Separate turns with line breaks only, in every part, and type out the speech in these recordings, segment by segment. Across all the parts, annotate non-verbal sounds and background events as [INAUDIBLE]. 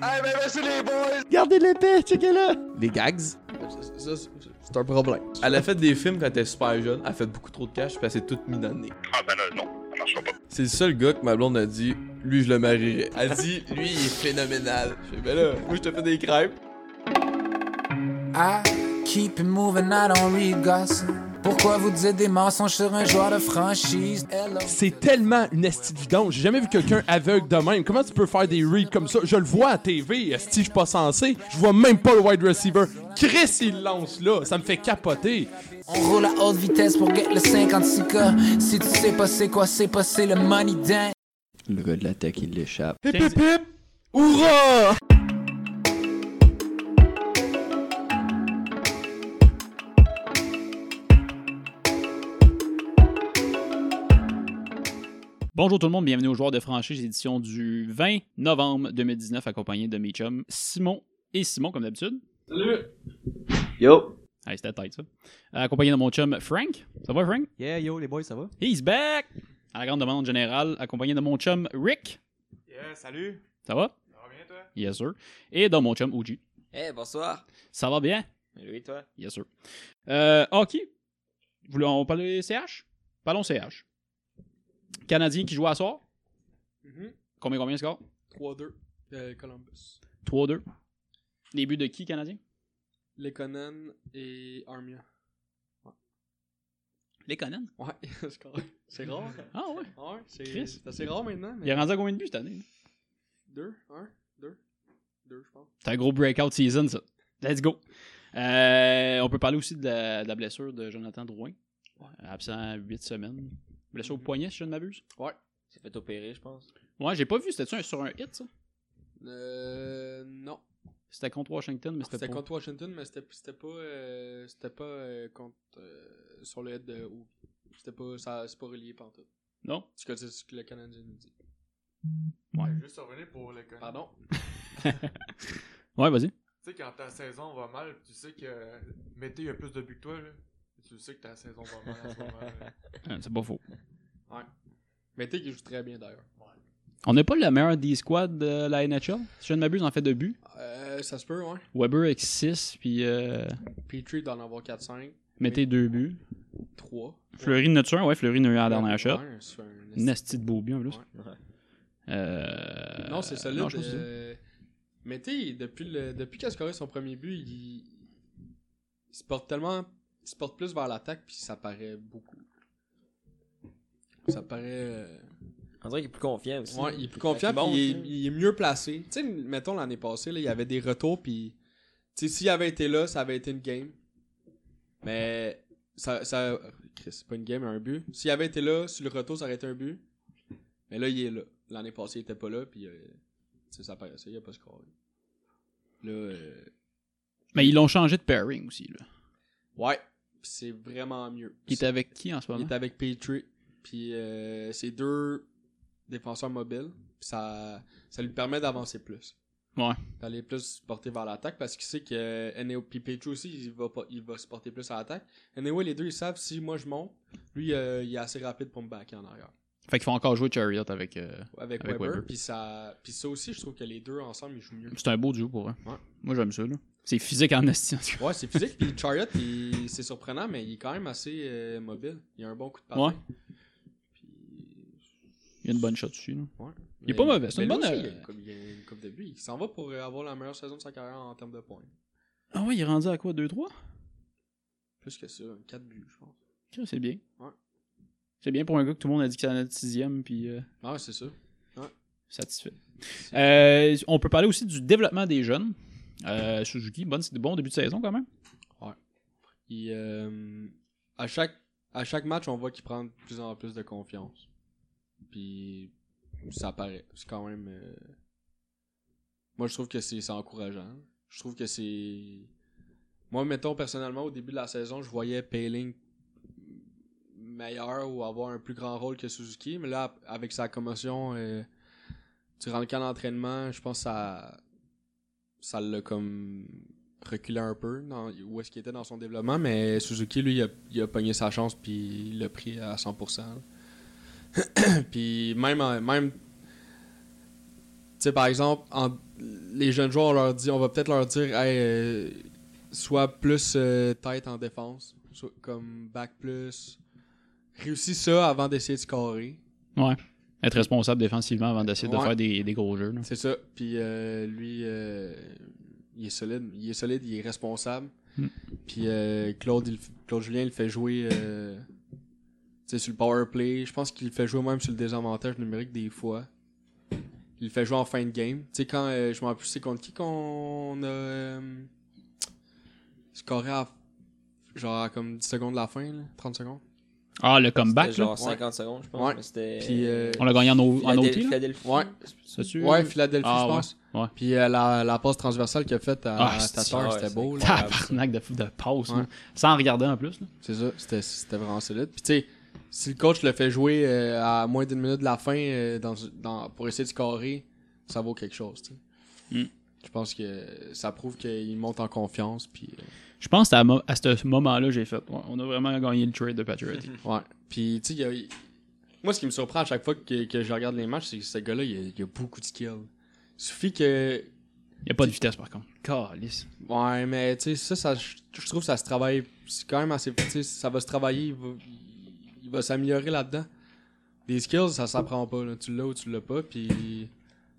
Hey, ben merci les boys!
Gardez l'épée, checkez-la! Des gags.
Ça, ça, ça, C'est un problème. Elle a fait des films quand elle était super jeune. Elle a fait beaucoup trop de cash, puis elle s'est toute mise dans le nez.
Ah ben non, non, ça marchera pas.
C'est le seul gars que ma blonde a dit, lui, je le marierais. Elle dit, lui, il est phénoménal. Je fais, ben là, moi, je te fais des crêpes.
I Ah, keep it moving, I don't read gossip. Pourquoi vous dites des mensonges sur un joueur de franchise? Hello.
C'est tellement une esti de vidange. J'ai jamais vu quelqu'un aveugle de même. Comment tu peux faire des reads comme ça? Je le vois à TV, esti, je suis pas censé. Je vois même pas le wide receiver. Chris, il lance là. Ça me fait capoter.
On roule à haute vitesse pour get le 56K. Si tu sais pas c'est quoi, c'est pas c'est le money dance.
Le gars de la tech, il l'échappe.
Hip hip hip! Hourra!
Bonjour tout le monde, bienvenue au Joueur de franchise édition du 20 novembre 2019 accompagné de mes chums Simon et Simon comme d'habitude.
Yo!
Hey, c'était tête ça. Euh, Accompagné de mon chum Frank. Ça va Frank?
Yeah, yo, les boys, ça va?
He's back! À la grande demande générale, accompagné de mon chum Rick.
Yeah, salut!
Ça va?
Ça va bien, toi?
Yes sir. Et de mon chum Uji.
Eh, bonsoir!
Ça va bien?
Oui, toi?
Yes sir. Euh, hockey. Voulons parler CH? Parlons CH. Canadien qui joue à soir. Combien combien le score?
3-2, euh, Columbus.
3-2. Les buts de qui, Canadien?
Lekonen et Armia.
Les Conan.
Ouais, [LAUGHS] c'est correct. C'est rare.
Ah ouais.
Ouais, c'est
Chris.
c'est assez rare maintenant,
Il est
mais.
rendu à combien de buts cette année?
2, 1, 2, 2, je pense.
C'est un gros breakout season, ça. Let's go. Euh, on peut parler aussi de la, de la blessure de Jonathan Drouin. Absent 8 semaines. Blessure au poignet, si je ne m'abuse.
C'est fait opérer, je pense.
Ouais, j'ai pas vu. C'était-tu sur un hit, ça?
Euh. Non.
C'était contre Washington, mais c'était
C'était
pas...
contre Washington, mais c'était c'était pas. euh, c'était pas euh, contre. euh, sur le head de Ovi. C'était pas. ça- C'est pas relié pantoute.
Non?
C'est ce que- c'est ce que le Canadien nous dit.
Juste revenir pour le Canadien.
Pardon?
Ouais, vas-y.
Tu sais, quand ta saison va mal, tu sais que euh, Mété a plus de buts que toi, là. Tu sais que ta saison va mal en ce moment. là.
Euh, C'est pas faux.
Mais tu sais qu'il joue très bien d'ailleurs.
On n'est pas le meilleur D-squad de la NHL. Si je ne m'abuse, en fait deux buts.
Euh, ça se peut, ouais.
Weber avec 6, puis euh,
Petrie d'en avoir 4-5,
mettez deux buts.
3.
Fleury de notre ouais, Fleury de notre dernière shot.
Ouais, c'est un-
Nasty de beau bien, en plus.
Ouais.
Euh,
Non, c'est solide.
non, je pense que c'est ça.
euh, Mais tu sais, depuis, le... depuis qu'il a scoré son premier but, il... il se porte tellement. Il se porte plus vers l'attaque, puis ça paraît beaucoup. Ça paraît. euh,
On dirait qu'il est plus confiant aussi. Ben,
Ouais, il est plus confiant, puis il, est-
bon,
il est mieux placé. Tu sais, mettons l'année passée, là, il y avait des retours, puis. Tu sais, s'il avait été là, ça avait été une game. Mais. Ça. ça... Chris, c'est pas une game, un but. S'il avait été là, sur le retour, ça aurait été un but. Mais là, il est là. L'année passée, il était pas là, puis. euh, tu sais, ça paraissait, il a pas scoré. Là. euh,
Mais ils l'ont changé de pairing aussi. Là.
Ouais, puis c'est vraiment mieux.
Il est avec qui en ce
Il
moment?
est avec Petrie. Puis euh, c'est deux défenseurs mobiles. Puis ça, ça lui permet d'avancer plus.
Ouais.
D'aller plus se porter vers l'attaque parce qu'il sait que. euh, Anyway, puis Petrie aussi, il va, pas, il va se porter plus à l'attaque. Anyway, les deux, ils savent si moi je monte, lui, euh, il est assez rapide pour me backer en arrière.
Fait qu'il faut encore jouer Chariot avec. euh,
Avec,
Avec
Weber.
Weber.
Puis ça, puis ça aussi, je trouve que les deux ensemble, ils jouent mieux.
C'est un beau duo pour eux.
Ouais.
Moi, j'aime ça. là. C'est physique en esti. en tout
Ouais, c'est physique. puis Chariot, il- c'est surprenant, mais il est quand même assez euh, mobile. Il a un bon coup de patin.
Ouais. cas.
Puis
Il y a une bonne shot dessus. là. Il est
Mais-
pas mauvais, c'est
mais
une
lui
bonne,
aussi,
euh,
il, a une coupe, il a une coupe de but. Il s'en va pour euh, avoir la meilleure saison de sa carrière en termes de points.
Ah ouais, il est rendu à quoi 2-3
Plus que ça, 4 buts, je pense.
Ça, C'est bien.
Ouais.
C'est bien pour un gars que tout le monde a dit qu'il allait être sixième puis euh,
Ah, ouais, c'est ça.
satisfait. Euh, on peut parler aussi du développement des jeunes. Euh, Suzuki, bonne, bon début de saison quand même.
Il, euh, à, chaque, à chaque match, on voit qu'il prend de plus en plus de confiance. Puis ça paraît. C'est quand même. euh, Moi, je trouve que c'est c'est encourageant. Je trouve que c'est. Moi, mettons, personnellement, au début de la saison, je voyais Payling meilleur ou avoir un plus grand rôle que Suzuki. Mais là, avec sa commotion, euh, durant le camp d'entraînement, je pense que ça. Ça l'a comme reculé un peu dans, où est-ce qu'il était dans son développement, mais Suzuki, lui, il a, il a pogné sa chance puis il l'a pris à [CLEARS THROAT] 100%. là. puis même, en- même sais, par exemple, en- les jeunes joueurs, on leur dit, on va peut-être leur dire, hey, euh, sois plus euh, tête en défense, soit comme back plus. Réussis ça avant d'essayer de scorer.
Ouais. Être responsable défensivement avant d'essayer de
Ouais.
faire des, des gros jeux. là.
C'est ça. Puis euh, lui, euh, il est solide. Il est solide, il est responsable.
Mm.
Puis euh, Claude, il le f- Claude Julien, il le fait jouer euh, tu sais, sur le power play. Je pense qu'il le fait jouer même sur le désavantage numérique des fois. Il le fait jouer en fin de game. Tu sais, quand euh, je m'en plus, c'est contre qui qu'on a euh, scoré à genre à comme 10 secondes de la fin, là, 30 secondes.
Ah, le comeback.
C'était genre
là.
50 secondes, je pense.
Ouais.
mais c'était.
Puis, euh,
On l'a gagné en, O- en
Philadel-
OT. là.
Philadelphie.
Ouais.
Hmm.
C'est-tu-
Ouais, Philadelphie,
Ah,
je
ouais.
pense.
Ouais.
Puis euh, la, la passe transversale qu'il a faite à,
Ah,
à
c'est-
Tatar,
ouais,
c'était
c'est
beau. là.
Tabarnak de, de passe.
Ouais.
là. Sans regarder en plus. là.
C'est ça, c'était, c'était vraiment solide. Puis tu sais, si le coach le fait jouer euh, à moins d'une minute de la fin euh, dans, dans- pour essayer de scorer, ça vaut quelque chose. tu sais.
Mm.
Je pense que ça prouve qu'il monte en confiance. Puis, euh,
Je pense que c'est à, mo- à ce moment-là j'ai fait. ouais, on a vraiment gagné le trade de
[LAUGHS]
Patrick.
euh, ouais. Puis tu sais, il y a- il- moi ce qui me surprend à chaque fois que, que je regarde les matchs, c'est que ce gars-là, il, a- il a beaucoup de skill. Il suffit que
Il n'y a pas de vitesse par contre. Calice.
Ouais, mais tu sais, ça, ça je je trouve que ça se travaille. C'est quand même assez. Tu sais, ça va se travailler, il va, il va s'améliorer là-dedans. Des skills, ça s'apprend pas. Là. Tu l'as ou tu l'as pas. Puis, tu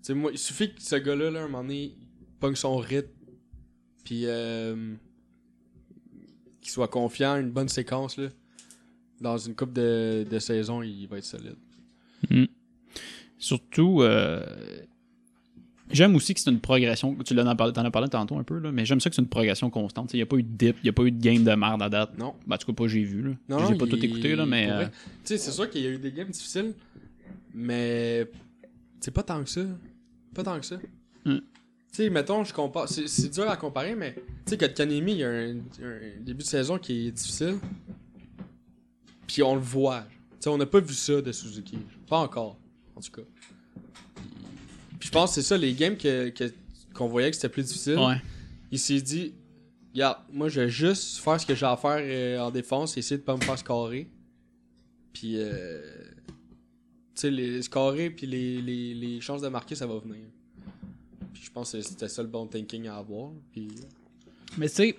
sais, moi, il suffit que ce gars-là, là, un moment donné, il pogne son rythme. Puis, euh, qu'il soit confiant, une bonne séquence, là. Dans une coupe de, de saison, il va être solide.
Surtout, euh, j'aime aussi que c'est une progression. Tu l'en as parlé, t'en as parlé tantôt un peu, là, mais j'aime ça que c'est une progression constante. Il n'y a pas eu de dip, il n'y a pas eu de game de merde à date.
Non.
Ben, en tout cas, pas j'ai vu. Là.
Non,
j'ai pas
il-
tout écouté, là, mais.
pour vrai.
euh,
Tu sais, c'est sûr qu'il y a eu des games difficiles, mais. C'est pas tant que ça. Pas tant que ça.
Hmm.
Tu sais, mettons, je compare. C'est, c'est dur à comparer, mais. Tu sais, que Kanemi, il y a un, un début de saison qui est difficile. Puis on le voit. Tu sais, on n'a pas vu ça de Suzuki. Pas encore, en tout cas. Puis je pense que c'est ça, les games que, que- qu'on voyait que c'était plus difficile
euh, ouais.
il s'est dit Regarde, moi je vais juste faire ce que j'ai à faire euh, en défense, essayer de pas me faire scorer. Puis, euh, tu sais, les scorer, puis les, les, les chances de marquer, ça va venir. Puis je pense que c'était ça le bon thinking à avoir. Puis,
Mais tu sais,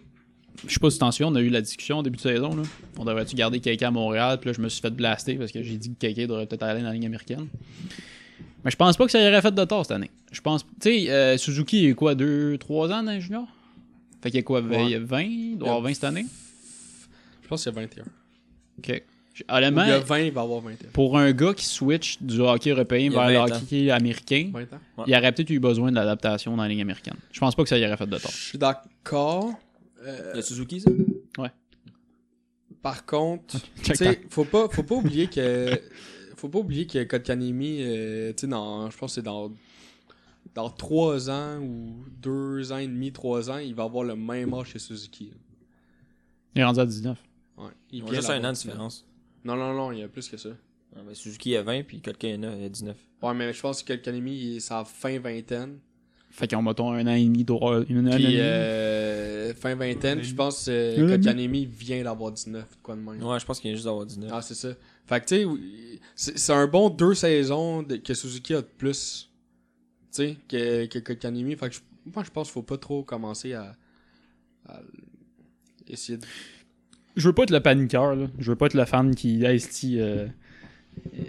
je sais pas si t'en souviens, on a eu la discussion au début de saison. Là. On devrait-tu garder KK à Montréal? Puis là, je me suis fait blaster parce que j'ai dit que KK devrait peut-être aller dans la ligne américaine. Mais je pense pas que ça y aurait fait de tort cette année. Je pense. Tu sais, euh, Suzuki, il est quoi, 2-3 ans dans les juniors? Fait qu'il est quoi,
Ouais.
il y a 20? Il doit avoir 20 cette année?
je pense qu'il y a 21. Ou
Ok.
il y a
Honnêtement,
20, il va avoir 21.
pour un gars qui switch du hockey européen
Il y
vers
a
le
20 ans.
hockey américain,
20 ans.
Ouais.
il aurait peut-être eu besoin de l'adaptation dans la ligne américaine. Je pense pas que ça y aurait fait de
Je
tort.
suis d'accord. Euh,
Le Suzuki, ça
par contre,
Check
Tu sais, faut pas, faut pas oublier que, [LAUGHS] faut pas oublier que Kotkanemi, euh, tu sais, dans, je pense que c'est dans, dans trois ans ou deux ans et demi, trois ans, il va avoir le même âge chez Suzuki.
Il est rendu à 19.
Ouais, il
Ils ont
vient
juste un
d'avoir
an de
19.
différence.
Non, non, non, il y a plus que ça.
Ah, mais Suzuki a 20, puis quelqu'un il a 19.
Ouais, mais je pense que Kotkanemi, il est sa fin vingtaine.
Fait qu'on mettons un an et demi, droit, une année.
Puis, euh, fin vingtaine, puis je pense que
Un an et demi.
Kotkanemi vient d'avoir 19, quoi de même.
Ouais, je pense qu'il vient juste d'avoir 19.
Ah, c'est ça. Fait que, tu sais, oui, c'est c'est un bon deux saisons de- que Suzuki a de plus, tu sais, que, que, que Kanemi. Fait que je- moi, je pense qu'il faut pas trop commencer à, à essayer de...
je veux pas être le paniqueur, là. Je veux pas être le fan qui, hey, esti, euh, euh,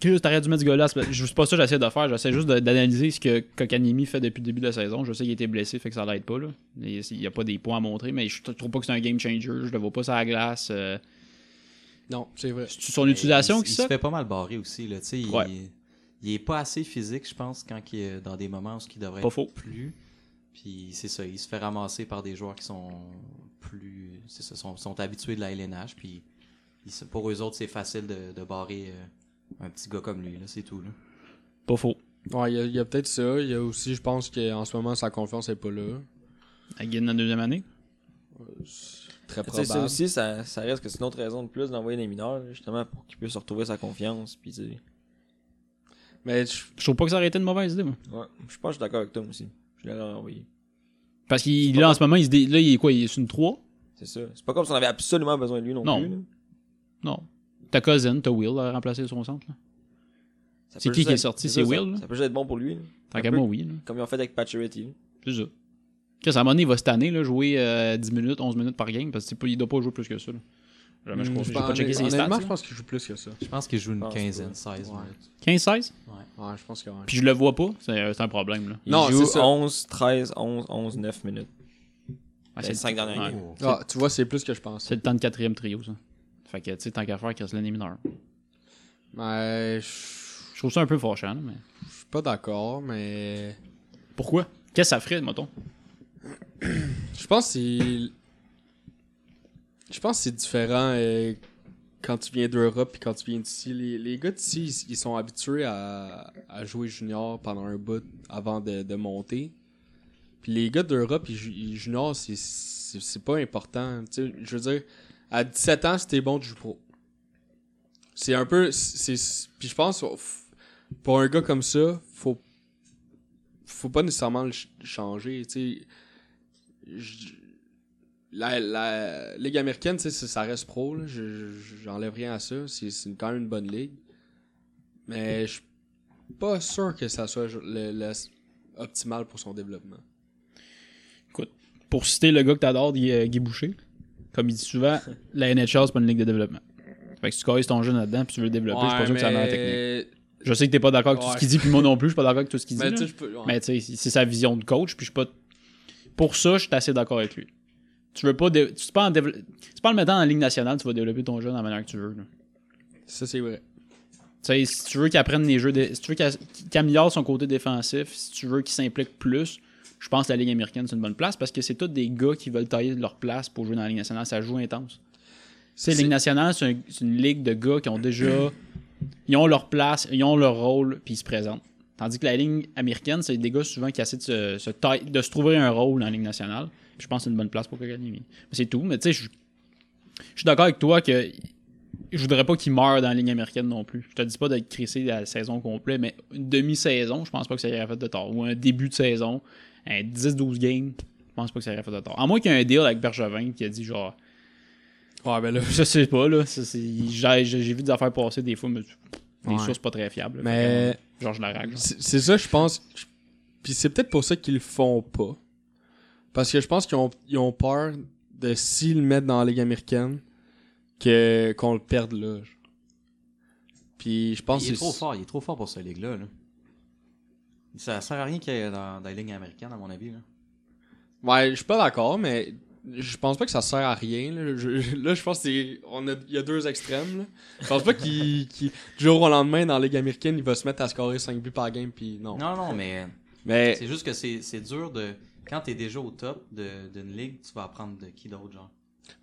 Chris, t'aurais dû mettre ce gars-là. C'est pas- je- c'est pas ça que j'essaie de faire. J'essaie juste de- d'analyser ce que Kokanimi fait depuis le début de la saison. Je sais qu'il était blessé, fait que ça l'aide pas, là. Il il y a pas des points à montrer, mais je trouve pas que c'est un game changer. Je le vois pas sur la glace. euh.
Non, c'est vrai.
C'est-tu son utilisation
Euh, Ben, il,
qui
il
ça?
se fait pas mal barrer aussi. Là, tu sais, il,
Ouais.
il est pas assez physique, je pense, quand il est dans des moments où il devrait
Pas
être
faux.
plus. Puis c'est ça, il se fait ramasser par des joueurs qui sont plus. C'est ça, sont, sont habitués de la LNH. Puis ils se- pour eux autres, c'est facile de, de barrer euh, un petit gars comme lui. là, C'est tout. là.
Pas faux.
Ouais, il y a- il y a, peut-être ça. Il y a aussi, je pense qu'en ce moment, sa confiance est pas là.
Again, la deuxième année.
Très
Tu sais, ça
probable.
aussi, ça, ça reste que c'est une autre raison de plus d'envoyer des mineurs, là, justement, pour qu'ils puissent retrouver sa confiance. Puis, tu sais,
Mais je-
Je trouve pas que ça aurait été une mauvaise idée, moi.
ouais, je pense que je suis d'accord avec toi moi aussi. Je l'ai envoyé.
Parce qu'il, là, en ce moment, il se dé- là, il est quoi? Il est sur une 3?
C'est ça. C'est pas comme si on avait absolument besoin de lui non,
Non.
plus. là.
Non. Ta cousine, ta Will, a remplacé son centre, là.
Ça
C'est
peut
qui
juste
qui est
être-
sorti?
ça,
C'est
ça-
Will, là?
Ça peut juste être bon pour lui, là.
Tant
Un
qu'à
peu.
moi, oui. là.
comme ils ont fait avec Paturity. là.
C'est ça. Chris, à un moment donné, il va se tanner, là, jouer euh, 10 minutes, 11 minutes par game, parce qu'il doit pas jouer plus que ça. là. Jamais, Ah, Hmm, je crois. J'ai pas checké ses stats.
Honnêtement,
là.
je pense qu'il joue plus que ça.
Je pense qu'il joue une
Je pense
quinzaine,
pas.
16
Ouais.
minutes.
15-16,
Ouais, je pense que ouais.
puis je le vois pas, c'est euh, c'est un problème. Là.
Il
Non,
joue
c'est ça.
11, 13, 11, 11, 9 minutes.
Ah,
Les
c'est
cinq
le-
dernières
ouais.
games.
Ah, tu vois, c'est plus que je pense.
C'est le temps de quatrième trio, ça. Fait que, tu sais, tant qu'à faire, Chris Lynn est mineur.
Mais je je
Je trouve ça un peu fâchant, là, mais.
suis pas d'accord, mais.
Pourquoi Qu'est-ce que ça ferait, mettons
Je pense que c'est. Je pense que c'est différent euh, quand tu viens d'Europe et quand tu viens d'ici. Les, les gars d'ici, ils, ils sont habitués à, à jouer junior pendant un bout avant de, de monter. Puis les gars d'Europe, ils, ju- ils junior, c'est, c'est, c'est pas important. Tu sais, je veux dire, à 17 ans, c'était bon, tu joues pro. C'est un peu. C'est, c'est- puis je pense, oh, pour un gars comme ça, faut, faut pas nécessairement le ch- changer. Tu sais, je- la, la ligue américaine, tu sais, c'est- ça reste pro. là. Je- je- J'enlève rien à ça. C'est c'est quand même une bonne ligue. Mais je suis pas sûr que ça soit le, le- optimal pour son développement.
Pour citer le gars que t'adores, Guy, euh, Guy Boucher, comme il dit
[LAUGHS]
souvent, la NHL, c'est pas une ligue de développement. Fait que si tu casses ton jeune là-dedans, puis tu veux le développer, je suis pas sûr que ça a l'air technique. Je sais que t'es pas d'accord avec tout ce
Ouais.
qu'il dit, puis moi non plus, je suis pas d'accord avec tout ce qu'il dit.
Mais
là.
ben, tu sais, je peux- ouais.
Mais tu sais, c'est sa vision de coach, puis je suis pas. Pour ça, je suis assez d'accord avec lui. Tu veux pas. dé- Tu c'est pas en dévelop- c'est pas en le mettant en ligne nationale, tu vas développer ton jeu de la manière que tu veux. là.
Ça, c'est vrai.
Tu sais, si tu veux qu'il apprenne les jeux, de- si tu veux qu'il qu'il améliore son côté défensif, si tu veux qu'il s'implique plus, je pense que la Ligue américaine, c'est une bonne place parce que c'est tous des gars qui veulent tailler leur place pour jouer dans la Ligue nationale. Ça joue intense. Tu sais, Ligue nationale, c'est un- c'est une ligue de gars qui ont déjà. ils ont leur place, ils ont leur rôle, puis ils se présentent. Tandis que la Ligue américaine, c'est des gars souvent qui essaient de se, se taille- de se trouver un rôle dans la Ligue nationale. Puis Je pense que c'est une bonne place pour quelqu'un Mais c'est tout. Mais tu sais, je je suis d'accord avec toi que je voudrais pas qu'il meure dans la ligne américaine non plus. Je te dis pas d'être crissé la saison complète, mais une demi-saison, je pense pas que ça irait fait de tort. Ou un début de saison, un 10-12 games, je pense pas que ça irait fait de tort. À moins qu'il y ait un deal avec Bergevin qui a dit genre,
Ouais, ben là.
je sais pas, là, [LAUGHS] ça, c'est- j'ai j'ai vu des affaires passer des fois, mais des
Ouais.
sources pas très fiables. là.
Mais.
Fait que, euh, Genre, je la règle.
C'est c'est ça, je pense. Je- Puis c'est peut-être pour ça qu'ils le font pas. Parce que je pense qu'ils ont, ils ont peur de s'ils le mettent dans la Ligue américaine, que, qu'on le perde là. Puis je pense
Il est
que
trop
c'est-
fort, il est trop fort pour cette ligue-là. Là. Ça sert à rien qu'il y ait dans, dans la ligue américaine, à mon avis. Là.
Ouais, je suis pas d'accord, mais je pense pas que ça sert à rien. Là, je, je- là, je pense qu'il a, il y a deux extrêmes. là. Je pense pas qu'il, qu'il- du jour au lendemain, dans la Ligue américaine, il va se mettre à scorer 5 buts par game, puis non.
Non, non, mais
Mais
c'est juste que c'est c'est dur de. Quand t'es déjà au top de- d'une ligue, tu vas apprendre de qui d'autre, genre.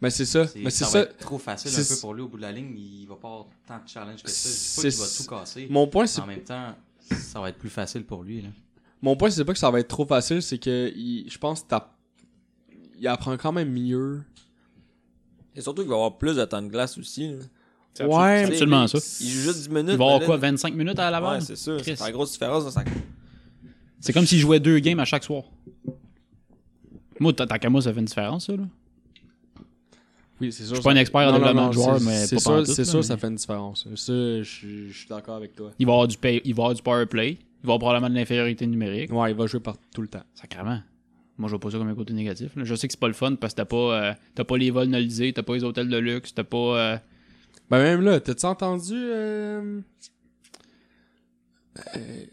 mais c'est ça. Mais c'est
ça,
ça.
va être trop facile
c'est-
un peu pour lui au bout de la ligne. Il va pas avoir tant de challenge que ça.
C'est-
Je dis pas qu'il va tout casser.
Mon point,
mais
c'est
En même temps, ça va être plus facile pour lui. Là.
Mon point, c'est pas que ça va être trop facile, c'est que il- je pense que t'as- il apprend quand même mieux.
Et surtout qu'il va avoir plus de temps de glace aussi. là.
C'est absolu- c'est absolument ça.
Il joue juste 10 minutes.
Il va avoir
mais
quoi,
là-
25 minutes à la
Ouais,
base?
c'est sûr.
Chris.
C'est la grosse différence dans sa
C'est comme s'il jouait deux games à chaque soir. Moi, tant tant qu'à moi, ça fait une différence, ça, là.
Oui, c'est
Je
sûr.
suis pas un expert en développement de joueur, mais
c'est
pas
sûr,
pantoute,
c'est
là,
sûr,
mais-
ça fait une différence. Ça, je suis- je suis d'accord avec toi.
Il va avoir du, pay, il va avoir du power play. Il va avoir probablement de l'infériorité numérique.
Ouais, il va jouer par tout le temps.
Sacrement. Moi, je vois pas ça comme un côté négatif. là. Je sais que c'est pas le fun parce que t'as pas, euh, t'as pas les vols nolisés, t'as pas les hôtels de luxe, t'as pas. euh,
Ben même là, t'as-tu entendu euh... euh,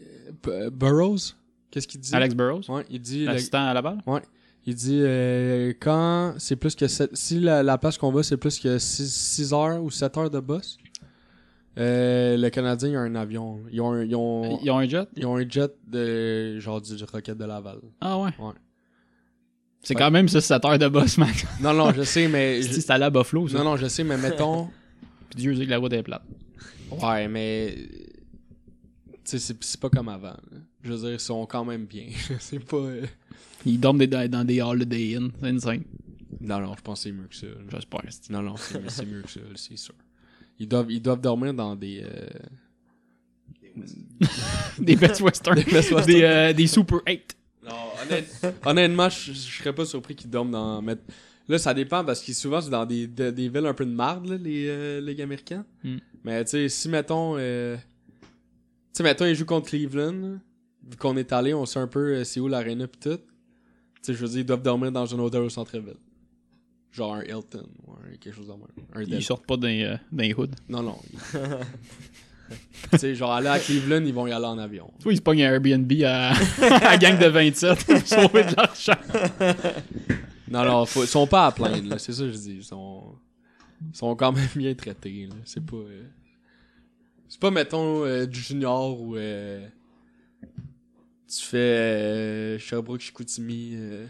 B- Burroughs Qu'est-ce qu'il dit
Alex Ben, Burroughs,
Ouais, il dit. la-
l'assistant à la balle.
Il dit euh, quand c'est plus que sept- si la, la place qu'on va c'est plus que 6 heures ou 7 heures de bus, euh, le Canadien il a un avion. Ils ont un, ils ont,
Ils ont un jet.
ils ont un jet de genre du Rocket de Laval.
Ah ouais.
Ouais.
C'est
Ouais.
quand même ça, 7 heures de boss, man.
Non non je
[LAUGHS]
sais mais [LAUGHS] je-
c'est à la Buffalo, ça.
non non je sais mais mettons
Puis Dieu dit que la route est plate.
ouais mais tu sais c'est c'est pas comme avant. là. Je veux dire ils sont quand même bien. [LAUGHS] c'est pas euh,
Ils dorment des- dans, dans des holiday inn. C'est insane.
non non je pense que c'est mieux que ça. là.
J'espère.
[LAUGHS]
c'est-
Non non c'est c'est mieux que ça là, c'est sûr. Ils doivent ils doivent dormir dans des euh,
Des Best Western. des,
Best Western.
euh, des Super 8.
Non, honnête- honnêtement, je, je serais pas surpris qu'ils dorment dans. mais- là, ça dépend parce qu'ils souvent c'est dans des, de- des villes un peu de marde, là, les euh, ligues américaines.
Mm.
Mais tu sais, si mettons. euh, tu sais, mettons, il joue contre Cleveland. là. Vu qu'on est allé, on sait un peu euh, c'est où l'aréna pis tout. Tu sais, je veux dire, ils doivent dormir dans un hôtel au centre-ville. Genre un Hilton ou un- quelque chose de même. Un Delta.
Ils sortent pas d'un les hood.
Non, non. tu sais, genre aller à Cleveland, ils vont y aller en avion.
Toi, ils se pognent un Airbnb à, [LAUGHS] à gang de 27
[LAUGHS]
pour sauver de l'argent.
Non, non, faut- ils sont pas à plaindre, là. C'est ça que je dis. Ils sont, ils sont quand même bien traités, là. C'est pas. euh, C'est pas, mettons, euh, du junior ou. euh, Tu fais euh, Sherbrooke, Chicoutimi. euh,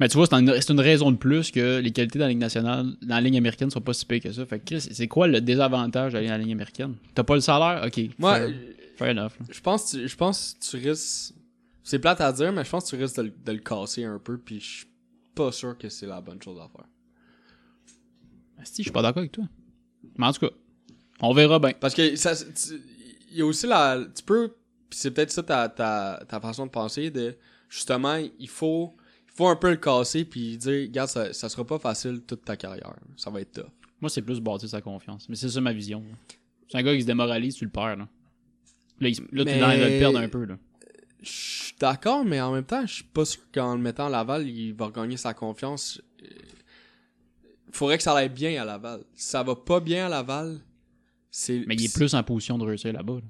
Mais tu vois, c'est un- c'est une raison de plus que les qualités dans la Ligue nationale, dans la Ligue américaine, sont pas si pires que ça. Fait que Chris, c'est quoi le désavantage d'aller dans la Ligue américaine T'as pas le salaire Ok.
Moi,
fair, fair enough. là.
je pense, que tu- je pense que tu risques. C'est plate à dire, mais je pense que tu risques de, le- de le casser un peu, puis je suis pas sûr que c'est la bonne chose à faire.
Si, je suis pas d'accord avec toi. Mais en tout cas, on verra bien.
Parce que ça, tu- il y a aussi la, tu peux, puis c'est peut-être ça ta, ta, ta façon de penser de, justement, il faut, il faut un peu le casser puis dire, regarde, ça, ça sera pas facile toute ta carrière, ça va être tough.
Moi, c'est plus bâtir sa confiance. Mais c'est ça ma vision. là. C'est un gars qui se démoralise, tu le perds. Là, là, il se- là,
Mais-
tu vas le perdre un peu. Là.
Je suis d'accord, mais en même temps, je suis pas sûr qu'en le mettant à Laval, il va regagner sa confiance. Euh, Faudrait que ça aille bien à Laval. Si ça va pas bien à Laval, c'est.
Mais il est plus en position de réussir là-bas. là.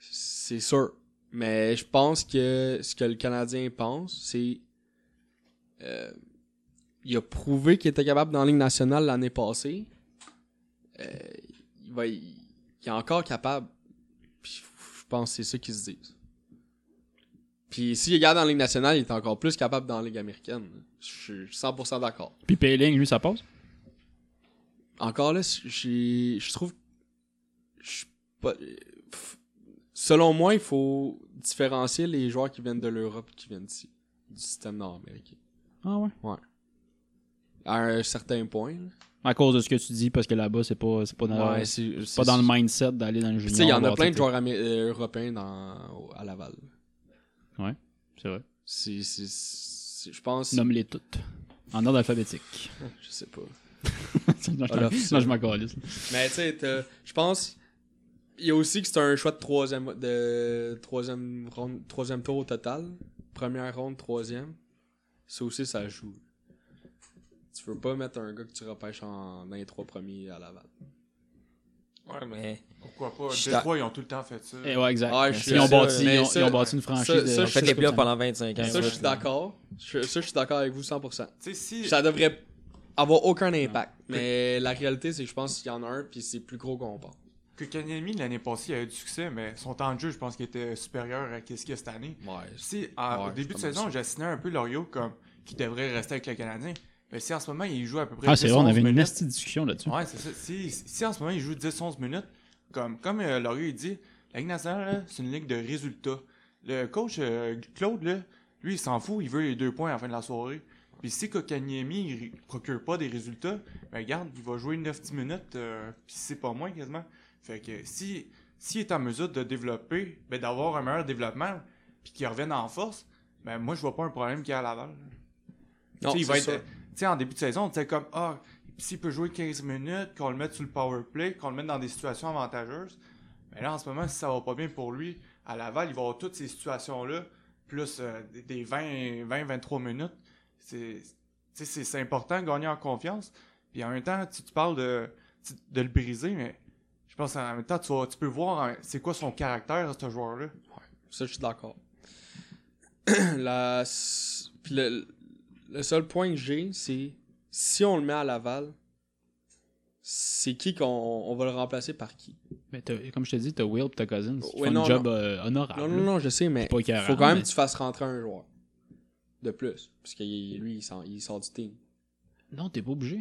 C'est sûr. Mais je pense que ce que le Canadien pense, c'est. euh, il a prouvé qu'il était capable dans la Ligue nationale l'année passée. Euh, il, va, il, est encore capable. Puis je pense que c'est ça qu'ils se disent. Puis s'il regarde dans la Ligue nationale, il est encore plus capable dans la Ligue américaine. Je suis 100% d'accord.
Puis Péling, lui, ça passe.
Encore là, j'ai- je trouve. je suis pas- f- Selon moi, il faut différencier les joueurs qui viennent de l'Europe et qui viennent d'ici, du système nord-américain.
Ah ouais.
À un certain point. là.
À cause de ce que tu dis, parce que là-bas, c'est pas, c'est pas dans,
Ouais,
c'est
c'est-
pas
c'est-
dans le mindset d'aller dans le
Puis,
junior.
tu sais, il y en a
voir,
plein de
t'sais,
joueurs amé- euh, européens dans, au- à Laval.
C'est vrai.
C'est- c'est- c'est- Je pense.
Nomme-les toutes. En ordre alphabétique. [LAUGHS]
Je sais pas.
non,
Ah, là,
je non, je m'en calisse.
Mais tu sais, t'as- je pense. Il y a aussi que c'est un choix de troisième, de troisième, ronde, troisième tour au total. Première ronde, troisième. Ça aussi, ça joue. Tu veux pas mettre un gars que tu repêches en, dans les trois premiers à Laval.
Ouais, mais.
Pourquoi pas?
Je
Détroit, ils ont tout le temps fait ça.
Eh ouais, exact.
Ouais, Ah, je suis
ils, ont
sûr,
bâti,
mais
ils, ont,
ça-
ils ont bâti une
ça-
franchise.
ça,
de...
je
Faites
sais
les
pas
playoffs
ça.
pendant 25 ans.
Ça, je
ouais.
suis d'accord. Je- Ça, je suis d'accord avec vous 100%.
Tu sais, si.
Ça devrait avoir aucun impact. Mais la réalité, c'est que je pense qu'il y en a un, puis c'est plus gros qu'on pense.
Que Kanyemi, l'année passée, il a eu du succès, mais son temps de jeu, je pense qu'il était supérieur à qu'est-ce qu'il y a cette année.
Ouais.
Si, en-
Ouais,
au début de
c'est pas mal
saison,
ça.
j'assinais un peu Loriot comme qui devrait rester avec le Canadien. Mais si en ce moment, il joue à peu près
Ah, c'est vrai, on
10-11
avait une
minutes-
nasty discussion là-dessus.
Ouais, c'est ça. Si, si en ce moment, il joue 10-11 minutes, comme, comme euh, Laurier il dit, la Ligue nationale, là, c'est une ligue de résultats. Le coach euh, Claude, là, lui, il s'en fout, il veut les deux points à la fin de la soirée. Puis si Kokaniemi il r- procure pas des résultats, ben regarde, il va jouer 9-10 minutes, euh, puis c'est pas moins quasiment. Fait que si s'il est en mesure de développer, ben d'avoir un meilleur développement, puis qu'il revienne en force, ben moi je vois pas un problème qu'il y a à Laval.
Non,
Tu sais, il
c'est
va
sûr.
être- tu sais, en début de saison, on était comme, ah, s'il peut jouer 15 minutes, qu'on le mette sur le power play, qu'on le mette dans des situations avantageuses. Mais là, en ce moment, si ça va pas bien pour lui, à Laval, il va avoir toutes ces situations-là, plus euh, des- des 20, 20, 23 minutes. C'est, tu sais, c'est, c'est important de gagner en confiance. Puis en même temps, tu, tu parles de, tu- de le briser, mais je pense en même temps, tu, vas- tu peux voir hein, c'est quoi son caractère, ce joueur-là.
Ça, je suis d'accord. [CLEARS THROAT] La... s- Puis le... le seul point que j'ai, c'est si on le met à Laval, c'est qui qu'on on va le remplacer par qui
Mais t'as- comme je te dis, t'as Will pis t'as Cousins.
Ouais,
Ils font
non,
un job
non.
euh, honorable.
Non, non, non, je sais, mais
pas écœurant,
faut quand même
mais-
que tu fasses rentrer un joueur de plus. Parce que il- lui, il sort, il sort du team.
Non, t'es pas obligé.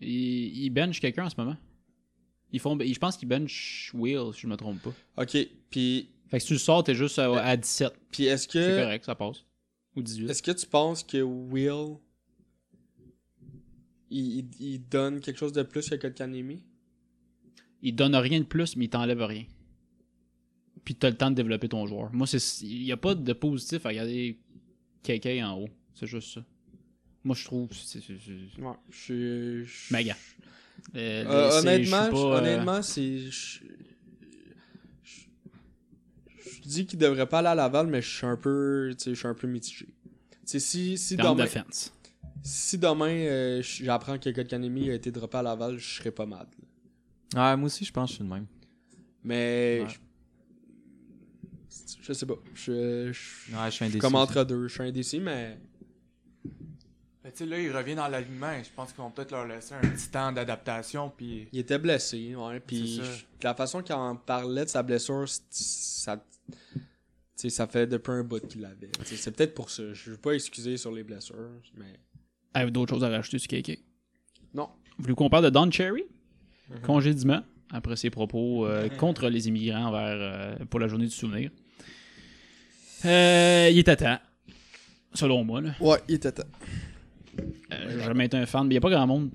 Ils, ils benchent quelqu'un en ce moment. Ils font, ils- je pense qu'ils benchent Will, si je me trompe pas.
Ok, puis,
Fait que si tu le sors, t'es juste à, à 17.
puis est-ce
C'est
que
correct, ça passe. Ou 18.
Euh, est-ce que tu penses que Will il, il- il donne quelque chose de plus que Kotkanemi
Il donne rien de plus, mais il t'enlève rien. Puis t'as le temps de développer ton joueur. Moi, c'est il y a pas de positif à regarder KK en haut. C'est juste ça. Moi, je trouve. c'est- c'est- c'est-
Ouais, je suis. je-
Maga. Euh,
Euh,
c'est- je suis euh, pas,
honnêtement, je-
euh,
honnêtement, c'est. je- je- dis qu'il devrait pas aller à Laval, mais je suis un peu, tu sais, je suis un peu mitigé. Tu sais, si, si
Terme
demain,
d'offense.
si demain euh, j- j'apprends que Kotkaniemi a été droppé à Laval, je serais pas mal.
Ouais, moi aussi, je pense que je suis le même.
Mais
Ouais.
je, je sais pas. Je, je,
Ouais, je suis
je
indécis.
comme entre deux. Je suis indécis, mais
Mais tu sais, là, ils reviennent dans l'alignement. et Je pense qu'ils vont peut-être leur laisser un petit temps d'adaptation. Puis
il était blessé. Ouais, puis
C'est ça.
je- la façon qu'il en parlait de sa blessure, c'est- ça, tu sais, ça fait depuis un bout qu'il l'avait. Tu sais, C'est peut-être pour ça. Je veux pas excuser sur les blessures, mais
Ah, D'autres choses à rajouter sur KK?
Non.
Voulez-vous qu'on parle de Don Cherry? Congédiement, après ses propos euh, contre les immigrants envers, euh, pour la journée du souvenir. Euh, il est à temps, selon moi. là.
ouais, il était temps.
Euh, J'ai jamais été un fan, mais il n'y a pas grand monde.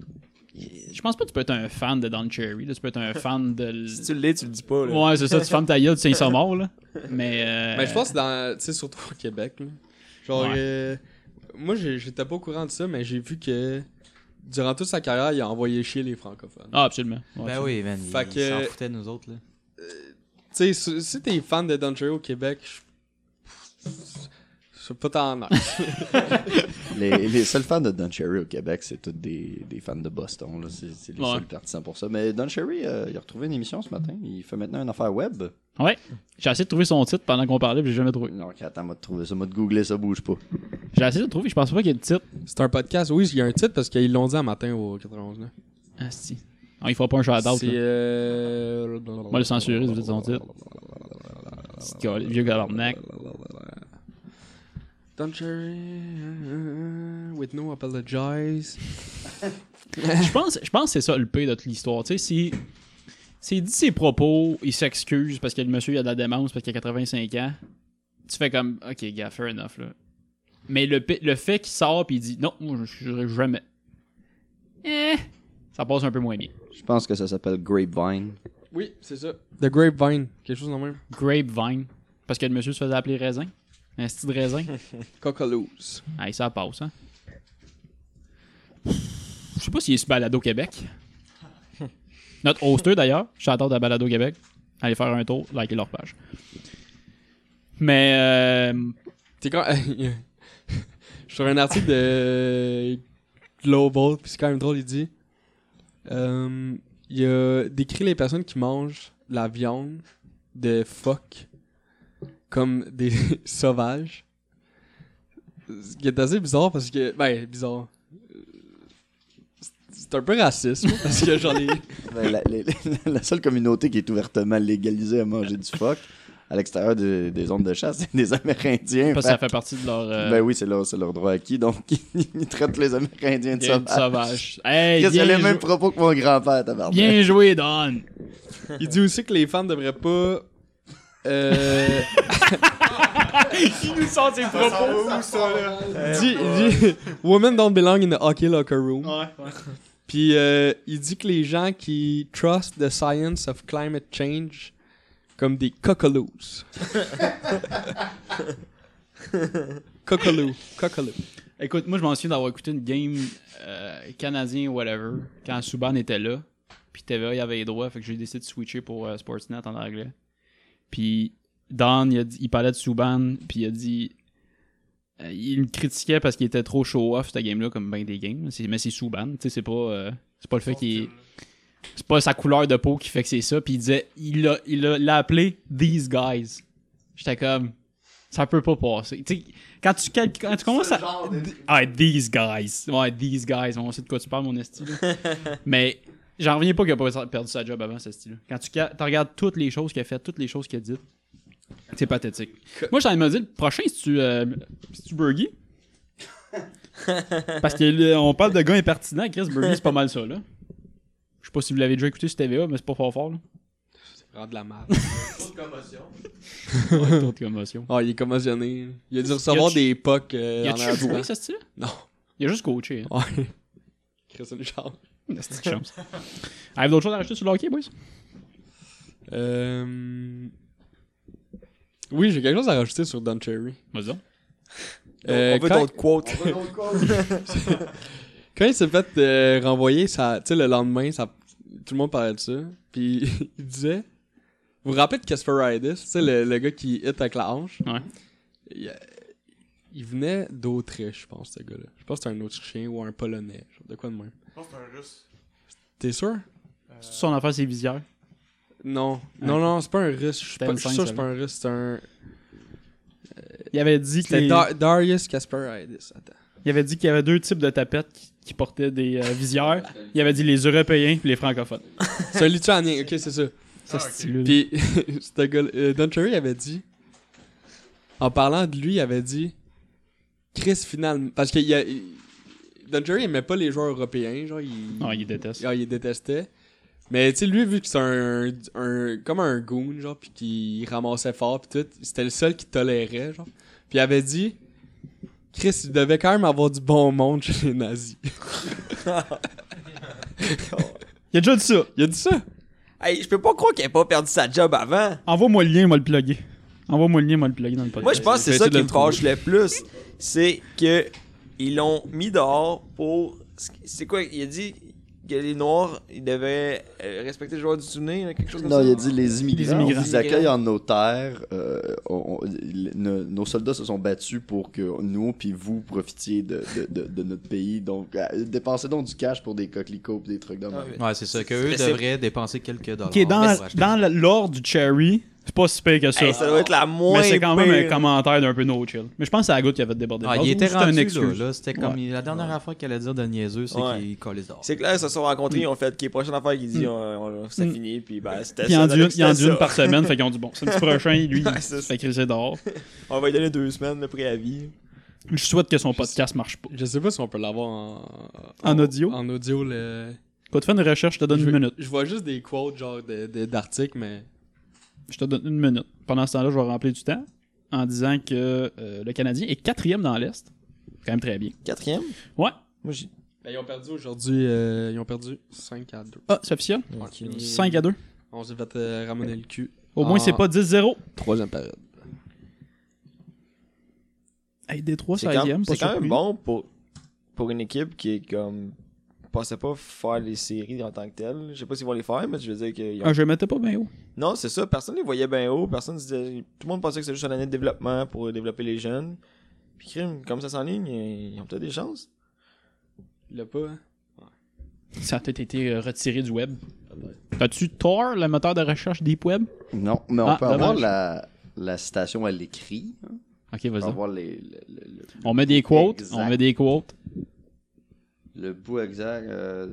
Je pense pas que tu peux être un fan de Don Cherry. là. Tu peux être un fan de. l-
Si tu l'es, tu le dis pas. Là.
Ouais, c'est ça, tu fermes ta gueule, tu sais, ils sont morts, là. Mais. euh,
[LAUGHS] Mais je pense que dans, tu sais, surtout au Québec, là. genre,
Ouais.
euh, moi, j'ai- j'étais pas au courant de ça, mais j'ai vu que durant toute sa carrière, il a envoyé chier les francophones.
Ah, absolument. Ouais,
Ben oui, man. Ils
Fait
ils
que-
s'en foutaient de nous autres, là.
Tu sais, si- si t'es fan de Danger au Québec, je- je sais pas t'en
[LAUGHS]
mal.
les, les seuls fans de Don Cherry au Québec, c'est tous des, des fans de Boston. là. C'est c'est les
Ouais.
seuls partisans pour ça. Mais Don Cherry, euh, il a retrouvé une émission ce matin. Il fait maintenant une affaire web.
Ouais. J'ai essayé de trouver son titre pendant qu'on parlait, puis j'ai jamais trouvé.
Donc, attends, moi de trouver ça. Moi de googler ça, bouge pas.
J'ai essayé de le trouver, je pense pas qu'il y ait de titre.
C'est un podcast, oui, il y a un titre parce qu'ils l'ont dit un matin au 91. là.
Ah, si. Non, il fera pas un shout-out.
C'est.
là.
Euh...
On va le censurer, si vous dites son titre. C'est quoi, le vieux gabarnac.
Don Cherry, euh, euh, with no apologize.
Je pense, je pense que c'est ça le pire de toute l'histoire. Tu sais, si. S'il dit ses propos, il s'excuse parce que le monsieur il a de la démence parce qu'il a 85 ans, tu fais comme, ok, gars, fair enough, là. Mais le, pi- le fait qu'il sort puis il dit, non, moi, je jurerai jamais. Eh, ça passe un peu moins bien.
Je pense que ça s'appelle Grapevine.
Oui, c'est ça. The Grapevine, quelque chose de même.
Grapevine. Parce que le monsieur se faisait appeler raisin. Un style de raisin.
Cockaloos.
Ah, ça passe, hein. Je sais pas s'il est sur Balado Québec. Notre hosteur, d'ailleurs, j'attends à Balado Québec. Allez faire un tour, likez leur page. Mais, euh,
T'es [LAUGHS] quand. Je suis sur un article de Global, puis c'est quand même drôle, il dit. euh, il a décrit les personnes qui mangent de la viande de phoque comme des [LAUGHS] sauvages. Ce qui est assez bizarre parce que. Ben, bizarre. C'est un peu raciste, moi, parce que j'en ai.
Ben, la, les- la seule communauté qui est ouvertement légalisée à manger du phoque à l'extérieur de- des zones de chasse, c'est des Amérindiens.
parce que ça fait partie de leur euh,
Ben oui, c'est leur, c'est leur droit acquis. Donc, [LAUGHS] ils traitent les Amérindiens de
game
sauvages.
sauvage. Hey,
Qu'est-ce que
bien,
c'est les
jou-
mêmes propos que mon grand-père, tabarnak?
bien joué, Don.
Il dit aussi que les femmes devraient pas. Euh.
Il nous sort ses propos.
Il Euh, dit, il dit Women don't belong in the hockey locker room. Puis euh, il dit que les gens qui trust the science of climate change comme des cockaloos. cockaloo, cockaloo.
Écoute, moi, je m'en souviens d'avoir écouté une game euh, canadien, whatever, quand Subban était là. Puis TVA, il avait les droits, fait que j'ai décidé de switcher pour euh, Sportsnet en anglais. Puis Dan, il, a dit- il parlait de Subban, puis il a dit. euh, il me critiquait parce qu'il était trop show-off, cette game-là, comme ben des games. C'est- Mais c'est Subban, tu sais, c'est pas, euh, c'est pas le fait qu'il. est- C'est pas sa couleur de peau qui fait que c'est ça. Puis il disait. Il l'a il l'a- l'a appelé These Guys. J'étais comme. Ça peut pas passer. Tu sais, quand tu, cal- quand tu commences à. Ah, these guys. Ouais, these guys. On sait de quoi tu parles, mon esti. là. Mais j'en reviens pas qu'il a pas perdu sa job avant, ce style là Quand tu ca- t'en regardes toutes les choses qu'il a faites, toutes les choses qu'il a dites, c'est pathétique. Moi, j'en ai me dit, le prochain, c'est-tu euh, c'est-tu Bergie? Parce que là, on parle de gars impertinents, Chris Bergie, c'est pas mal ça, là. Je sais pas si vous l'avez déjà écouté sur TVA, mais c'est pas fort fort, là.
Prends de la merde.
Ouais, trop de commotion.
Oh, il est commotionné. Il a dû recevoir des pucks. Euh,
Il
en
a-tu
arrière-plan.
joué, ce style
Non.
Il a juste coaché, hein.
Ouais. Chris, une chance.
C'est une chance. Avez-vous d'autres choses à rajouter sur le hockey, boys?
Euh... Oui, j'ai quelque chose à rajouter sur Don Cherry.
Vas-y donc.
Euh,
on veut
quand-
d'autres quotes.
[LAUGHS] Quand il s'est fait euh, [LAUGHS] renvoyer, ça, tu sais, le lendemain, ça, tout le monde parlait de ça. Puis il disait, Vous vous rappelez de Kasparidis, tu sais, le, le gars qui hit avec la hanche?
Ouais.
Il, euh, il venait d'Autriche, je pense, ce gars-là. Je pense que c'est un Autrichien ou un Polonais, genre de quoi de même.
Je pense que c'est un russe.
T'es sûr?
Son affaire, c'est visière.
Non. Non, non, c'est pas un russe. Je suis pas- je suis
C'était
sûr que c'est
M5,
pas un russe, c'est un...
Il avait dit que
C'était
les-
Dar- Darius Kasparidis, attends.
il avait dit qu'il y avait deux types de tapettes qui, qui portaient des euh, visières. Il avait dit les Européens et les francophones.
C'est un Lituanien, ok, c'est ça.
Ça, c'est stylé.
Puis, [LAUGHS] ce gars, euh, Don Cherry avait dit, en parlant de lui, il avait dit, Chris, finalement, parce que il a- il- Don Cherry aimait pas les joueurs européens, genre, il,
Non, il déteste.
ah, il les détestait. Mais, tu sais, lui, vu que c'est un, un- comme un goon, genre, puis qu'il ramassait fort, puis tout, c'était le seul qui tolérait, genre. Puis il avait dit, Chris, il devait quand même avoir du bon monde chez les nazis. [LAUGHS]
Il a déjà dit ça.
Il a dit ça.
Hey, je peux pas croire qu'il ait pas perdu sa job avant.
Envoie-moi le lien, moi le plugger. Envoie-moi le lien, moi le plugger dans le podcast.
Moi, je pense que
vais
c'est ça
essayer
qui
de
me
le trouver.
fâche le plus. C'est que ils l'ont mis dehors pour. C'est quoi Il a dit que les Noirs, ils devaient euh, respecter le joueur du souvenir, quelque chose comme
Non,
ça.
il a dit les
Les
immigrants,
immigrants.
on vous accueille en nos terres. euh, on- on- le- nos, nos soldats se sont battus pour que nous puis vous profitiez de, de- de- de notre pays. Donc, euh, dépensez donc du cash pour des coquelicots pis des trucs de même.
Ouais.
Ouais, c'est ça. Qu'eux
C'est-
devraient dépenser quelques dollars.
Ok, dans,
pour acheter-
dans la- l'ordre du Cherry, c'est pas si pire que ça.
Hey, ça doit être la moins.
mais c'est quand même un
pire.
commentaire d'un peu no chill. Mais je pense que c'est la goutte qui avait débordé. le
Ah,
vase,
il
ou
était
c'était
rendu
une
là,
excuse.
là. C'était comme la dernière affaire qu'il allait dire de niaiseux, c'est
Ouais.
qu'il collait dehors.
C'est clair, ils se sont rencontrés, ils ont fait les prochaines affaires qu'ils disent,
Mm.
on, on- ça
Mm.
finit, puis ben, c'était
Puis il
ça.
en dit une,
c'était
il en dit
ça.
une par semaine, fait qu'ils ont dit bon, samedi prochain, lui,
[LAUGHS] Ouais,
il
c'est
se
ça.
fait crisser dehors.
On va lui donner deux semaines de préavis.
Je souhaite que son podcast marche pas.
Je sais pas si on peut l'avoir en,
En audio?
En audio, le.
Quand tu fais une recherche, je te donne
je,
une
veux-
minute.
je vois juste des quotes genre de- de- d'articles, mais.
Je te donne une minute. Pendant ce temps-là, je vais remplir du temps en disant que euh, le Canadien est quatrième dans l'Est. Quand même très bien.
Quatrième
Ouais.
Moi, j'ai.
Ben, ils ont perdu aujourd'hui. euh, ils ont perdu 5 à 2.
Ah, c'est officiel.
Et-
5 à 2.
On s'est fait euh, ramener le cul.
Au moins,
Ah.
c'est pas 10-0.
Troisième période.
Hey, Détroit,
C'est quand,
16e. pas
c'est quand
surpris.
même bon pour, pour une équipe qui est comme. pensait pas faire les séries en tant que telle. Je sais pas s'ils vont les faire, mais je veux dire qu'ils ont-
Ah, je le mettais pas bien haut.
Non, c'est ça. Personne les voyait bien haut. Personne se disait... Tout le monde pensait que c'était juste une année de développement pour développer les jeunes. Puis, crime, comme ça s'enligne, ils ont peut-être des chances.
Il l'a pas, hein?
Ça a peut-être été euh, retiré du web. As-tu Tor, le moteur de recherche Deep Web?
Non, mais on
Ah,
peut avoir
dommage.
la, la citation à l'écrit. hein.
Ok,
On
Ah,
peut
vas-y.
avoir les- le, le- le-
On met des quotes.
Exact.
On met des quotes.
le bout exact. euh,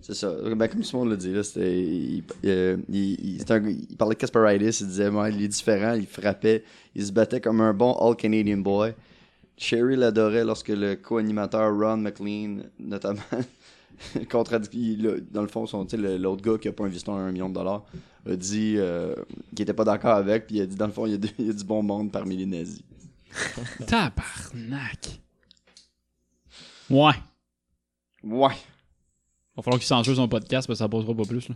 c'est ça. Ben, comme tout le monde l'a dit, là, c'était, il, euh, il- il- c'était un- il parlait de Kasparidis, il disait moi, il est différent, il frappait, il se battait comme un bon All-Canadian boy. Sherry l'adorait lorsque le co-animateur Ron McLean, notamment, [LAUGHS] contradic- il a- dans le fond, son, tu sais, le- l'autre gars qui a pas un veston à un million de dollars, a dit euh, qu'il était pas d'accord avec, puis il a dit, dans le fond, il y a, du- il y a du bon monde parmi les nazis.
Tabarnak. Ouais.
Ouais.
Va falloir qu'il censure son podcast parce que ça posera pas plus. Là.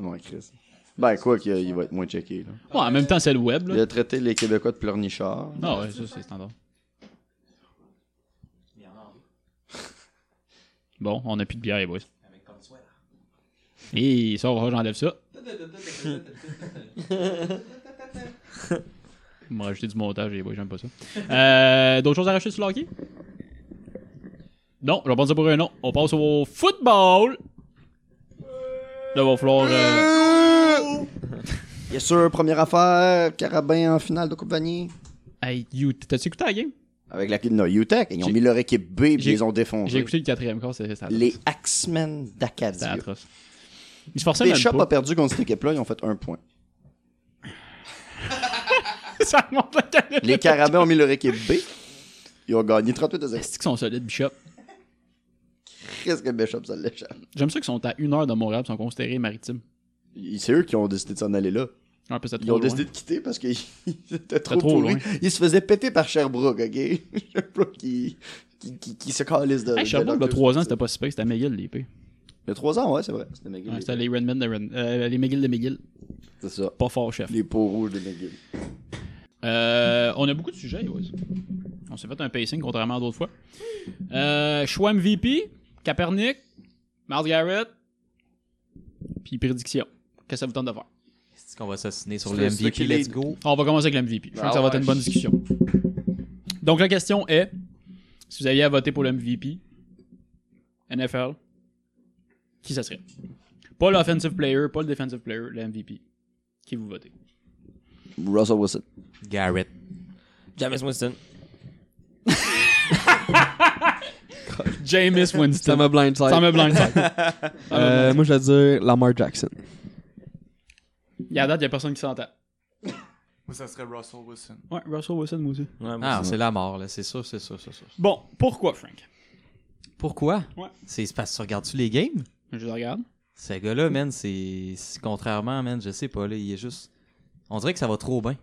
Ouais, Chris. Ben, quoi qu'il il va être moins checké. Là.
Ouais, en même temps, c'est le web.
Il
Là.
a traité les Québécois de pleurnichards.
Ah ouais, ça, c'est standard. [LAUGHS] Bon, on a plus de bière, les boys. Et ça, on va voir, j'enlève ça. Vous me rajoutez du montage, les boys, j'aime pas ça. Euh, D'autres choses à rajouter sur le hockey? Non, je vais prendre ça pour un non. On passe au football! Là, il va falloir... euh,
Bien sûr, première affaire, Carabin en finale de Coupe Vanier.
Hey, you, t'as-tu écouté la game?
Avec la équipe de UTEC. Ils ont
J'ai-
mis leur équipe B et ils
j'ai-
les ont
J'ai
défoncés.
écouté le quatrième quart, c'est c'est atroce.
Les Axemen
C'était
d'Acadia.
atroce. Ils se forçaient même
Bishop a
pas.
perdu contre cette équipe-là, ils ont fait un point.
[LAUGHS] ça remonte la canne.
Les Carabins ont mis leur équipe B. Ils ont gagné 38 à 0.
Est-ce qu'ils sont solides, Bishop?
Qu'est-ce que Bishop, ça l'échappe?
J'aime ça qu'ils sont à une heure de Montréal, ils sont considérés maritimes.
Ils- C'est eux qui ont décidé de s'en aller là.
Un peu, c'est
Ils
trop
ont
loin.
décidé de quitter parce qu'ils [LAUGHS] étaient trop,
trop
pourris.
loin.
Ils se faisaient péter par Sherbrooke, ok? [LAUGHS] Sherbrooke qui, qui, qui, qui se calisse de.
Hey,
de
Sherbrooke,
leur
le 3 ans,
culture.
c'était pas super, c'était à McGill, l'épée.
Il y a 3 ans, ouais, c'est vrai. C'était McGill.
Ouais, c'était les Redmen de Red... euh, les McGill de McGill.
C'est ça.
Pas fort, chef.
Les peaux rouges de McGill.
Euh, on a beaucoup de sujets, les boys. On s'est fait un pacing, contrairement à d'autres fois. Euh, choix MVP, Kaepernick, Miles Garrett, puis prédiction. que ça vous tente de faire.
Est-ce qu'on va s'assiner sur
C'est
le
le- c'est le
MVP?
qui
Let's
lead.
go.
On va commencer avec l'MVP. Je pense
Ah
que ça va être
ouais.
une bonne discussion. Donc, la question est si vous aviez à voter pour l'MVP, NFL, qui ça serait Pas l'offensive player, pas le defensive player, le MVP. Qui vous votez
Russell Wilson.
Garrett.
James Winston.
Jameis
Ça
Winston.
me blindside.
Ça me blindside.
Euh, moi, je vais dire Lamar Jackson.
Il y a date, il y a personne qui s'entend.
Moi, ça serait Russell Wilson.
Ouais, Russell Wilson, moi aussi.
Ah, c'est la mort, là. C'est sûr, c'est sûr, c'est sûr.
Bon, pourquoi, Frank
Pourquoi?
Ouais.
C'est c'est parce que tu regardes-tu les games?
Je le regarde.
Ce gars-là, man, c'est. c'est- Contrairement, man, je sais pas, là, il est juste. On dirait que ça va trop bien.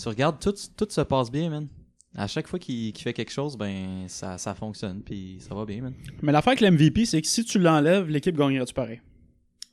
Tu regardes, tout, tout se passe bien, man. À chaque fois qu'il qu'il fait quelque chose, ben, ça, ça fonctionne, puis ça va bien, man.
Mais l'affaire avec l'MVP, c'est que si tu l'enlèves, l'équipe gagnera-tu pareil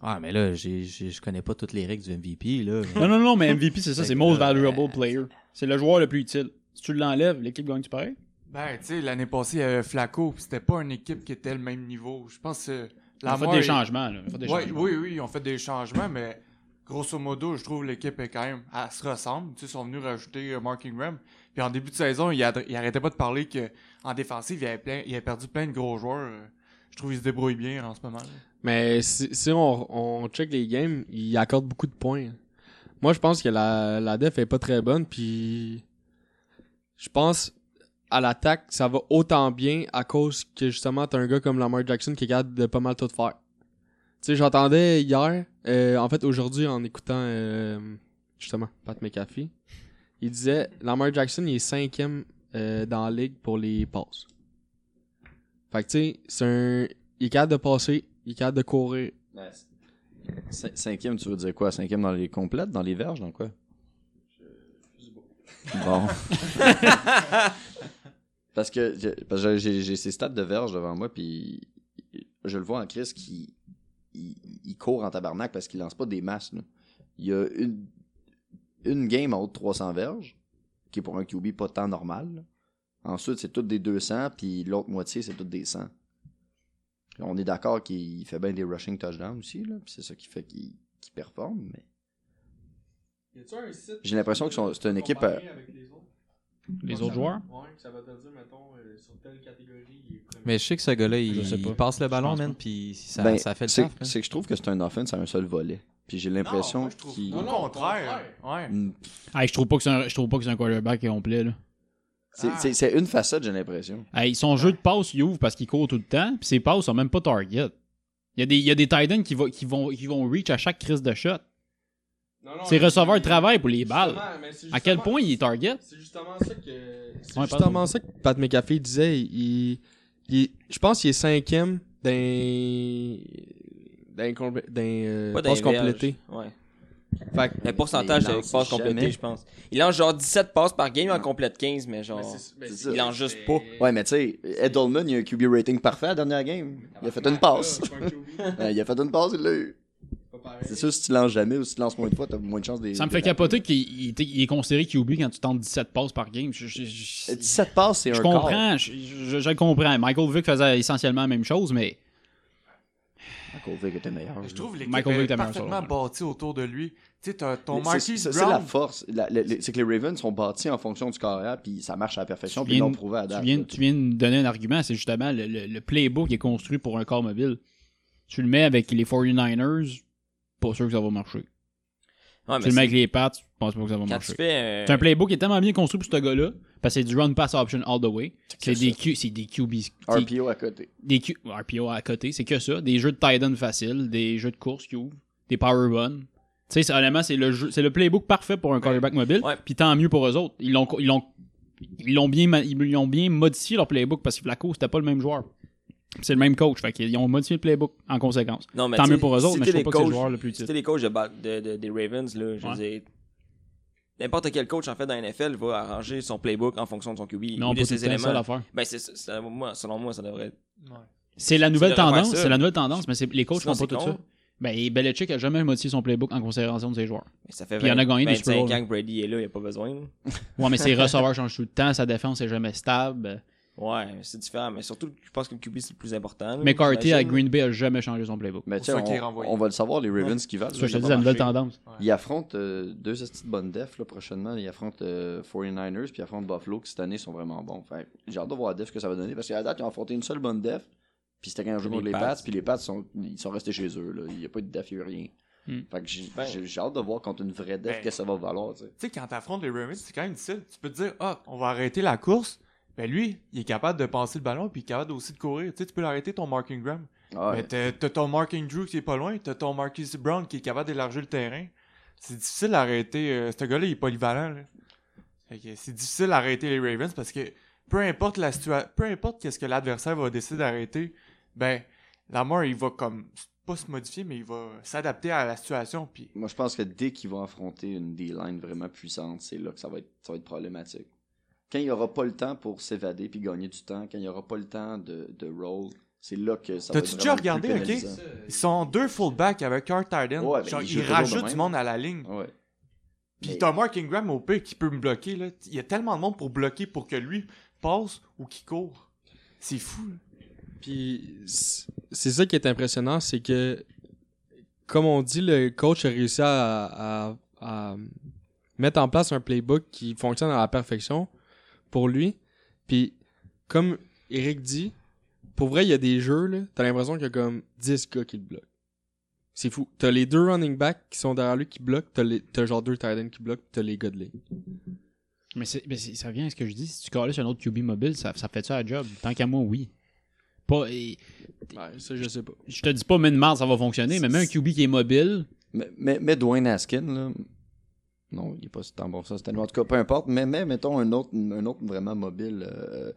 Ah, mais là, j'ai- j'ai- je connais pas toutes les règles du MVP, là.
Non, non, non, mais MVP, c'est ça, c'est Most Valuable Player. C'est le joueur le plus utile. Si tu l'enlèves, l'équipe gagne-tu pareil
Ben, tu sais, l'année passée, il y avait Flacco, puis c'était pas une équipe qui était le même niveau. Je pense que
On a fait
Lamar
des
est-
changements, là. On a fait des
Ouais,
changements.
oui, oui, ils ont fait des changements, mais grosso modo, je trouve l'équipe est quand même, elle se ressemble. Tu sais, ils sont venus rajouter euh, Mark Ingram. Puis en début de saison, ils, adr- ils arrêtaient pas de parler que en défensive, il avait, plein, il avait perdu plein de gros joueurs. Euh, Je trouve qu'ils se débrouillent bien en ce moment. là.
Mais si, si on, on check les games, il accorde beaucoup de points. Moi, je pense que la, la def est pas très bonne, puis je pense à l'attaque, ça va autant bien à cause que justement, t'as un gars comme Lamar Jackson qui est capable de pas mal tout faire. Tu sais, j'entendais hier, euh, en fait aujourd'hui, en écoutant euh, justement Pat McAfee, il disait Lamar Jackson, il est cinquième euh, dans la ligue pour les passes. Fait que tu sais, c'est un, il est capable de passer, il est capable de courir.
Cin- Cinquième, tu veux dire quoi? Cinquième dans les complètes, dans les verges, dans quoi? Bon. [LAUGHS] parce que, je- parce que j'ai j'ai ces stats de verges devant moi, puis je le vois en Chris qui il, il court en tabarnak parce qu'il lance pas des masses. là. Il y a une, une game à haute 300 verges, qui est pour un QB pas tant normal. là. Ensuite, c'est toutes des 200, puis l'autre moitié, c'est toutes des 100. On est d'accord qu'il fait bien des rushing touchdowns aussi, là, puis c'est ça qui fait qu'il qu'il performe, mais j'ai l'impression que son- c'est une équipe. euh,
Les autres joueurs
[LAUGHS]
euh,
Mais je sais que ce gars-là, il,
Je sais pas.
il passe le ballon,
pense
man, puis ça,
ben,
ça fait le
c'est-
taf.
hein.
man.
C'est que je trouve que c'est un offense à un seul volet. Puis j'ai l'impression
moi, je trouve
qu'il.
Au contraire. Ouais.
Mm.
Hey, je trouve pas que c'est un, je trouve pas que c'est un quarterback qui est complet, là.
C'est
Ah.
c'est- c'est une facette, j'ai l'impression.
Hey, son jeu de passe, il ouvre parce qu'il court tout le temps, puis ses passes sont même pas target. Il y a des, il y a des tight ends qui, va- qui vont, qui vont reach à chaque crise de shot. Ses receveurs travaillent pour les balles. À quel point il est target?
C'est justement ça que. C'est
Ouais, pardon.
justement ça que Pat McAfee disait. Il, il- je pense qu'il est cinquième d'un. d'un. complé- d'un. euh,
Pas
passe
d'un verge.
complétée.
Ouais.
Fait que-
Le pourcentage
Mais il
de
lance
passes
jamais.
complétées, je pense. Il lance genre 17 passes par game en complète 15, mais genre.
Ben,
c'est-
il lance juste pas.
Ouais, mais tu sais, Edelman, il a un QB rating parfait à la dernière game. Il a fait une passe.
Ah,
[LAUGHS] Ouais, il a fait une passe, il l'a eu. C'est sûr, si tu lances jamais ou si tu lances moins de fois, t'as moins de chances des.
Ça me fait
des-
capoter qu'il il était- il est considéré QB quand tu tentes 17 passes par game. Je, je- je-
17 Euh, passes, c'est un
je
quart.
comprends, je, je- je comprends. Michael Vick faisait essentiellement la même chose, mais
Michael Vick était meilleur.
Je trouve l'équipe
Michael Vick
est
était meilleur
parfaitement
sur le
bâtie autour de lui. Tu sais, t'as ton
Mais c'est-
Marquise
C'est c'est la
Brown.
force. La- la- les- C'est que les Ravens sont bâtis en fonction du carrière, puis ça marche à la perfection,
Tu
puis ils
viens-
l'ont prouvé à date.
tu viens,
là.
tu viens de me donner un argument, c'est justement le, le- le playbook est construit pour un corps mobile. Tu le mets avec les 49ers, pas sûr que ça va marcher.
Ouais,
tu
Ah, mais
le
c'est-
mets avec les Pats, je pense pas que ça va
quand tu
marcher.
fais. euh, un-
C'est un playbook qui est tellement bien construit pour ce gars-là, parce que c'est du run pass option all the way. C'est des, Q- c'est des QB. c'est
RPO à côté.
Des Q, RPO à côté, c'est que ça. Des jeux de tight end faciles, des jeux de course qui ouvrent, des power run. Tu sais, c'est- honnêtement, c'est le, jeu- c'est le playbook parfait pour un quarterback mobile.
Ouais.
Puis tant mieux pour eux autres. Ils l'ont, ils l'ont, ils l'ont bien, ma- ils l'ont bien modifié leur playbook parce que Flacco, c'était pas le même joueur. Puis C'est le même coach. Fait qu'ils ont modifié le playbook en conséquence.
Non, mais
Tant
tu sais,
mieux pour eux autres,
si
mais je
t'es
trouve pas
les
que c'est le
coachs-
joueur le plus
Si
utile.
t'es les coachs de ba- de- de- des Ravens, là, je veux dire. N'importe quel coach, en fait, dans la NFL, va arranger son playbook en fonction de son QB
Non, pas
ou de
tout le
ses
temps, ça
éléments.
l'affaire.
Ben, c'est ça- ça- moi, selon moi, ça devrait être.
C'est la nouvelle
devrais faire
tendance,
ça.
c'est la nouvelle tendance, mais c'est- les coachs
Sinon,
font pas tout
c'est
ça.
con.
Ben, et Belichick a jamais modifié son playbook en considération de ses joueurs.
Mais ça fait
Puis il y en a gagné des Super
25
Bowls.
ans que Brady est là, il n'y a pas besoin. là. [LAUGHS]
Ouais, mais ses receveurs changent tout le temps, sa défense est jamais stable.
Ouais, mais c'est différent. Mais surtout, je pense que le QB, c'est le plus important. là,
McCarthy à
j'imagine.
Green Bay a jamais changé son playbook.
Mais
Pour
tu sais,
ceux qui les
on,
renvoyaient.
on va le savoir, les Ravens qui valent.
Ça, je te
ça
dis
va
la nouvelle
marcher.
tendance.
Ils affrontent euh, deux astuces de bonnes def là, prochainement. Ils affrontent euh, 49ers puis ils affrontent Buffalo qui cette année sont vraiment bons. Fait, que j'ai hâte de voir la def que ça va donner parce qu'à la date, ils ont affronté une seule bonne def. Puis c'était quand ils ont joué
Les
contre les
Pats.
Pats. Puis les Pats, sont, ils sont restés chez eux. Là. Il n'y a pas eu de def, il n'y a eu rien.
Hmm.
Fait que j'ai,
Ben.
j'ai- j'ai hâte de voir contre une vraie def
Ben.
que ça va valoir. tu sais.
Tu sais, quand t'affrontes les Ravens, c'est quand même difficile. Tu peux te dire, ah, on va arrêter la course. Ben lui, il est capable de passer le ballon, puis il est capable aussi de courir. Tu sais, tu peux l'arrêter ton Mark Ingram.
Ah,
Ben, t'as- t'as ton Mark Andrew qui est pas loin, t'as ton Marquis Brown qui est capable d'élargir le terrain. C'est difficile d'arrêter. euh, ce gars-là, il est polyvalent. là. Fait que c'est difficile d'arrêter les Ravens parce que peu importe la situation, peu importe qu'est-ce que l'adversaire va décider d'arrêter, ben Lamar, il va comme pas se modifier, mais il va s'adapter à la situation. Puis
Moi, je pense que dès qu'ils vont affronter une D-line vraiment puissante, c'est là que ça va être, ça va être problématique. Quand il n'y aura pas le temps pour s'évader puis gagner du temps, quand il n'y aura pas le temps de, de roll, c'est là que ça va être
T'as-tu
vraiment
déjà
le plus
regardé, ok?
pénalisant.
ils sont deux fullbacks avec un tight end.
Ouais, ben,
Genre,
ils
ils
jouent toujours de
rajoutent du
même.
monde à la ligne.
Ouais.
Puis
Mais-
t'as Mark Ingram au pire qui peut me bloquer. Là. Il y a tellement de monde pour bloquer pour que lui passe ou qu'il court. C'est fou. là.
Puis c- c'est ça qui est impressionnant, c'est que, comme on dit, le coach a réussi à, à- à mettre en place un playbook qui fonctionne à la perfection pour lui. Puis, comme Eric dit, pour vrai, il y a des jeux, là, t'as l'impression qu'il y a comme 10 gars qui le bloquent. C'est fou. T'as les deux running backs qui sont derrière lui qui bloquent, t'as, les, t'as genre deux tight ends qui bloquent, t'as les gars de ligne.
Mais, c'est- mais c'est- ça revient à ce que je dis. Si tu colles sur un autre QB mobile, ça, ça fait ça à job. Tant qu'à moi, oui. Pas, et-
Ouais, ça, je sais pas.
je te dis pas, mais une merde, ça va fonctionner. Mais même un QB qui est mobile,
Mais, mais, mais Dwayne Askin, là. Non, il n'est pas tant bon que ça cette année. En tout cas, peu importe. Mais, mais mettons un autre, un autre vraiment mobile. euh,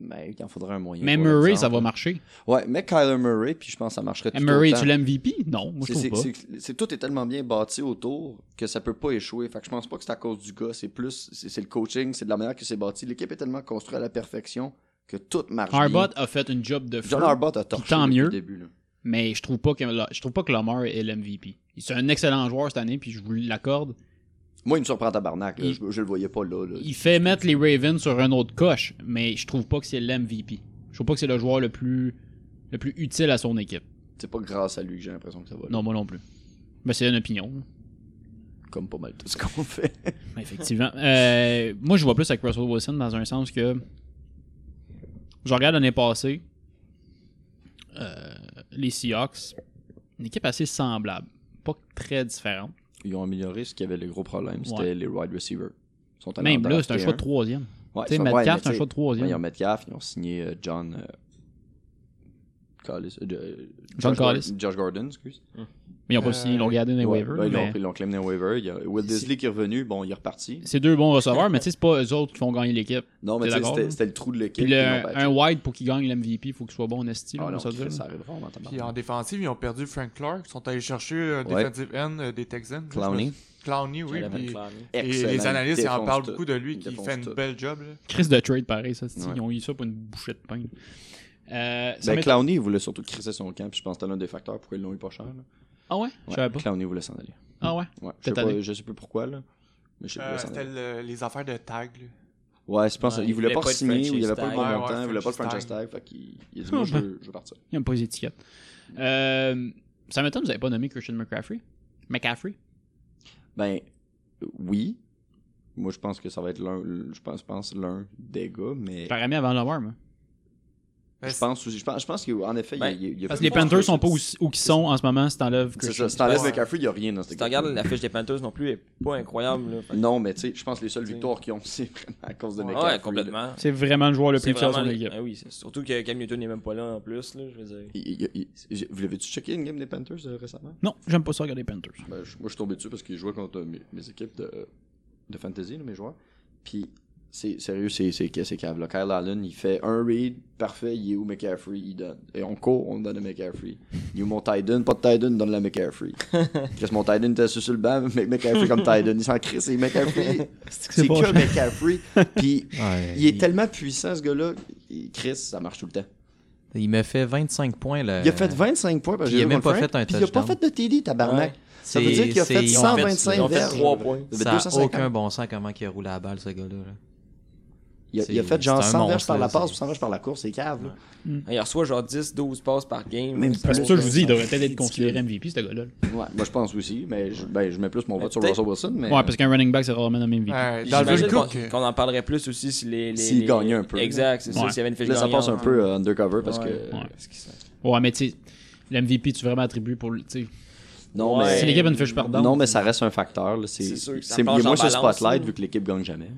mais il en faudrait un moyen.
mais
pour
Murray,
l'exemple.
ça va marcher.
Ouais, mais Kyler Murray, puis hein. je pense que ça marcherait tout
Murray,
autant.
tu l'MVP? Non, moi je
C'est-
trouve
c'est-
pas.
c'est- c'est- tout est tellement bien bâti autour que ça peut pas échouer. Fait que je pense pas que c'est à cause du gars, c'est plus c'est c'est le coaching, c'est de la manière que c'est bâti. L'équipe est tellement construite à la perfection que tout marche
Harbot
bien.
a fait une job de fou,
John Harbot a torché
tant
depuis
mieux.
le début. là.
mais je trouve pas que la- je trouve pas que Lamar est l'MVP. C'est un excellent joueur cette année, puis je vous l'accorde.
Moi, il me surprend tabarnak. là.
Il-
Je, je le voyais pas là. là.
Il fait mettre les Ravens sur un autre coche, mais je trouve pas que c'est l'MVP. Je trouve pas que c'est le joueur le plus le plus utile à son équipe.
C'est pas grâce à lui que j'ai l'impression que ça va. là.
Non, moi non plus. Mais c'est une opinion. là.
Comme pas mal tout ce qu'on [LAUGHS] fait.
Effectivement. Euh, moi, je vois plus avec Russell Wilson dans un sens que je regarde l'année passée euh, les Seahawks, une équipe assez semblable, pas très différente.
Ils ont amélioré ce qui avait le gros problème, c'était
Ouais.
les wide receivers. Ils sont allés en
Même là, c'est un
drafter
choix de troisième.
hein. Ouais,
Tu sais,
ils sont- ouais,
Metcalf,
mais
c'est un
tu
choix
sais,
de troisième.
ouais, Ils ont Metcalf, ils ont signé euh, John. euh, Callis, euh, de-
John
Josh Gor-
Callis.
Josh Gordon, excuse.
Mais ils n'ont pas signé, ils l'ont gardé dans les
Euh, Ouais,
waivers.
ouais, ils l'ont
mais
pris, ils l'ont claimé dans les waivers. Il y a Will Disley qui est revenu, bon, il est reparti.
C'est deux bons receveurs, mais tu sais, c'est pas eux autres qui font gagner l'équipe.
Non,
T'es
mais tu sais,
d'accord, là?
c'était c'était le trou de
Puis
l'équipe. puis
le-
ils l'ont battu.
un wide pour qu'il gagne l'MVP, il faut qu'il soit bon en esti. là,
Ah non,
on va se
Chris,
dire.
ça arrivera, on entend
Puis
parler.
en défensive, ils ont perdu Frank Clark. Ils sont allés chercher un
Ouais.
defensive end euh, des Texans.
Clowney.
Clowney, oui.
Jonathan
puis-
Clowney.
et les analystes ils en parlent beaucoup de lui,
Il
qui
défonce
fait une
tout.
belle job. là.
Chris de trade, pareil, ça, c'est-
Ouais.
ils ont eu ça pour une bouchée de pain. Euh, ça
Ben,
m'étonne-
Clowney, il voulait surtout crisser son camp, puis je pense que c'était l'un des facteurs pourquoi ils l'ont eu pas cher. là.
Ah ouais? Je savais
Ouais,
pas.
Clowney voulait s'en aller.
Ah ouais?
Ouais, je, sais
Peut-être
pas,
aller.
je sais plus pourquoi, là. Mais je sais
Euh,
pas. s'en
C'était
aller.
le- les affaires de tag. là. Euh,
Ouais, je pense
Ouais,
qu'il voulait pas
de
signer, ou il avait pas le
franchise
bon
tag. Ouais,
montant,
ouais,
il voulait pas le franchise
franchise
tag, fait qu'il il a dit, moi, je veux je veux partir.
Il aime pas les étiquettes. Euh, ça m'étonne, vous avez pas nommé Christian McCaffrey. McCaffrey.
Ben, euh, oui. Moi, je pense que ça va être l'un, je pense, je pense l'un des gars, mais
Je l'aurais mis avant Lamar, moi.
Ben,
je pense aussi, je pense, je pense qu'en effet, il y a-
Ben,
il y a, il y a
Parce que les Panthers sont pas où, où qu'ils sont en ce moment si t'enlèves
C'est
Christian.
ça, si t'enlèves
Ouais.
McCaffrey, il y a rien dans cette
Si tu regardes la fiche des Panthers non plus, elle est pas incroyable. Là. Fait-
Non, mais tu sais, je pense que les seules victoires qu'ils ont, [LAUGHS] c'est vraiment à cause de McCaffrey.
ouais, complètement.
C'est vraiment le joueur le plus
C'est
utile à
vraiment...
son équipe.
Ah oui, c'est- surtout que Cam Newton n'est même pas là en plus. Là, je veux dire.
Il- il- il- il- vous l'avez-tu checké une game des Panthers euh, récemment?
Non, j'aime pas ça regarder les Panthers.
Ben, je- moi, je suis tombé dessus parce qu'ils jouaient contre mes, mes équipes de, de fantasy, là, mes joueurs. Puis, c'est sérieux, c'est c'est c'est cave. là. Kyle Allen, il fait un read, parfait, il est où McCaffrey, il donne. Et on court, on donne à McCaffrey. Il est où mon Tyden, pas de Tyden, donne la [LAUGHS] McCaffrey. Qu'est-ce que mon Tyden était sur sur le banc, mais McCaffrey comme Tyden, il s'en crisse, c'est McCaffrey. C'est
bon,
que [LAUGHS] McCaffrey. Puis,
Ben,
il est tellement puissant, ce gars-là, il- Chris, ça marche tout le temps.
Il me fait 25 points. Là.
Il a fait 25 points parce que
Ben, Puis il a
j'ai vu
même
Wolfram,
pas fait un
puis Il a pas
touchdown.
fait de TD, tabarnak.
Ouais.
Ça veut dire qu'il a
C'est-
fait
c'est- ils ont
125
Ils ont fait
verges.
3 points.
Il y avait
Ça n'a
250.
aucun bon sens comment il a roulé la balle, ce gars-là. là.
Il a, il a
C'est-
fait genre
c'est un
100 verges
monstre,
par la
là,
passe
c'est-
ou 100 verges par la course, c'est cave. là.
Il reçoit genre 10, 12 passes par game.
Même
Ça-
plus.
C'est pour ça que je vous dis, il devrait peut-être être considéré MVP, ce gars-là.
Ouais, moi, je pense aussi, mais je, ben, je mets plus mon vote sur
peut-être-
Russell Wilson. Mais...
Ouais, parce qu'un running back, c'est rarement un MVP.
Euh,
J'imagine
Dalvin
qu'on
Cook, euh,
qu'on en parlerait plus aussi si les. les-
S'il
les-
gagnait un peu.
Exact, c'est ça.
Ouais.
S'il y avait une fiche
Là, ça
gagnante.
passe un peu euh, undercover parce
Ouais.
que.
Ouais. Ouais, mais tu sais, l'MVP, tu vraiment attribues pour. le- tu sais,
Non,
Ouais.
Si
mais.
l'équipe a une fiche perdante.
Non, mais ça reste un facteur. là. C'est
C'est sûr que ça
c'est- il
penche
est
en
moins sur le
balance,
spotlight
là.
vu que l'équipe gagne jamais.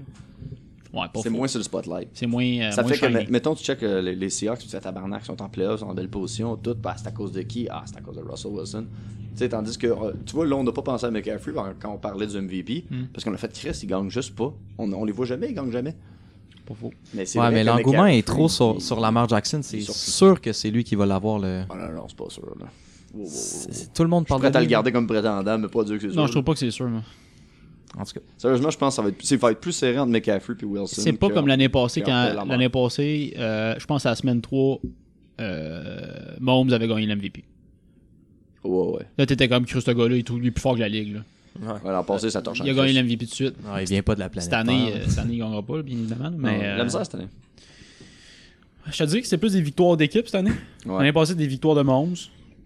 Ouais, pas
C'est
faux.
moins sur le spotlight.
C'est moins. euh,
Ça
moins
fait que,
shiny.
me- mettons, tu check euh, les, les Seahawks, tu dis à Tabarnak, ils sont en playoffs, ils sont en belle position, tout, bah, c'est à cause de qui Ah, c'est à cause de Russell Wilson. Tu sais, tandis que, euh, tu vois, là, on n'a pas pensé à McCaffrey par- quand on parlait du MVP,
Hmm.
parce qu'on a fait Chris, ils gagnent juste pas. On, on les voit jamais, ils gagnent jamais.
Pas faux.
Mais c'est
Ouais,
vrai
mais
que
l'engouement
McCaffrey,
est trop sur, sur Lamar Jackson. C'est
Il est sur-
sûr que c'est lui qui va l'avoir. Le...
Ah, non, non, c'est pas sûr, là. Wow, wow, wow.
c'est- c'est- Tout le monde
Je suis
parle
prêt
de
à le
lui.
garder comme prétendant, mais pas dire que c'est sûr.
Non, je trouve pas que c'est sûr, moi.
En tout cas,
Sérieusement, je pense que ça va être, ça va être plus serré entre McCaffrey et Wilson.
C'est pas
que-
comme l'année passée,
que
quand
Lamar.
l'année passée, euh, je pense à la semaine 3, euh, Mahomes avait gagné l'MVP.
Ouais, ouais.
Là, t'étais comme, Christ, ce gars-là, il est tout- il est plus fort que la ligue. Là.
Ouais, l'an passé, ça torche
Il a gagné l'MVP tout de suite.
non, il vient pas de la planète.
Cette année,
Terre.
euh, cette année, il gagnera pas, bien évidemment. Mais,
Mais.
euh,
La misère cette année.
je te dirais que c'est plus des victoires d'équipe cette année.
Ouais.
L'année passée, des victoires de Mahomes.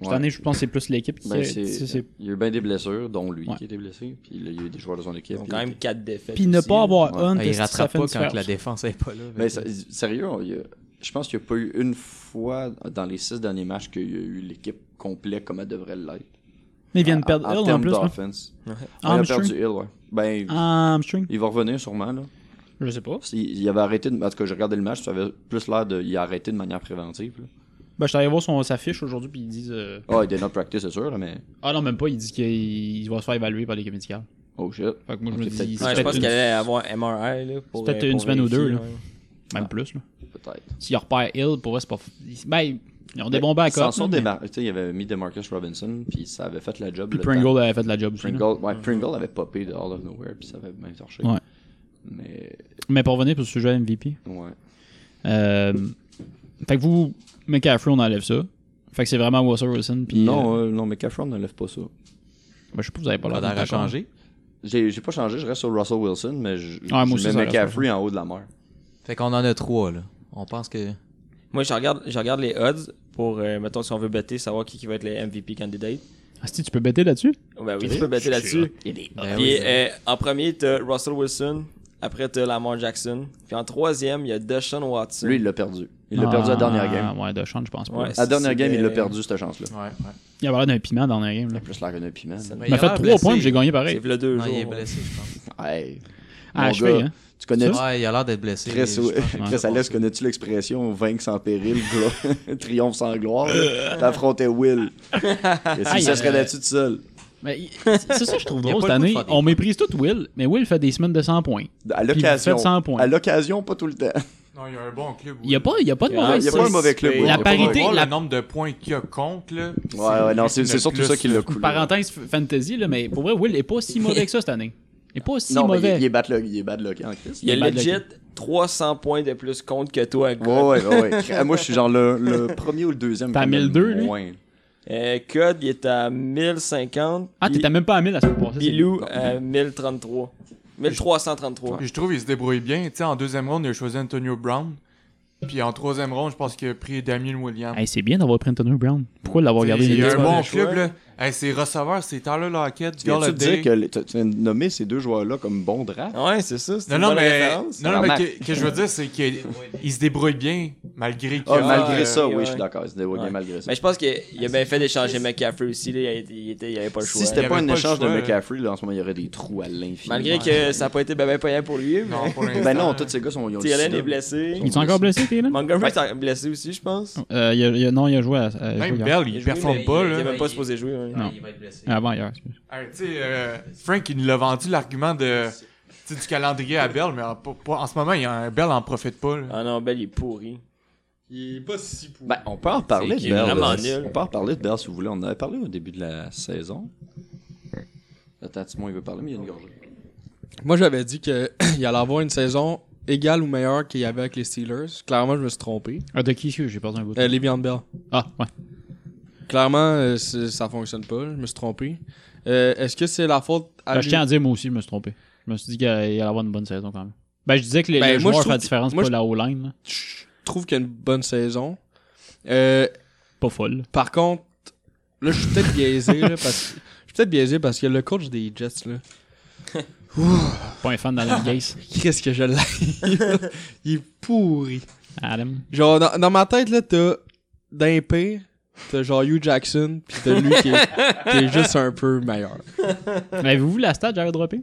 Cette
Ouais.
année, je pense que c'est plus l'équipe qui
Ben,
tu
c'est-
sais, c'est-
Il y a eu bien des blessures, dont lui
Ouais.
qui était blessé. Puis là, il y a eu des joueurs de son équipe.
Ils ont
puis-
quand même 4 défaites.
Puis ne
aussi.
pas avoir
Ouais.
un,
Ah,
qu'est-ce
il
que
rattrape
ça fait
pas
une
quand que la
différence?
défense est pas là.
Mais Ben, ça- sérieux, on- il y a- je pense qu'il n'y a pas eu une fois dans les six derniers matchs qu'il y a eu l'équipe complète comme elle devrait l'être.
Mais ils viennent
Ah, En-
perdre
en,
Hill en
termes
plus. hein. Ah, là.
d'offense. On a
Armstrong.
perdu Hill, ouais. Ben,
Ah. Armstrong.
il va revenir sûrement, là.
Je sais pas.
Il, il avait arrêté, de, en tout cas, j'ai regardé le match, ça avait plus l'air de. Il a arrêté de manière préventive, là.
Ben, je suis allé voir son, sa fiche aujourd'hui, puis ils disent. euh,
Ah, il did not practice, c'est sûr, là, mais.
Ah non, même pas, il dit qu'il il va se faire évaluer par l'équipe médicale.
Oh shit.
Fait que moi, je
Ok,
me
peut-être-
dis. c'est
Ouais, je pense
peut-être une-
qu'il allait avoir MRI. là, pour,
C'est peut-être
euh,
une
pour
semaine ou deux,
vérifier,
là.
ouais.
Même plus, là.
Peut-être.
S'il repère Hill, pour vrai, c'est pas. f- ils- Ben, ils ont des bons backups.
Ils s'en sont
là, mais-
démar- tu sais, Il avait mis Demarcus Robinson, puis ça avait fait la job.
Puis
le
Pringle
temps.
avait fait de la job aussi. là.
Pringle, ouais, Pringle avait popé de All of Nowhere, puis ça avait bien torché.
Mhm. Ouais.
Mais,
Mais pour revenir sur le sujet MVP.
ouais.
Euh... Fait que vous, McCaffrey, on enlève ça. Fait que c'est vraiment Russell Wilson. Puis,
non,
euh,
euh, non, mais Caffron ne lève pas ça.
ben, je sais pas, vous avez pas
On
l'air
l'air à
d'accord.
changer.
J'ai j'ai pas changé, je reste sur Russell Wilson, mais je, je
moi aussi,
mets
ça reste
McCaffrey en haut de la mer.
Fait qu'on en a trois, là. On pense que. ben
Moi, je regarde, je regarde les odds pour, euh, mettons, si on veut bêter, savoir qui, qui va être le MVP candidate.
Ah, si tu peux bêter là-dessus
Ben oui, tu peux bêter là-dessus.
Ben
Puis
oui.
euh, en premier, t'as Russell Wilson. Après, t'as Lamar Jackson. Puis en troisième, il y a Deshaun Watson.
Lui, il l'a perdu. Il l'a perdu à la dernière game.
Ah, ouais, de chance, je pense pas.
Ouais.
À la dernière
c'était-
game, il l'a perdu, cette chance-là.
Ouais, ouais.
Il avait l'air d'un piment dans la dernière game. Là.
Il a plus l'air qu'un piment. là.
Mais
Il m'a
a l'air
fait 3
blessé.
points, puis j'ai gagné pareil.
C'est le deux
Non,
jours.
il est
ouais.
blessé, je pense.
Hey,
Ah,
mon
je fais,
gars,
hein.
tu connais...
Ouais, il a l'air d'être blessé.
Chris,
je
ouais.
pense.
Chris Alex, connais-tu l'expression vaincre sans péril, glo- [LAUGHS] triomphe sans gloire? là?
[LAUGHS]
T'affrontais Will. Et si
Aïe,
ça serait
euh,
là-dessus tout seul?
Mais il- c'est ça que je trouve
Il y a
drôle
pas
cette
le
année.
goût de faire des
On méprise tout Will, mais Will fait des semaines de 100 points.
À
vous
l'occasion.
faites 100 points.
À l'occasion, pas tout le temps.
Non, il y a un bon club.
Il n'y a, pas- il y a pas de
Ah,
Il
mauvaise
n'y a pas un
semaine.
mauvais club.
La
Il
Will.
y a
La
pas-
parité,
voir
la-
le nombre de points qu'il y a contre, là.
Ouais, ouais, non, c'est c'est surtout ça qui l'a
coûté.
coulé.
Parenthèse f- fantasy, là, mais pour vrai, Will est pas si mauvais que ça cette année. Il est pas si
Non, mais il-
mauvais.
il est bad luck, il est bad luck en Chris.
Il
Il
y
est
a
bad
legit 300 points de plus contre que toi,
Ouais,
Code.
ouais, ouais. Cra- Moi, je suis genre le, le premier ou le deuxième.
T'as
qui me
1002, lui?
moins.
Euh, Code, il est à 1050.
Ah,
puis
t'étais même pas à 1000 la semaine passée. c'est-
Bilou à 1033. 1333.
Puis je trouve qu'il se débrouille bien. Tu sais, en deuxième ronde, il a choisi Antonio Brown. Puis en troisième ronde, je pense qu'il a pris Damien Williams.
Hey, c'est bien d'avoir pris Antonio Brown. Pourquoi l'avoir gardé
il y
les
a
deux
un bon
mauvais
club,
choix.
là. Hey, ses receveurs, c'est Tyler Lockett,
Tu viens-tu de
Golladay.
dire que les- tu tu viens de nommer ces deux joueurs-là comme bons draft?
Ouais, c'est ça. C'est
Non,
une
non,
bonne
mais.
référence.
Non, non, mais
Remarque.
que, que je veux dire, c'est qu'il il se débrouille bien, malgré que. euh,
Ah, malgré
ouais,
ça,
ouais,
oui,
ouais.
je suis d'accord. C'était ouais, bien
Ouais.
malgré ça.
Mais je pense qu'il a bien fait d'échanger McCaffrey aussi. Là. Il, il était, il avait pas le choix.
si
il y
c'était pas
avait
un
pas le
échange de
choix,
McCaffrey, là, en ce moment, il y aurait des trous à l'infini.
Malgré que ça n'a pas été ben, ben payant pour lui.
Non,
Mais...
pour l'instant.
Ben non, tous ces gars sont. ils ont le
Tyrion
sida.
est blessé.
Il est encore blessé, Taylor?
Montgomery est en- blessé aussi, je pense.
Euh, il a- il a- Non, il a joué à. à- il a
Même
joué
Bell,
a
il
joué, mais
performe pas,
Il
là.
était même pas supposé jouer. hein. ouais.
Non.
Il va être blessé.
hier. Avant hier. excuse.
Hey, tu sais, euh, Frank, il nous l'a vendu l'argument de. tu sais, du calendrier à Bell, mais en, pas- pas- en ce moment, il y a un Bell en profite pas. là.
Ah non, Bell, il est pourri.
Il est pas si pour.
Ben, on peut en parler
C'est
de Bell.
vraiment
là.
nul.
On peut en parler de Bell si vous voulez. On en avait parlé au début de la saison. Attends, Timon, il veut parler, mais il y a une gorgée.
Moi, j'avais dit [CLEARS THROAT] qu'il allait avoir une saison égale ou meilleure qu'il y avait avec les Steelers. Clairement, je me suis trompé.
Ah, de qui excuse, j'ai perdu un bout.
Euh, Le'Veon Bell.
Ah, ouais.
Clairement, euh, c'est- ça fonctionne pas. Je me suis trompé. Euh, Est-ce que c'est la faute à
Ben, je
lui-
Ah,
tiens à dire, moi aussi, je me suis trompé. Je me suis dit qu'il allait avoir une bonne saison quand même. Ben, je disais que les,
Ben,
le
moi,
joueur
je trouve
fait la
que-
différence,
moi,
pas
je-
la O-line. là.
Je trouve qu'il y a une bonne saison. Euh,
Pas folle.
Par contre, là, je suis peut-être biaisé, là, parce que... Je suis peut-être biaisé parce que le coach des Jets, là, [LAUGHS]
Pas un fan d'Adam Gase.
qu'est-ce que je l'ai. [LAUGHS] Il est pourri.
Adam.
Genre, dans, dans ma tête, là, t'as d'un pire, t'as genre Hugh Jackson, pis t'as lui qui est, qui est juste un peu meilleur.
[LAUGHS] Mais avez-vous vu la stat que j'avais droppé?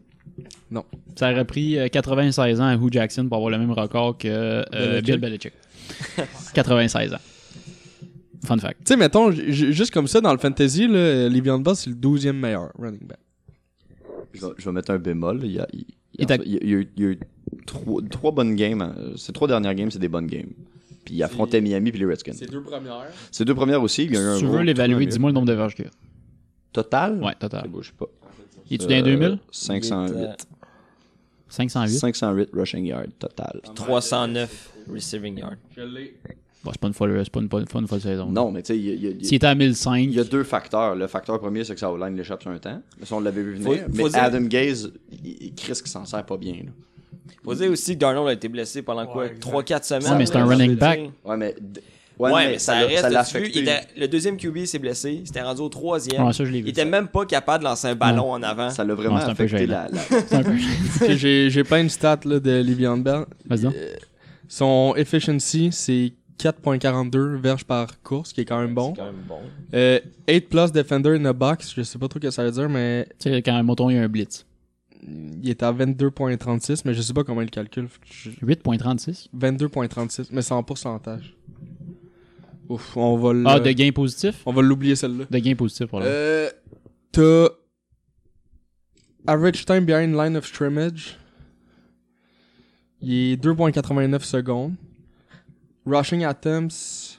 Non.
Ça aurait pris euh, 96 ans à Hugh Jackson pour avoir le même record que euh,
Belichick.
Bill
[LAUGHS]
Belichick. 96 ans. Fun fact.
Tu sais, mettons, j- j- juste comme ça, dans le fantasy, là, Livian Bell, c'est le 12e meilleur running back.
Je vais, je vais mettre un bémol. Il y a, il, il
Et t'as-
il y a- il y a eu, il y a eu trois, trois bonnes games. hein. Ces trois dernières games, c'est des bonnes games. Puis il affrontait Miami puis les Redskins.
deux premières.
Ces deux premières aussi, il y a eu un
Si tu
gros
veux l'évaluer,
tournoi.
dis-moi le nombre de verges qu'il y a.
Total?
Ouais, total.
C'est beau, je sais pas. Euh,
Il est-tu dans les 2000?
508.
508?
508 rushing yards total.
309 receiving yard.
Bon, c'est pas une folle, c'est pas une, pas une- pas une folle saison.
Non, mais tu sais, il y a- il y a- il y a-
S'il était à 1005,
il y a deux facteurs. Le facteur premier, c'est que sa O-line l'échappe sur un temps. Mais ça, on l'avait vu venir.
Faut-
mais
faut dire-
Adam Gaze, il, il- Chris qui s'en sert pas bien. là.
Faut dire aussi que Darnold a été blessé pendant quoi 3-4 semaines.
Ouais, mais c'est un running back.
Ouais, mais, d-
Ouais,
ouais,
mais, ça,
l'a-
reste.
l'a
tu vois,
affecté.
il était- le deuxième QB s'est blessé. Il s'était rendu au troisième.
Ouais, ça, je l'ai vu.
Il était même pas capable de lancer un ballon en avant.
Ça l'a vraiment
Ouais, c'est un peu
affecté
gênant.
la,
[LAUGHS]
la-
c'est
[LAUGHS]
un peu...
J'ai j'ai plein de stats là, de Livian Bell.
Vas-y donc.
Euh, son efficiency, c'est 4.42 verges par course, qui est quand même bon.
C'est quand même bon.
Euh, 8 plus defender in a box, je sais pas trop ce que ça veut dire, mais
Tu sais, quand un mouton, il y a un blitz.
il est à 22.36, mais je sais pas comment il le calcule. Faut que je-
8.36?
22.36, mais c'est en pourcentage. Ouf, on va le-
Ah, de gain positif?
on va l'oublier celle-là.
De gain positif, pour le
Euh, t'as average time behind line of scrimmage. Il est 2.89 secondes. Rushing attempts.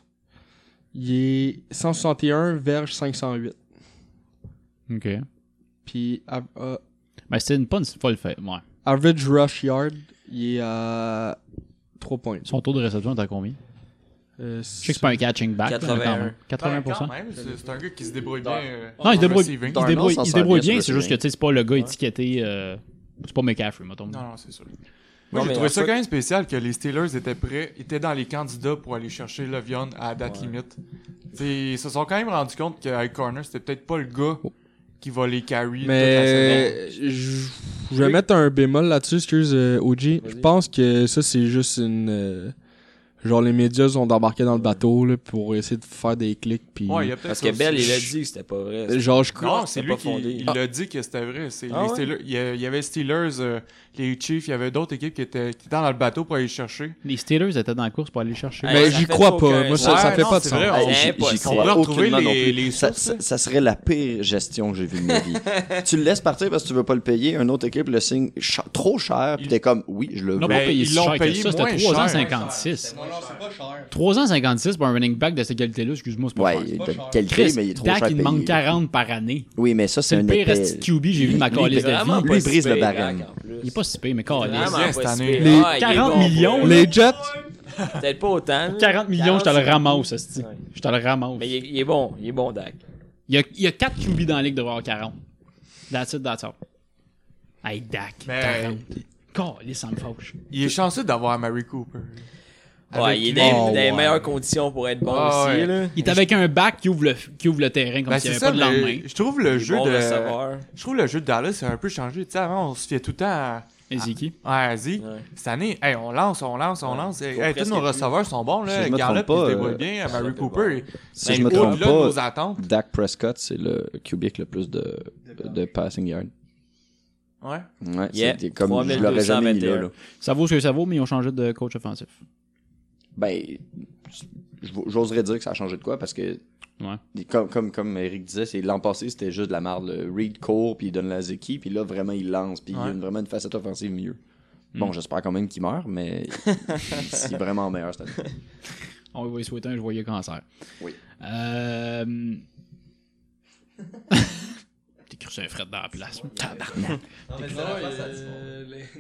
Il est 161 verge 508.
OK.
Puis av- euh,
Ben, c'était une, pas une folle fête, ouais.
average rush yard, il est à 3 points.
Son taux de réception, t'as combien?
Euh,
Je sais que c'est pas un catching back. là, mais quand même.
80%.
80%.
c'est c'est un gars qui se débrouille bien. euh,
Non, il se
en
débrouille,
receiving.
il se débrouille,
Darnold
il se
s'en
débrouille
sort bien
bien,
sur
c'est
le
juste que tu sais, c'est pas le gars étiqueté. euh, c'est pas McCaffrey, mettons.
Non, non, c'est sûr.
Non,
Moi,
mais
j'ai
en
trouvé ça
fait-
quand même spécial que les Steelers étaient prêts, étaient dans les candidats pour aller chercher Le'Veon à la date limite. T'sais, ils se sont quand même rendu compte qu'Ike Corner, c'était peut-être pas le gars
Oh.
qui va les carry toute la semaine.
Mais je je vais mettre un bémol là-dessus, excuse euh, OG. Je pense que ça c'est juste une euh, genre les médias sont embarqués dans le bateau là, pour essayer de faire des clics puis
Ouais, il y a peut-être
Parce
ça
que Bell,
aussi.
il a dit que c'était pas vrai.
genre je
Non, c'est
c'est
lui
pas
qui
fondé.
il a dit que c'était vrai. C'est
Ah
les
ouais?
Steelers- il, y a- il y avait Steelers, euh, les Chiefs, il y avait d'autres équipes qui étaient, qui étaient dans le bateau pour aller chercher.
Les Steelers étaient dans la course pour aller le chercher.
Ouais.
mais
ça
j'y
fait
crois
aucun
pas. Moi ça,
sens.
ça
Ouais,
fait
non,
pas de
c'est
sens.
vrai,
Ah,
on-
c'est
Hey, j'y- J'y
impossible.
On pourrait
crois
retrouver
aucunement non
les-
plus.
les
ça,
sources,
ça-
là.
ça serait la pire gestion que j'ai vue de ma vie. tu le laisses partir parce que tu veux pas le payer. Une autre équipe le signe ch- trop cher. Puis t'es comme, oui, je
Ils
le
l'ont
veux.
pas
Ben,
payé
ils
si
l'ont
cher que
payé
ça,
moins
c'était
cher.
356. 356 pour un running back de cette qualité-là, excuse-moi, c'est pas
Ouais,
cher.
il est de qualité,
Chris,
mais il est trop
Dak,
cher
il
payé.
manque 40 par année.
Oui, mais ça, c'est
C'est
un
le pire
épais.
resti de QB, j'ai vu de ma
il est
calisse de
Vraiment
vie.
Lui,
pas
il brise
si
le
pire,
barème.
Dak, en plus.
Il est pas si pire, mais calisse.
Vraiment
bien
pas
cette
si
année.
pire.
Les
Ah, il est
40
bon,
millions,
ouais.
là.
Les Jets,
Peut-être pas autant. là.
40 millions, je te le
40,
ramasse, hostie. Je te le ramasse.
Mais il est, il est bon, il est bon, Dak.
Il y a, il y a 4 QB dans la ligue de avoir 40. That's it, that's all. Hey, Dak,
Mais-
40. Calisse, ça me fâche.
Il est chanceux d'avoir Mary Cooper.
Ouais,
Avec
il est
lui.
dans,
Oh,
dans les
ouais.
meilleures conditions pour être bon
Ah,
aussi.
ouais.
Là.
Il est avec un bac qui ouvre le, qui ouvre le terrain comme
Ben,
s'il
c'est
n'y avait
ça,
pas de lendemain.
mais je trouve le
Il est
jeu
bon
de...
receveur.
Je trouve le jeu de Dallas c'est un peu changé. Tu sais, avant, on se fiait tout le temps à,
Ezeki.
à Zeke.
Ouais.
Cette année, hey, on lance, on lance, on lance. Hey,
Faut
hey, tous
presque
nos
plus.
receveurs sont bons.
Si
Là.
je me
Garlett,
trompe
il
pas,
se débrouille
euh,
bien.
Garlett
Mary
est bon.
Cooper,
Si
il-
je me
au-delà
trompe
de nos
pas,
attentes.
Dak Prescott, c'est le QB avec le plus de, de passing yards.
Ouais.
Ouais,
Yeah,
c'était comme je l'aurais jamais mis là. là.
Ça vaut ce que ça vaut, mais ils ont changé de coach offensif.
Ben, je- j'oserais dire que ça a changé de quoi parce que
Ouais.
Et Comme, comme, comme Eric disait, c'est l'an passé, c'était juste de la merde. le Reed court, puis il donne la Zeki, puis là, vraiment, il lance, puis il
Ouais.
a une- vraiment une facette offensive mieux.
Hmm.
Bon, j'espère quand même qu'il
[LAUGHS]
meurt, mais c'est vraiment meilleur cette année.
On va y souhaiter un joyeux cancer.
Oui.
Euh... [LAUGHS] T'es cru sur un fret dans la place. Tabarnak.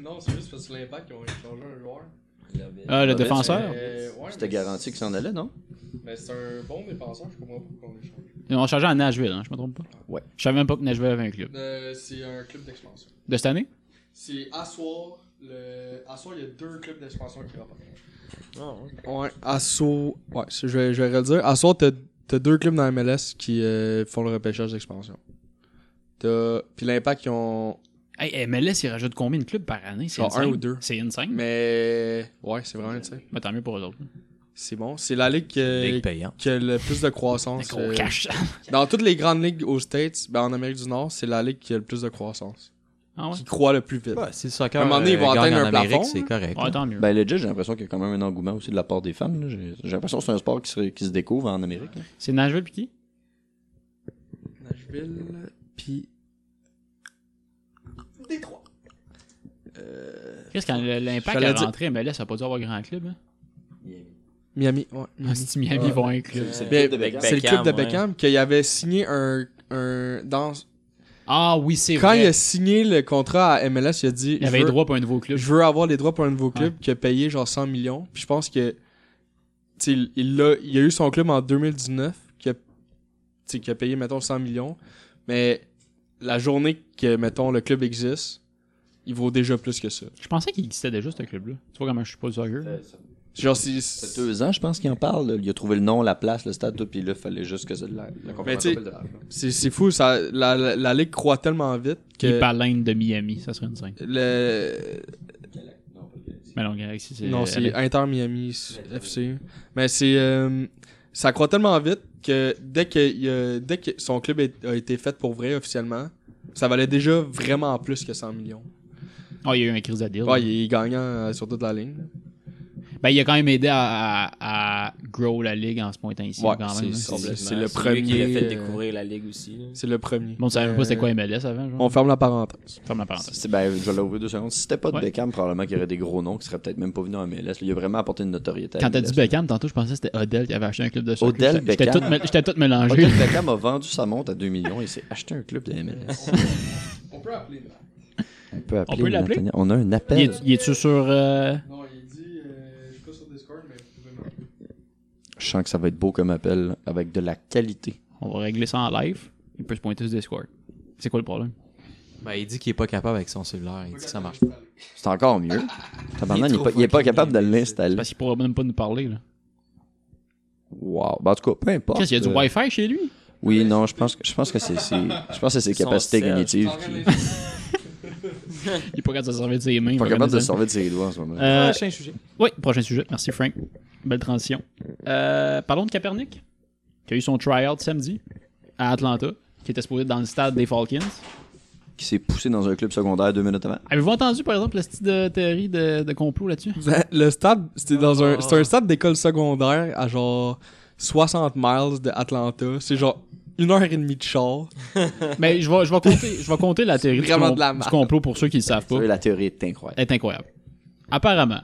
non, c'est juste parce que l'impact ils ont changé un joueur.
Ah, le
euh,
défenseur?
C'était garanti qu'il s'en allait, non?
Mais c'est un bon défenseur, je comprends pas pourquoi on l'échange.
Ils ont changé à Nashville, hein, je me trompe pas.
Ouais.
Je savais même pas que Nashville avait Euh, un club.
c'est un club d'expansion.
De cette année?
C'est asseoir Le... À soir, il y a deux clubs d'expansion qui rapportent. ouais. À soir, ouais, je vais, je vais redire. À soir, t'as t'as deux clubs dans la MLS qui euh, font le repêchage d'expansion. T'as. Puis l'impact, ils ont.
Hey, eh, MLS, ils rajoutent combien de clubs par année C'est
Ah,
insane.
un ou deux.
C'est insane. Mais...
Mais. Ouais, c'est vraiment, tu sais.
tant mieux pour eux autres.
C'est bon. C'est la ligue que-
Ligue payante.
qui a le plus de croissance.
Gros
euh,
cash.
Dans toutes les grandes ligues aux States, ben en Amérique du Nord, c'est la ligue qui a le plus de croissance.
Ah ouais.
Qui croît le plus vite.
Ouais, si le soccer
À un moment donné, ils vont
euh, gagne
atteindre
en
un
Amérique,
plafond,
c'est
là.
correct.
Ouais, tant mieux.
Ben, legit, j'ai l'impression qu'il y a quand même un engouement aussi de la part des femmes. là. J'ai j'ai l'impression que c'est un sport qui, serait- qui se découvre en Amérique. là.
C'est Nashville puis qui
Nashville, puis. Détroit.
Qu'est-ce quand le- l'impact
J'allais
est
dire-
rentré MLS, ça a pas dû avoir grand club. Hein?
Miami, ouais.
Ah,
Miami.
si Miami vont un club.
C'est le
Ben,
club de Beckham.
C'est le club de
Beckham, ouais.
Beckham qu'il avait signé un. un dans...
Ah oui, c'est
Quand il
vrai.
a signé le contrat à MLS, il a dit
Il
je
avait les
veux-
droits pour un nouveau club.
Je veux avoir les droits pour un nouveau club qui a payé genre 100 millions. Puis je pense que. tu sais, Il, il, a, il a eu son club en 2019 qui a, tu sais, qui a payé, mettons, 100 millions. Mais la journée que, mettons, le club existe, il vaut déjà plus que ça.
Je pensais qu'il existait déjà ce club-là. Tu vois comment je suis pas du soccer. là.
Genre, si.
Ça fait deux ans, je pense qu'il en parle. là. Il a trouvé le nom, la place, le stade, tout, puis là, il fallait juste que ça- la, la confirmation
tu sais,
de l'âge, là.
C'est c'est fou, ça, la, la, la ligue croît tellement vite
Les
que.
Baleines de Miami, ça serait une scène.
Le,
Mais non, Galaxy, c'est.
non, c'est
Alex-
Inter Miami FC. Mais c'est. euh, ça croît tellement vite que dès que, il y a- dès que son club est- a été fait pour vrai officiellement, ça valait déjà vraiment plus que 100 millions.
Ah, il y a eu un crise à deal.
Ouais, il est gagnant euh, sur toute la ligne. là.
Ben, il a quand même aidé à, à, à grow la ligue en se pointant ici.
Ouais,
quand même. hein.
c'est-
là.
c'est-
Complètement.
c'est le
lui qui
premier,
a fait
euh,
découvrir la ligue aussi. là.
C'est le premier.
Bon, tu savais
Euh,
même pas c'était quoi MLS avant, genre.
On ferme la parenthèse.
Ferme la parenthèse.
C'est- Ben, je vais l'ouvrir deux secondes. Si c'était pas de
Ouais.
Beckham, probablement qu'il y aurait des gros noms qui seraient peut-être même pas venus en MLS. Il a vraiment apporté une notoriété. à
Quand t'as
MLS.
dit Beckham, tantôt, je pensais que c'était Odell qui avait acheté un club de soccer.
Odell
J'étais- j'étais
Beckham.
tout mé- J'étais tout mélangé.
Odell Beckham a vendu sa montre à 2 millions et s'est acheté un club de MLS.
On peut appeler
On peut, appeler,
peut l'appeler?
Nathaniel. On a un appel.
Il est- Il est-tu sur. euh,
Non, il dit. je suis pas sur Discord, mais vous pouvez m'appeler.
Je sens que ça va être beau comme appel avec de la qualité.
On va régler ça en live. Il peut se pointer sur Discord. C'est quoi le problème?
Ben, il dit qu'il est pas capable avec son cellulaire. Il dit que ça marche pas.
C'est encore mieux.
Ah,
Tabarnak, il, est
trop
pas- il est pas
fucking
capable de
imbécile.
l'installer.
Parce qu'il pourra même pas nous parler, là.
Wow. Ben, en tout cas, peu importe.
Qu'est-ce qu'il y a du
Euh,
Wi-Fi chez lui?
Oui, non, je pense que je pense que c'est ses, je pense que c'est ses
Son
capacités
Serge.
cognitives. qui-
Il est pas capable de se servir de ses mains.
Pas
il va
capable de
regarder
se
ça.
servir de ses doigts en ce moment.
Euh,
Prochain sujet.
Oui, prochain sujet. Merci, Frank. Belle transition. Euh, parlons de Kaepernick, qui a eu son tryout samedi à Atlanta, qui était supposé être dans le stade des Falcons.
Qui s'est poussé dans un club secondaire deux minutes avant.
Avez-vous entendu, par exemple, la petite de théorie de, de complot
[LAUGHS]
là-dessus?
Ben, Le stade, c'était dans un, c'est un stade d'école secondaire à genre 60 miles de Atlanta. C'est genre une heure et demie de char.
Mais je vais, je vais compter, je vais compter la théorie du,
Vraiment
com-
de la
du
merde.
complot pour ceux qui ne savent pas.
Vous savez, La théorie est incroyable.
est incroyable. Apparemment,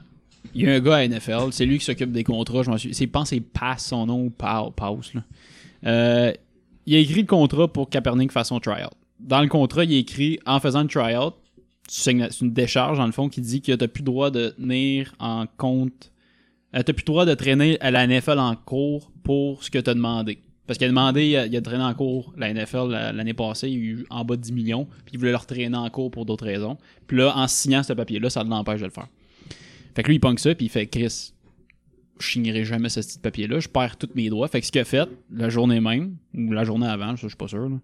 il y a un gars à NFL, c'est lui qui s'occupe des contrats, je m'en suis. c'est- Je pense que c'est Pass, son nom, ou Pau- Paus, là. Euh, il a écrit le contrat pour Kaepernick fasse son tryout. Dans le contrat, il écrit en faisant le tryout, tu signes la- c'est une décharge, dans le fond, qui dit que t'as plus le droit de tenir en compte. euh, t'as plus le droit de traîner à la NFL en cours pour ce que t'as demandé. Parce qu'il a demandé, euh, il a, il a traîné en cours la NFL la- euh, l'année passée, il y a eu en bas de 10 millions, puis il voulait le retraîner en cours pour d'autres raisons. Puis là, en signant ce papier-là, ça l'empêche de le faire. Fait que lui, il punk ça, puis il fait Chris, je signerai jamais ce petit papier-là, je perds tous mes droits. Fait que ce qu'il a fait, la journée même, ou la journée avant, ça, je suis pas sûr, là,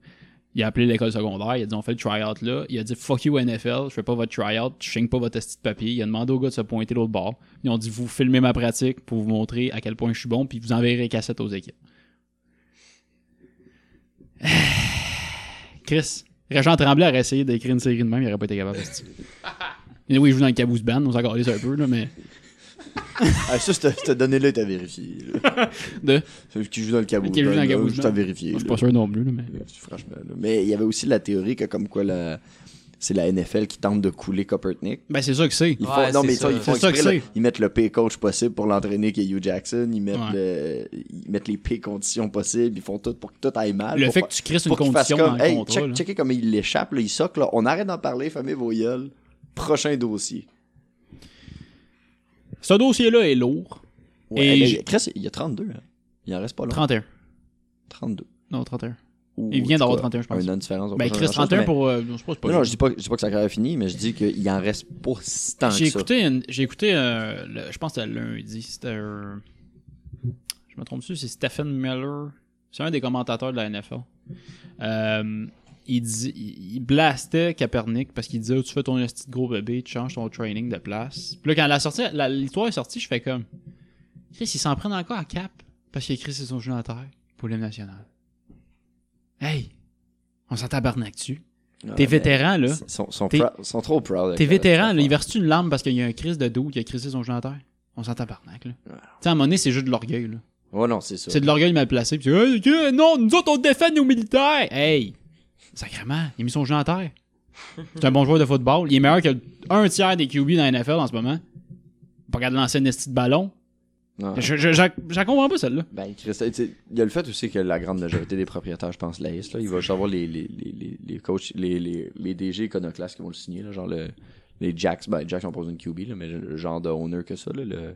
il a appelé l'école secondaire, il a dit on fait le tryout là, il a dit fuck you NFL, je fais pas votre tryout, je signe pas votre petit papier. Il a demandé au gars de se pointer l'autre bord. Ils ont dit vous filmez ma pratique pour vous montrer à quel point je suis bon, puis vous enverrez les cassettes aux équipes. [SIGHS] Chris, Régent Tremblay aurait essayé d'écrire une série de même, il aurait pas été capable de ce oui, il joue dans le Caboose Band, on s'en calisse un peu, là, mais.
Ah, ça, cette donnée-là est à vérifier. là.
De?
Celui qui joue dans le cabou.
Qui joue dans le Cabouche
Juste à
Blanc.
vérifier.
Je suis
là.
pas sûr non plus, là, mais.
Franchement. là. Mais il y avait aussi la théorie que comme quoi la... c'est la NFL qui tente de couler Copernic.
Ben, c'est ça que c'est.
Ils font,
Ouais,
non,
c'est
mais
ça.
ils font
C'est ça
exprès,
que
là.
c'est.
ils mettent le pay coach possible pour l'entraîner qui est Hugh Jackson, ils mettent,
Ouais.
le- ils mettent les pay conditions possibles, ils font tout pour que tout aille mal.
Le
pour
fait
fa-
que tu crisses une
pour qu'il fasse
condition dans
comme,
le
hey,
contrat,
check-
là.
checker comme il l'échappe, là, il soque, là. on arrête d'en parler, famille vos gueules. prochain dossier.
Ce dossier-là est lourd.
Ouais,
Et
hey,
je-
Chris, il y a 32, hein. il en reste pas long.
31.
32.
Non, 31.
ou-
Il vient d'avoir
en tout cas, ah
31, je pense.
Un an de différence. on
Ben,
peut faire
Chris
la chose,
31
mais-
pour. euh, je sais pas, c'est pas
Non, non,
grave.
je dis pas, je dis pas que sa carrière est finie, mais je dis qu'il en reste pas si tant que ça.
J'ai écouté, une- j'ai écouté euh, le- je pense que c'était lundi, c'était. euh, je me trompe dessus, c'est Stephen Miller. C'est un des commentateurs de la NFL. Euh, il, dit, il, il blastait Kaepernick parce qu'il disait oh, Tu fais ton petit gros bébé, tu changes ton training de place. Puis là, quand la sortie, la- l'histoire est sortie, je fais comme Chris, ils s'en prennent encore à Cap parce qu'il a écrit ses genoux à terre pour l'hymne national. Hey, on s'en tabarnak dessus. T'es
Ouais, Ah, mais
vétéran, là.
Ils sont, sont
T'es-
prou- sont trop proud. de
T'es
ça,
vétéran,
cette
là, il
affaire.
verse-tu une larme parce qu'il y a un crise de dos qui a crissé son genou à terre? On s'en tabarnak, là. Tu sais, à un moment donné, c'est juste de l'orgueil, là.
Ouais, non, c'est ça.
C'est de l'orgueil mal placé. Puis, Hey, yeah, non, nous autres, on défend nos militaires! Hey! Sacrement, il a mis son genou à terre. C'est un bon joueur de football. Il est meilleur que un tiers des QB dans la NFL en ce moment. Pas capable de lancer une esti de ballon.
Non.
Je, je, j'en- j'en comprends pas celle-là.
Ben, Christ- tu sais, il y a le fait aussi que la grande majorité des propriétaires, je pense, laissent. Là, ils vont savoir les, les, les, les, les coachs, les, les, les DG iconoclastes qui vont le signer. Là, genre le, les Jacks. Ben, les Jacks ont pas besoin de QB, là, mais le le genre de owner que ça. Là, le,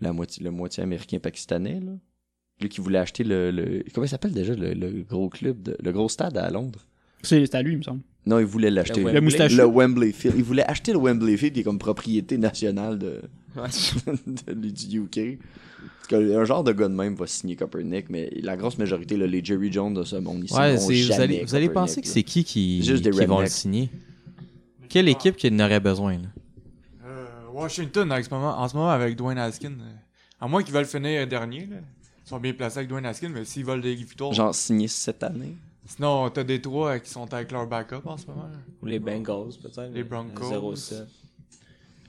la moitié, le moitié américain pakistanais. Là. Lui qui voulait acheter le. le comment il s'appelle déjà le, le gros club, de- le gros stade à Londres
C'est c'est à lui, il me semble.
Non, il voulait l'acheter.
Le
Le moustachu.
Le Wembley Field. Il voulait acheter le Wembley Field qui est comme propriété nationale de, [LAUGHS] de- du UK. Parce que un genre de gars de même va signer Copernic, mais la grosse majorité, là, les Jerry Jones de ce monde, ils
Ouais,
signeront
c'est- vous
jamais
allez, vous allez
Kaepernick,
penser que
là.
c'est qui qui,
Juste des
qui vont le
rednecks.
signer Quelle équipe qui en aurait besoin là?
Euh, Washington, en ce, moment, en ce moment, avec Dwayne Haskin. euh, à moins qu'ils veulent finir dernier, là. Ils sont bien placés avec Dwayne Haskin, mais s'ils veulent des victoires.
Genre signé cette année.
Sinon, t'as des trois euh, qui sont avec leur backup en ce moment. là.
Ou les Bengals, peut-être.
Les Broncos.
0-7.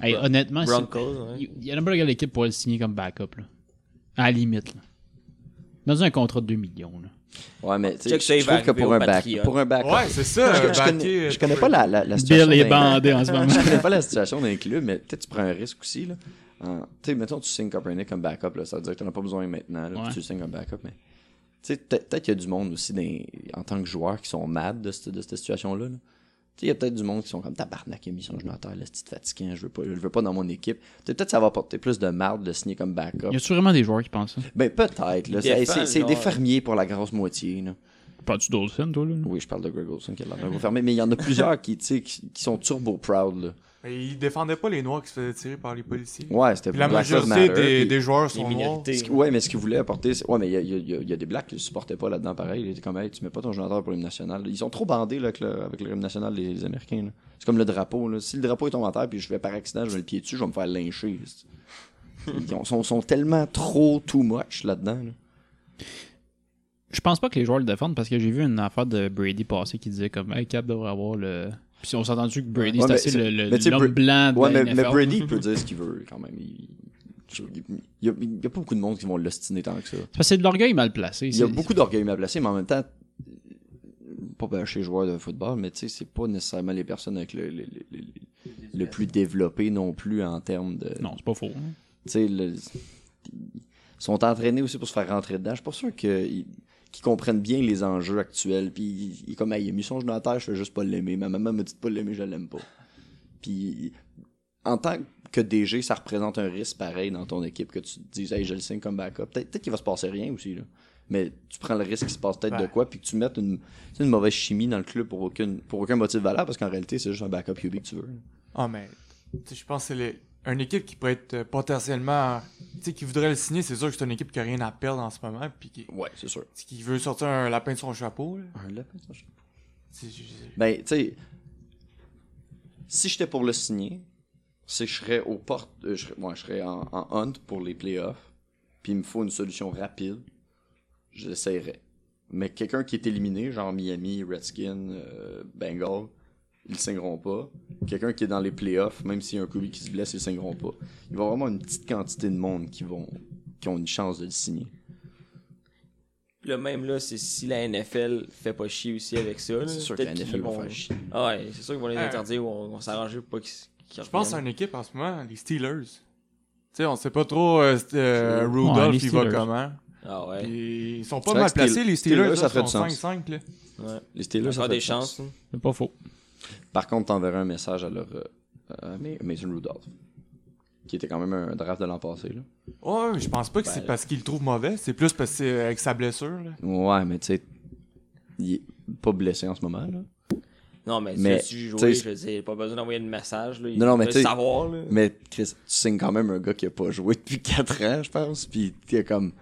Hey,
Bron-
Ah,
honnêtement, c'est-
Broncos,
hein.
ouais.
il il y en a pas de l'équipe pour le signer comme backup, là. À la limite, là. Dans un contrat de 2 millions, là.
Ouais, mais tu sais,
Chuck Shea
je
va
trouve que
arriver
pour
au
un, back,
Patriots.
pour un back.
Ouais, c'est ça.
je,
euh,
je
backer,
connais, je connais
euh,
pas la, la, la situation.
Bill est
d'un-
bandé en ce
[LAUGHS]
moment.
je connais pas la situation d'un club, mais peut-être tu prends un risque aussi. Là. En- tu sais, mettons, tu signes Copernic comme backup, là, ça veut dire que tu as pas besoin maintenant, là, puis
Ouais.
tu le signes comme backup, mais. Tu sais, peut- peut-être qu'il y a du monde aussi dans- en tant que joueur qui sont mad de cette, de cette situation-là. là. Tu sais, il y a peut-être du monde qui sont comme tabarnak, il a mis son genou à terre, là, c'est fatiguant, je veux pas, je le veux pas dans mon équipe. Tu sais, Peut-être que ça va porter plus de marde de signer comme backup.
Y a sûrement des joueurs qui pensent ça.
Ben peut-être, là. C'est,
Des
c'est-
fans,
c'est des
genre.
fermiers pour la grosse moitié, là.
Parles-tu Dolphin, toi, là?
Oui, je parle de Greg Olson qui a l'air d'un gros fermier, mais il y en a plusieurs qui, tu sais, qui, qui sont turbo proud, là.
Et ils défendaient pas les noirs qui se faisaient tirer par les policiers.
Ouais, c'était
Puis la
Black Lives
majorité
Matter,
des,
puis-
des joueurs
Les
sont noirs.
minorités.
Ce qui- ouais, mais ce qu'ils voulaient apporter, c'est. Ouais, mais il y a, il y a- il y a- il y a des blacks qui ne supportaient pas là-dedans pareil. Ils étaient comme, hey, tu mets pas ton générateur pour l'hymne national. Ils sont trop bandés là, avec, le, avec le hymne national, les, les Américains. là. C'est comme le drapeau. Là. Si le drapeau est tombé en terre puis je vais par accident, je mets le pied dessus, je vais me faire lyncher. Ils ont- sont, sont tellement trop too much là-dedans. là.
Je pense pas que les joueurs le défendent parce que j'ai vu une affaire de Brady passer qui disait comme Hey Cap devrait avoir le. Puis on s'est entendu que Brady
Ouais,
c'est
mais
assez
c'est-
le-
mais tu sais,
le- l'homme
Bra-
blanc de
Ouais,
Ben, la
mais, mais
NFL.
Brady peut dire ce qu'il veut quand même. Il n'y a, il y a pas beaucoup de monde qui vont l'ostiner tant que ça.
C'est parce que c'est de l'orgueil mal placé.
Il y a beaucoup d'orgueil mal placé, mais en même temps, euh, pas bâcher les joueurs de football, mais tu sais, c'est pas nécessairement les personnes avec le, le, le- le- le plus développé non plus en termes de.
Non, c'est pas faux. hein.
Tu sais, le- ils sont entraînés aussi pour se faire rentrer dedans. Je suis pas sûr que- ils- qu'ils comprennent bien les enjeux actuels. Puis, ils- ils- comme, Hey, il a mis son genou à terre, je veux juste pas l'aimer. Ma maman me dit de pas l'aimer, je l'aime pas. Puis, en tant que DG, ça représente un risque pareil dans ton équipe que tu te dises, hey, je le signe comme backup. Peut-être peut-être qu'il va se passer rien aussi, là. Mais tu prends le risque qu'il se passe peut-être de
Ouais.
quoi, puis que tu mettes une, tu sais, une mauvaise chimie dans le club pour, aucune, pour aucun motif valable, parce qu'en réalité, c'est juste un backup QB que tu veux.
Ah, mais tu sais, je pense que c'est les- une équipe qui pourrait être euh, potentiellement. Tu sais, qui voudrait le signer, c'est sûr que c'est une équipe qui a rien à perdre en ce moment, puis qui,
Ouais, c'est sûr.
qui veut sortir un lapin de son chapeau. là.
Un lapin, ça, je-
C'est- je- je-
Ben, tu sais, si j'étais pour le signer, c'est que je serais aux portes, euh, je serais, moi, je serais en, en hunt pour les playoffs, puis il me faut une solution rapide, je l'essayerais. Mais quelqu'un qui est éliminé, genre Miami, Redskins, euh, Bengal, ils le signeront pas. Quelqu'un qui est dans les playoffs, même s'il y a un QB qui se blesse, ils le signeront pas. Il va y avoir vraiment une petite quantité de monde qui vont qui ont une chance de le signer.
Puis là, même là, c'est si la NFL fait pas chier aussi avec ça. là,
C'est sûr que
peut-être
la NFL
qu'ils
va
vont-
faire chier.
Ah ouais, c'est sûr qu'ils vont les
Ah.
interdire ou on, on s'arranger pour pas qu'ils. qu'ils
Je pense à
reviennent.
une équipe en ce moment, les Steelers. Tu sais, on sait pas trop euh, c'est, euh, Rudolph,
les
il va
Steelers.
comment.
Ah ouais.
Puis ils sont
C'est
pas
vrai
mal
que Steel-
placés, les
Steelers,
Steelers.
ça
là,
ferait
sont
du sens.
5-5, là.
ouais.
Les Steelers, ça
Encore
fait
des
de sens.
chances. là.
C'est pas faux.
Par contre, t'enverrais un message à leur euh, à Ma- Mason Rudolph, qui était quand même un draft de l'an passé. Là.
Ouais, mais je pense pas que c'est parce qu'ils le trouvent mauvais, c'est plus parce que c'est avec sa blessure. Là.
Ouais, mais tu sais, il est pas blessé en ce moment. Là.
Non, mais,
Mais,
si tu joué,
t'sais,
je veux dire, pas besoin d'envoyer de message. Là, il
Non, non, mais
peut
t'sais-
le savoir. Là.
Mais Chris, tu signes quand même un gars qui a pas joué depuis 4 ans, je pense. Puis t'es comme.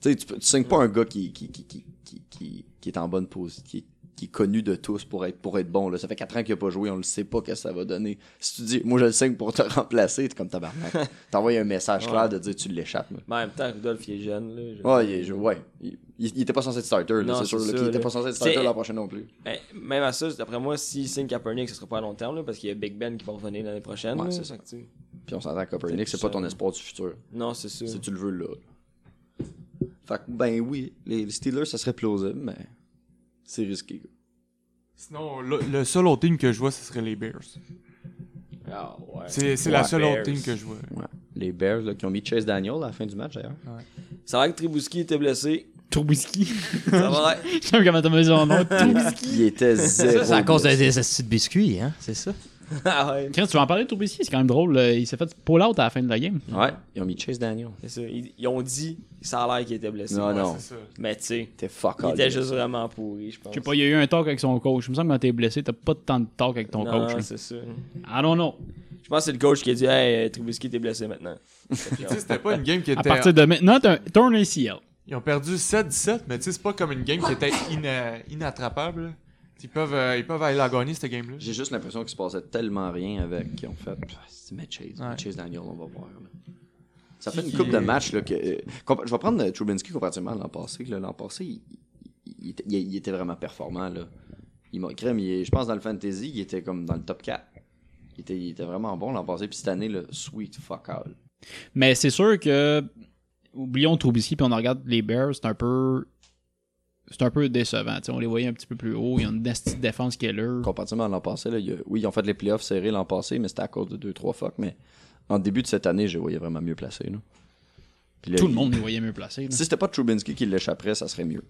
Tu sais, tu peux- tu signes pas un gars qui, qui, qui, qui, qui, qui, qui est en bonne pause, qui, qui est connu de tous pour être, pour être bon. Là. Ça fait 4 ans qu'il a pas joué, on le sait pas qu'est-ce que ça va donner. Si tu dis, moi je le signe pour te [LAUGHS] remplacer, t'es comme [LAUGHS] tabarnak. T'envoies un message clair de dire, tu l'échappes. là.
Mais en même temps, Rudolph, il est jeune. Là, je-
Ouais, il, est- ouais. Il, il était pas censé être starter, là,
Non,
c'est sûr.
c'est
là,
ça,
qu'il était
là.
pas censé être starter
C'est-
l'an prochain non plus.
Mais même à ça, d'après moi, s'il signe Kaepernick, ce sera pas à long terme là, parce qu'il y a Big Ben qui va revenir l'année prochaine.
Ouais,
là.
c'est ça. Puis on s'entend à Copernic, c'est pas ton espoir du futur.
Non, c'est ça.
Si tu le veux là. Fait que, ben oui, les Steelers, ça serait plausible, mais c'est risqué.
Sinon, le, le seul autre team que je vois, ce serait les Bears.
Ah, ouais.
C'est c'est la
Ouais,
seule
Bears.
autre team que je vois.
Les Bears là, qui ont mis Chase Daniel à la fin du match d'ailleurs.
C'est vrai que Tribouski était
[LAUGHS]
blessé.
Tourbouski.
C'est vrai.
J'aime comment t'as mis son
[LAUGHS]
nom. Tourbouski.
Il [LAUGHS] était zéro.
Ça, c'est à cause
blessé.
des astuces de biscuits, hein? C'est ça?
[LAUGHS] ah ouais.
Chris, tu vas en parler de Tourbouski, c'est quand même drôle. là. Il s'est fait pull out à la fin de la game.
Ouais, ils ont mis Chase Daniel.
C'est ça. Ils, ils ont dit, ça a l'air qu'il était blessé.
Non, non,
C'est ça.
Mais tu sais,
t'es fuck
il
all.
était juste vraiment pourri, je pense.
Je sais pas, il y a eu un talk avec son coach. Il me semble que quand t'es blessé, t'as pas tant de talk avec ton
non,
coach. là.
c'est ça.
I don't know.
Je pense que c'est le coach qui a dit, hey, Tribouski, t'es blessé maintenant.
Tu sais, c'était pas une game qui
À
était.
partir de maintenant, t'as un- t'as un ACL.
Ils ont perdu 7-17, mais tu sais, c'est pas comme une game qui était ina- inattrapable. là. Ils peuvent, euh, ils peuvent aller la gagner, cette game-là.
J'ai juste l'impression qu'il se passait tellement rien avec qu'ils ont fait. Ah, c'est- Mais Chase, mais
Ouais.
Chase Daniel, on va voir. là. Ça fait une
Qui-
coupe de matchs là, que. euh, compa- je vais prendre euh, Trubinsky comparativement à l'an passé. là. L'an passé, il, il était, il- il était vraiment performant. Là. Il m'a crème, il est- je pense dans le fantasy, il était comme dans le top 4. Il était, il était vraiment bon l'an passé. Puis cette année, le sweet fuck all.
Mais c'est sûr que oublions Trubisky puis on regarde les Bears, c'est un peu c'est un peu décevant. Tu sais, on les voyait un petit peu plus haut. Ils ont une nasty défense qui est là.
Comparativement à l'an passé, là, il y a- oui, ils ont fait les playoffs serrés l'an passé, mais c'était à cause de 2-3 fuck. Mais en début de cette année, je les voyais vraiment mieux placé. Tout
Tout le monde les voyait mieux placés. là.
Si c'était pas Trubinsky qui l'échapperait, ça serait mieux.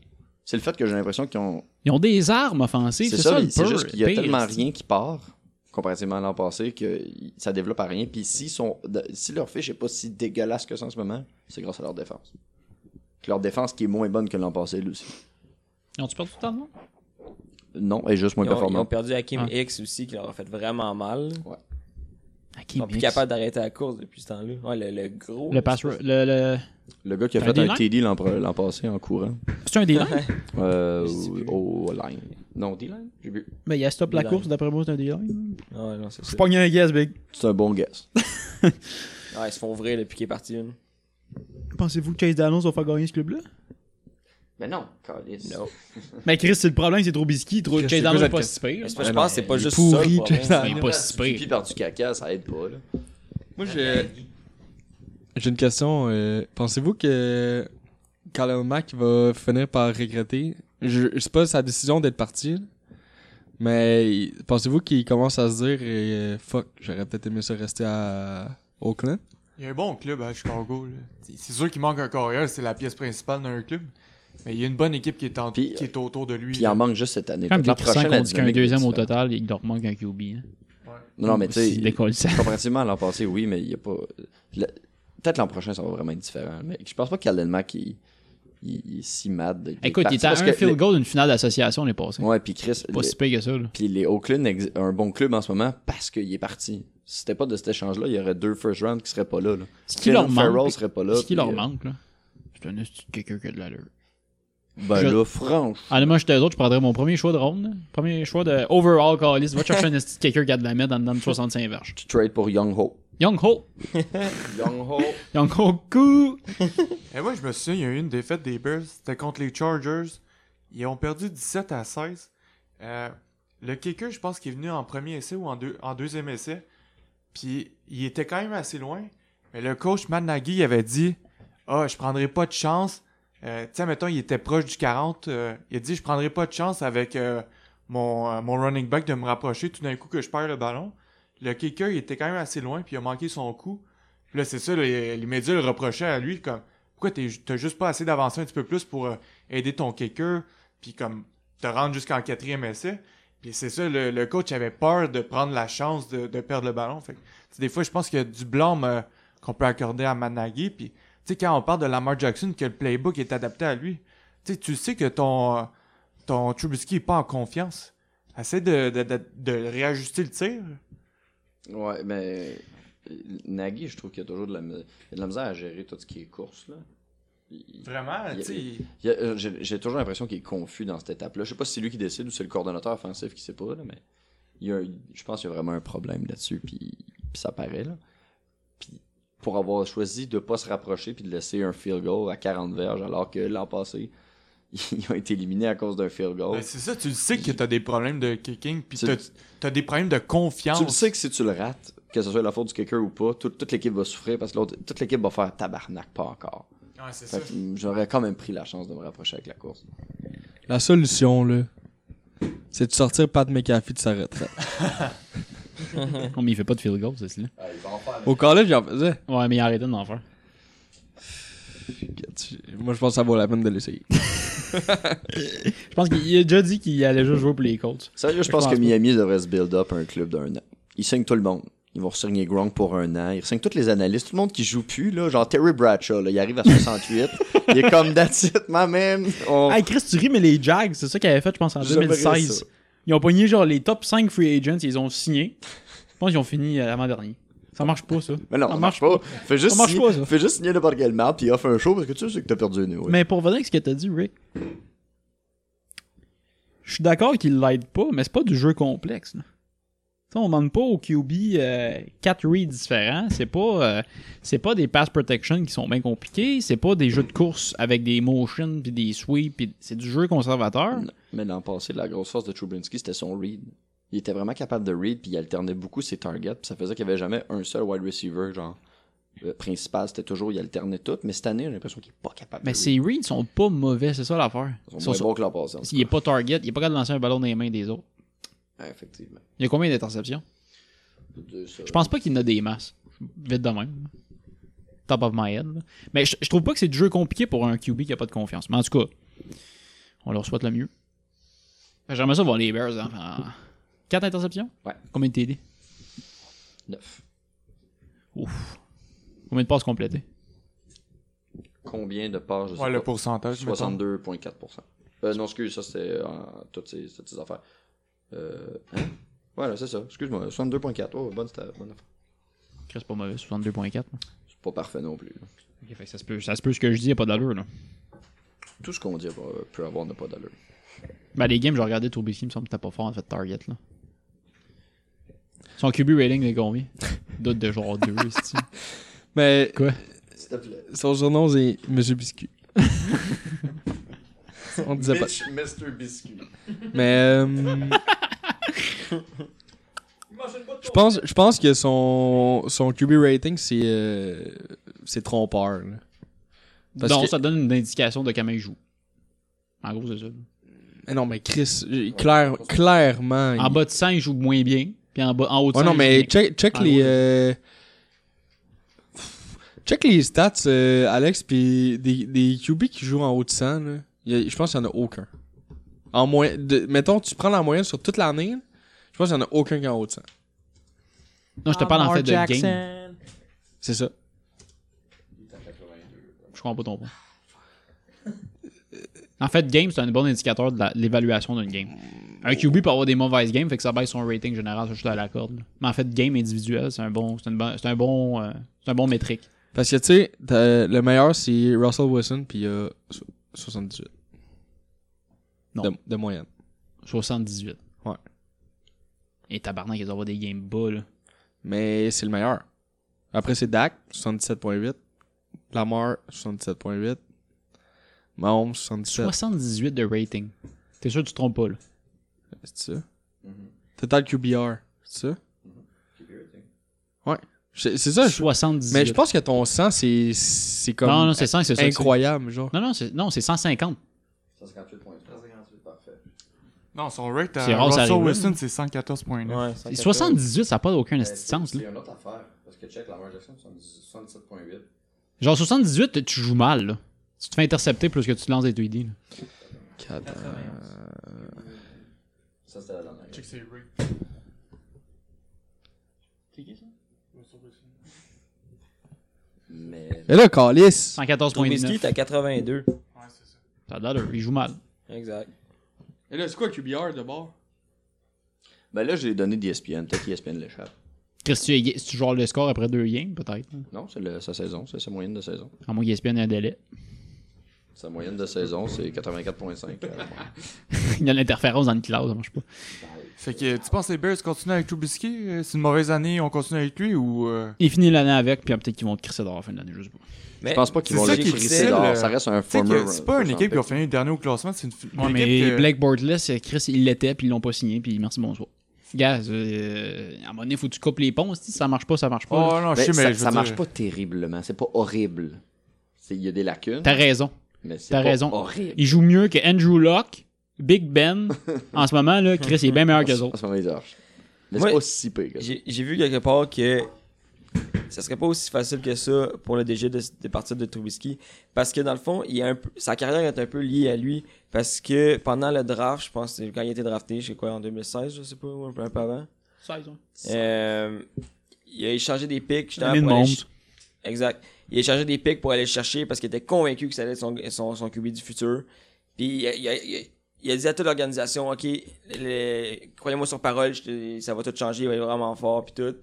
C'est le fait que j'ai l'impression qu'ils ont.
Ils ont des armes offensives.
C'est
C'est
ça,
ça, le
c'est
peur-
juste qu'il y a
pire,
tellement
c'est-
rien qui part, comparativement à l'an passé, que ça développe à rien. Puis s'ils sont, de- si leur fiche est pas si dégueulasse que ça en ce moment, c'est grâce à leur défense. Puis Leur défense qui est moins bonne que l'an passé, elle aussi.
Ils ont-tu perdu tout le temps, non?
Non, elle est juste moins
Ils ont, ils ont
performante.
perdu Hakim
Ah.
X aussi, qui leur a fait vraiment mal. Ils
Hakim
sont plus
Hicks.
capables d'arrêter la course depuis ce temps-là. Ouais, le, le gros.
Le pass... le- le-
Le gars qui a
Un
fait un
D-line?
TD l'an pre- l'an passé en courant.
C'est un D-line?
Euh,
Je sais plus.
au line. Non, D-line J'ai vu.
Mais il a stop la
D-line.
course, d'après moi, c'est un D-line.
Ouais, non, c'est ça.
pogne un guess, big.
C'est un bon guess.
Ouais, ils se font ouvrir depuis qu'il est parti hein. une.
Pensez-vous que Chase Daniels va faire gagner ce club-là?
Mais non, Calis.
Non.
Mais Chris, c'est le problème, c'est Trubisky. Trop...
Chris,
Chase
c'est
Daniels
quoi
est pas
cette
si pire.
Mais c'est pas- je pense que c'est pas
il est
juste
pourri,
ça, le problème.
Chase Daniels. Ah, Il est pas si
Puis
pire.
par du caca, ça aide pas, là.
Moi, j'ai. J'ai une question. euh, Pensez-vous que Khalil Mack va finir par regretter Je, je sais pas sa décision d'être parti, là, mais il- pensez-vous qu'il commence à se dire euh, Fuck, j'aurais peut-être aimé ça rester à Oakland
Il y a un bon club à Chicago. là. C'est c'est sûr qu'il manque un carrière, c'est la pièce principale d'un club. Mais il y a une bonne équipe qui est, en-
Puis,
qui est autour de lui.
Puis il en manque juste cette année.
Quand
Fait que l'an
des Christians
prochain, la
qu'on dit qu'un
dynamique
deuxième
est
au
différente.
total, il leur manque un QB. hein.
Non, non, mais tu sais,
S'il décolle ça.
[LAUGHS] comparativement à l'an passé, oui, mais il n'y a pas. le- Peut-être l'an prochain, ça va vraiment être différent. Mais je pense pas qu'Allen Mack, il... il- il est si mad. de-
Écoute, il
parti
était à
parce
un
que
field
les-
goal d'une finale d'association, on est passé.
Ouais, puis Chris.
Pas
le-
si pire que ça, là.
Puis les Oakland ex- un bon club en ce moment parce qu'il est parti. Si c'était pas de cet échange-là, il y aurait deux first rounds qui seraient pas là. là.
Ce qui leur
Clelin
manque.
Ferrell serait pas là.
ce qui
puis,
leur
euh,
manque, là. C'est un astuce de quelqu'un qui a de l'allure.
Ben
Je-
là, franche.
Honnêtement, j'étais autres, je prendrais mon premier choix de ronde. là. Premier choix de overall callist. Va te chercher un astuce de quelqu'un qui a de la mettre dans, dans le 65 verges.
Tu trade pour Young Ho.
Young Ho.
Young Ho.
Young Ho, cou.
Et Eh, moi, je me souviens, il y a eu une défaite des Bears. C'était contre les Chargers. Ils ont perdu 17 à 16. Euh, le kicker, je pense qu'il est venu en premier essai ou en, deux, en deuxième essai. Puis il était quand même assez loin. Mais le coach Matt Nagy il avait dit Ah, je prendrai pas de chance. Euh, tu sais, mettons, il était proche du 40. euh, il a dit Je prendrai pas de chance avec euh, mon, euh, mon running back de me rapprocher tout d'un coup que je perds le ballon. Le kicker, il était quand même assez loin, puis il a manqué son coup. Puis là, c'est ça, les, les médias le reprochaient à lui, comme pourquoi t'es- t'as juste pas assez d'avancer un petit peu plus pour euh, aider ton kicker, puis comme te rendre jusqu'en quatrième essai. Puis c'est ça, le, le coach avait peur de prendre la chance de, de perdre le ballon. Fait que, tu sais, des fois, je pense qu'il y a du blâme euh, qu'on peut accorder à Managui. Puis, tu sais, quand on parle de Lamar Jackson, que le playbook est adapté à lui, tu sais, tu sais que ton, euh, ton Trubisky est pas en confiance. Essaie de, de, de, de réajuster le tir.
Ouais, mais euh, Nagui, je trouve qu'il y a toujours de la, mi- il y a de la misère à gérer tout ce qui est course. Là. Il-
Vraiment,
Il-
tu sais, il-
il y a- euh, J'ai j'ai toujours l'impression qu'il est confus dans cette étape-là. Je sais pas si c'est lui qui décide ou c'est le coordonnateur offensif qui sait pas, là, mais il y a, je pense qu'il y a vraiment un problème là-dessus, puis, puis ça paraît. Là. Puis pour avoir choisi de pas se rapprocher puis de laisser un field goal à 40 verges, alors que l'an passé, [LAUGHS] ils ont été éliminés à cause d'un field goal.
Ben, c'est ça, tu le sais que t'as des problèmes de kicking, puis
Tu-
t'as t'as des problèmes de confiance.
Tu le sais que si tu le rates, que ce soit la faute du kicker ou pas, tout- toute l'équipe va souffrir parce que l'autre- toute l'équipe va faire tabarnak, pas encore.
Ouais, c'est
Fait
ça.
que, mm, J'aurais quand même pris la chance de me rapprocher avec la course.
La solution, là, c'est de sortir Pat McAfee de sa retraite.
Non, mais il fait pas de field goal, c'est là.
Au collège, j'en faisais.
Ouais, mais il a arrêté d'en faire.
Moi, je pense que ça vaut la peine de l'essayer.
Je pense qu'il a déjà dit qu'il allait juste jouer pour les Colts.
Sérieux, je
Je
pense
pense
que
pas.
Miami devrait se build up un club d'un an. Ils signent tout le monde. Ils vont signer Gronk pour un an. Ils signent tous les analystes, tout le monde qui joue plus, là, genre Terry Bradshaw, là, il arrive
[LAUGHS]
à 68. il est comme that's it, my man. On-
Hey Chris, tu ris, mais les Jags, c'est ça qu'ils avaient fait, je pense, en
Oh. J'aimerais
2016.
ça.
Ils ont pogné genre les top 5 free agents, ils ont signé. Je pense qu'ils ont fini euh, avant-dernier. Ça marche pas, ça.
Mais non,
ça
ça marche pas. Fais juste,
Ça marche
signer,
pas, ça.
fais juste signer n'importe quelle map puis offre un show parce que tu sais que t'as perdu une ouais.
Mais pour revenir à ce que t'as dit, Rick, je suis d'accord qu'il l'aide pas, mais c'est pas du jeu complexe. Là. Tu sais, On demande pas au QB 4 reads différents. C'est pas, euh, c'est pas des pass protection qui sont bien compliqués. C'est pas des jeux de course avec des motions puis des sweeps. puis C'est du jeu conservateur.
Mais l'an passé, la grosse force de Trubinsky, c'était son read. Il était vraiment capable de read, puis il alternait beaucoup ses targets, puis ça faisait qu'il n'y avait jamais un seul wide receiver, genre, euh, principal. C'était toujours, il alternait tout, mais cette année, j'ai l'impression qu'il n'est pas capable
Mais
de
ses reads sont pas mauvais, c'est ça l'affaire.
read. Ben Ils
Ils
sont
sont-
moins bons que l'an passé. en tout
Il est pas target, il est pas capable de lancer un ballon dans les mains des autres.
cas. Ouais, effectivement.
Il y a combien d'interceptions?
De ça.
Je pense pas qu'il en a des masses. Vite de même. Top of my head. là. Mais je, je trouve pas que c'est du jeu compliqué pour un QB qui a pas de confiance. Mais en tout cas, on leur souhaite le mieux. Fait que J'aimerais ça voir les Bears. hein, en- Quatre interceptions?
Ouais.
Combien de TD?
Neuf.
Ouf. Combien de passes complétées?
Combien de passes, je sais
Ouais, le
pas.
pourcentage. mettons.
62,4%. Euh, non, excuse, ça, c'était euh, toutes, ces, toutes ces affaires. Euh, hein? Voilà, c'est ça. Excuse-moi, 62,4. Oh, bonne, stat, bonne affaire.
Chris, pas mauvais, 62.4. là.
C'est pas parfait non plus. là.
Ok, fait que ça, se peut, ça se peut ce que je dis, y a pas d'allure. là.
Tout ce qu'on dit euh, peut avoir n'a pas d'allure.
Ben, les games, j'ai regardé Tourbisky, il me semble que t'as pas fort en fait target, là. Son QB rating est
[LAUGHS]
combien? D'autres de genre 2,
Mais
Quoi?
S'il te plaît.
son surnom, c'est Monsieur Biscuit. On disait pas.
Mr. Biscuit.
Mais. euh, Je pense, je pense que son, son QB rating, c'est euh, c'est trompeur. là. Parce
Non,
que-
ça donne une indication de comment il joue. En gros, c'est ça.
Ben, Mais non, mais Chris, j'ai- Euh, clair, clairement.
En
il-
bas de 100, il joue moins bien. Puis en, bas, en haut de
Ouais,
100,
non,
il
mais
joue bien.
check, check
En
les.
gros,
euh, Check les stats, euh, Alex, puis des, des QB qui jouent en haut de 100, là, il y a- je pense qu'il n'y en a aucun. En moyen, de- mettons, tu prends la moyenne sur toute l'année, là, je pense qu'il n'y en a aucun qui est en haut de 100.
Non, je te parle en fait de game.
C'est ça.
Je comprends pas ton point. En fait, game, c'est un bon indicateur de la- l'évaluation d'une game. Un QB peut avoir des mauvaises games, fait que ça baisse son rating général, ça je suis à la corde. là. Mais en fait, game individuel, c'est un bon, c'est une bonne- c'est un bon, euh, c'est un bon métrique.
Parce que, tu sais, t'as- le meilleur, c'est Russell Wilson, puis il y a so- 78.
Non.
De, de moyenne.
78.
Ouais.
Et tabarnak, ils doivent avoir des games bas, là.
Mais c'est le meilleur. Après, c'est Dak, 77.8. Lamar, 77.8. Mahomes, 77.
78 de rating. T'es sûr que tu te trompes pas, là?
C'est ça? Mhm. Total QBR, c'est ça? Ouais. C'est c'est ça. je-
78.
Mais je pense que ton sang, c'est c'est comme
Non, non, c'est 100, c'est ça. que c'est.
incroyable, genre.
Non, non, c'est, non, c'est 150.
158,3. Parfait.
Non, son rate à
C'est rare, ça
Russell
arrive.
Wilson, c'est 114.9.
Ouais,
Et 78, ça n'a pas aucun esti de sens, là.
une autre affaire. Parce que check, Lamar Jackson, 77.8.
Genre 78, tu joues mal, là. Tu te fais intercepter plus que tu te lances des 2D, là. euh,
Ça, c'était la dernière.
Check ses rates. C'est qui ça? Russell Wilson.
Mais.
Et là, Calis.
114.9.
Trubisky, t'as 82.
Ouais, c'est ça.
Ça a de l'allure, il joue mal.
Exact.
Et là, c'est quoi QBR de bord
Ben là, j'ai donné d'ESPN. Peut-être qu'ESPN l'échappe.
Chris, tu, es- tu genre le score après deux games, peut-être. hein?
Non, c'est le- sa saison. C'est sa moyenne de saison.
À moins qu'il espienne un délai. [LAUGHS]
Sa moyenne de saison, c'est 84,5.
[LAUGHS]
euh,
Il y a l'interférence dans le cloud, ça marche pas.
Fait que tu penses que les Bears continuent avec Trubisky euh, C'est une mauvaise année, on continue avec lui ou. euh,
Il finit l'année avec, puis hein, peut-être qu'ils vont te crisser dehors à la fin de l'année, je sais pas.
Je pense pas qu'ils
C'est
vont
ça
le
qui est
crisser
difficile, euh,
dehors. Ça reste un
Tu sais
former. euh,
que c'est pas une équipe qui a fini dernier au classement, c'est une, f- une
Ouais, mais
équipe. que-
Blake Bortles, euh, Chris, il l'était, puis ils l'ont pas signé, puis merci, bonsoir. Gars, euh, à un moment donné, faut que tu coupes les ponts. Si ça marche pas, ça marche pas.
Oh non, je sais, mais
Ben, ça,
je veux
ça marche
dire-
pas terriblement. C'est pas horrible. C'est- Il y a des lacunes.
T'as raison.
mais c'est
T'as
pas
raison.
Horrible.
Il joue mieux que Andrew Locke,
[LAUGHS]
Big Ben. en ce moment, là, Chris, il est bien meilleur que les
En
autres.
ce moment, ils arrachent. Mais c'est
Moi,
pas si pire que ça.
J'ai j'ai vu quelque part que ça serait pas aussi facile que ça pour le DG de, de partir de Trubisky parce que dans le fond, il est un peu- sa carrière est un peu liée à lui parce que pendant le draft, je pense que quand il a été drafté, je sais quoi, en 2016, je sais pas, ou un peu, un peu avant, hein. euh, il a échangé des pics. justement,
Année de
pour aller
monde.
ch- Exact. Il a échangé des pics pour aller le chercher parce qu'il était convaincu que ça allait être son, son, son QB du futur. Puis il a, il a- il a- il a dit à toute l'organisation, OK, le- croyez-moi sur parole, je te- ça va tout changer, il va être vraiment fort, puis tout.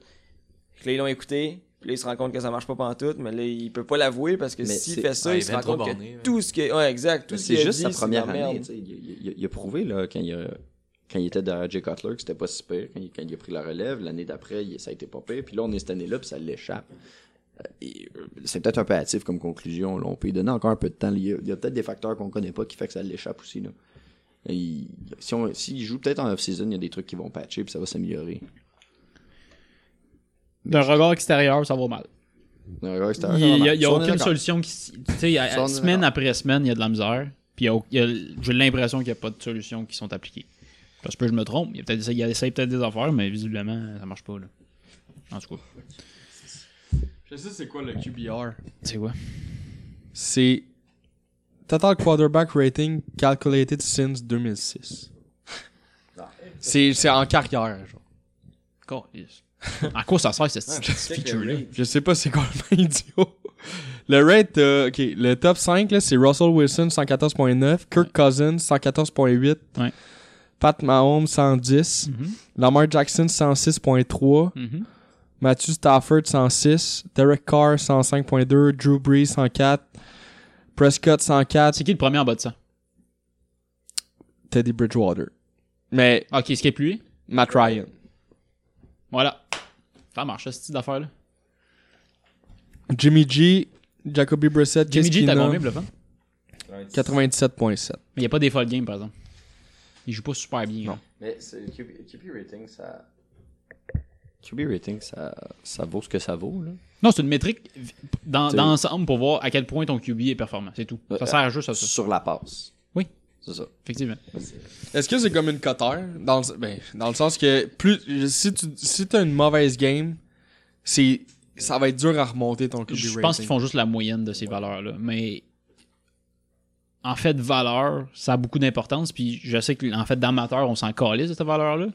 Puis là, ils l'ont écouté. Puis là, il se rend compte que ça marche pas pantoute, mais là, il peut pas l'avouer parce que
Mais
s'il
c'est-
fait ça,
Ouais,
il
il
se
est
rend
trop
compte que
borné, ouais.
tout ce que... Ouais, exact. Tout ce
C'est
qu'il a
juste
dit,
sa
c'est
première
de la
année.
merde.
tu sais. Il, il- il- il a prouvé là, quand, il a, quand il était derrière Jay Cutler que c'était pas si pire. Quand il, quand il a pris la relève, l'année d'après, il- ça a été pas pire. Puis là, on est cette année-là, puis ça l'échappe. Euh, et, euh, C'est peut-être un peu hâtif comme conclusion. là. On peut lui donner encore un peu de temps. Il y a, il y a peut-être des facteurs qu'on connaît pas qui fait que ça l'échappe aussi. Là. Et il- si on, s'il joue peut-être en off-season, il y a des trucs qui vont patcher puis ça va s'améliorer.
D'un regard extérieur, ça va mal.
Il n'y
Il n'y a, il y a aucune solution qui. s- Tu sais, à-
Ça, on est
semaine
d'accord.
après semaine, il y a de la misère. Puis il y a au- il y a- j'ai l'impression qu'il n'y a pas de solutions qui sont appliquées. Ça se peut, je me trompe. Il y a peut-être il essaye peut-être des affaires, mais visiblement, ça marche pas. Là. En tout cas,
Je sais c'est quoi le QBR.
c'est quoi
C'est Total Quarterback Rating Calculated since 2006. C'est c'est en carrière, genre.
Calisse. En quoi ça sert, cette
Ah,
petite feature-là
Je sais pas c'est complètement idiot. Le rate, euh, ok, le top 5, là, c'est Russell Wilson 114.9, Kirk
Ouais.
Cousins 114.8,
Ouais.
Pat Mahomes 110,
Mhm.
Lamar Jackson 106.3,
Mhm.
Matthew Stafford 106, Derek Carr 105.2, Drew Brees 104, Prescott 104,
C'est qui le premier en bas de ça
Teddy Bridgewater. Mais
Ok, ce qui est plus lui
Matt Ryan.
Voilà. Ça marche, cette petite affaire-là.
Jimmy G, Jacoby Brissett,
Jimmy G, t'as
Keskinen,
combien, bluffant
97.7.
Mais il n'y a pas des fall games, par exemple. Il joue pas super bien. hein.
Mais c'est- QB, QB rating, ça. QB rating, ça, ça vaut ce que ça vaut. Là.
Non, c'est une métrique vi- dans
C'est-
dans l'ensemble pour voir à quel point ton QB est performant. C'est tout. Ça
Euh,
sert juste à ça.
Sur la passe.
Oui.
C'est ça.
Effectivement.
Est-ce que c'est comme une cotère dans le, ben, dans le sens que plus si tu si t'as une mauvaise game, c'est ça va être dur à remonter ton QB
Je
rating.
pense qu'ils font juste la moyenne de ces valeurs-là. Mais en fait, valeur, ça a beaucoup d'importance. Puis je sais que en fait, d'amateur, on s'en calisse de cette valeur-là.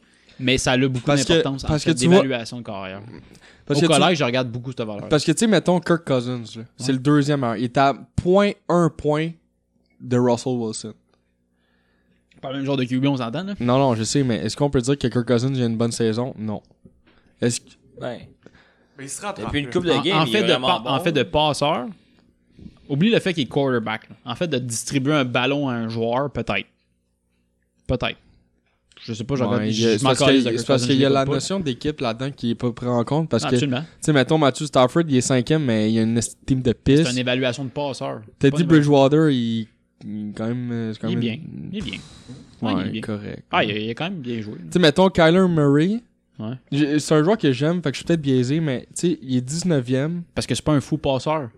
Mais ça a beaucoup
Parce que-
d'importance en
parce
fait
que tu vois-
d'évaluation de carrière.
parce
Au
que tu-
collège, je regarde beaucoup cette valeur-là.
parce que tu sais mettons Kirk Cousins, là, c'est le deuxième heure. Il est à 0.1 point de Russell Wilson.
Pas le même genre de QB, on s'entend. là.
Non non, je sais mais est-ce qu'on peut dire que Kirk Cousins a une bonne saison Non. Est-ce que-
Ouais.
Mais il se rattrape.
Depuis une
là.
coupe de
En,
game,
en
il
fait
est
de
vraiment
pa- en
bon.
fait, de passeur, oublie le fait qu'il est quarterback. là. En fait, de distribuer un ballon à un joueur, peut-être. Peut-être. Je sais pas, je regarde-
Ouais,
je- je
c'est
m'en
parce
calisse de
que-
Kirk
c'est parce
Cousins,
qu'il
je
y a
l'écoute
la
pas.
notion d'équipe là-dedans qui est pas prise en compte parce
Non,
que tu
Absolument.
sais mettons Matthew Stafford il est cinquième mais il a une estime de piste.
C'est une évaluation de passeur.
T'as
Pas
dit
une évaluation-
Bridgewater, il, il est quand même. euh, c'est quand
Il est
même-
bien. Il est bien. Ouais,
Ouais,
il est bien.
correct.
Ah, il a, il a quand même bien joué. là.
Tu sais, mettons Kyler Murray.
Ouais.
j'ai- C'est un joueur que j'aime, fait que je suis peut-être biaisé, mais tu sais, il est 19ème.
Parce que c'est pas un fou passeur.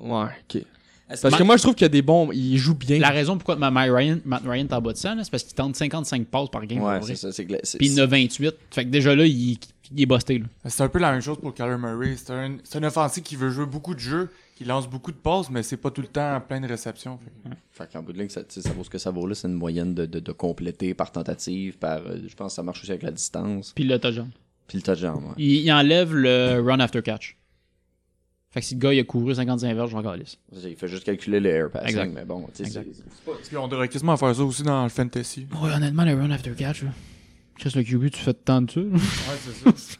Ouais, ok.
Est-ce
Parce
que-
que moi, je trouve qu'il y a des bons. Il joue bien.
La raison pourquoi ma- Matt Ryan, Matt Ryan est en bas de ça, là, c'est parce qu'il tente 55 passes par game.
Ouais,
pour vrai.
c'est ça. C'est que la- c'est-
Puis il en a 28. Fait que déjà là, il, il est busté. là.
C'est un peu la même chose pour Kyler Murray. C'est un, c'est un offensif qui veut jouer beaucoup de jeux, qui lance beaucoup de passes, mais c'est pas tout le temps plein de réceptions. Fait que-
Fait qu'en bout de ligne, ça, tu sais, ça vaut ce que ça vaut. là C'est une moyenne de, de, de compléter par tentative, par. euh, je pense que ça marche aussi avec la distance.
Puis le touchdown.
Puis le touchdown, ouais.
Il, il enlève le run after catch. Fait Fait que si le gars il a couru 55 verges, je m'en calisse.
Il fait juste calculer le air passing,
Exact.
mais bon, tu sais,
Exact.
c'est-
Puis on devrait quasiment faire ça aussi dans le fantasy.
Ouais, honnêtement, le run after catch, là. Chris le QB, tu fais tant de ça.
Ouais, c'est ça.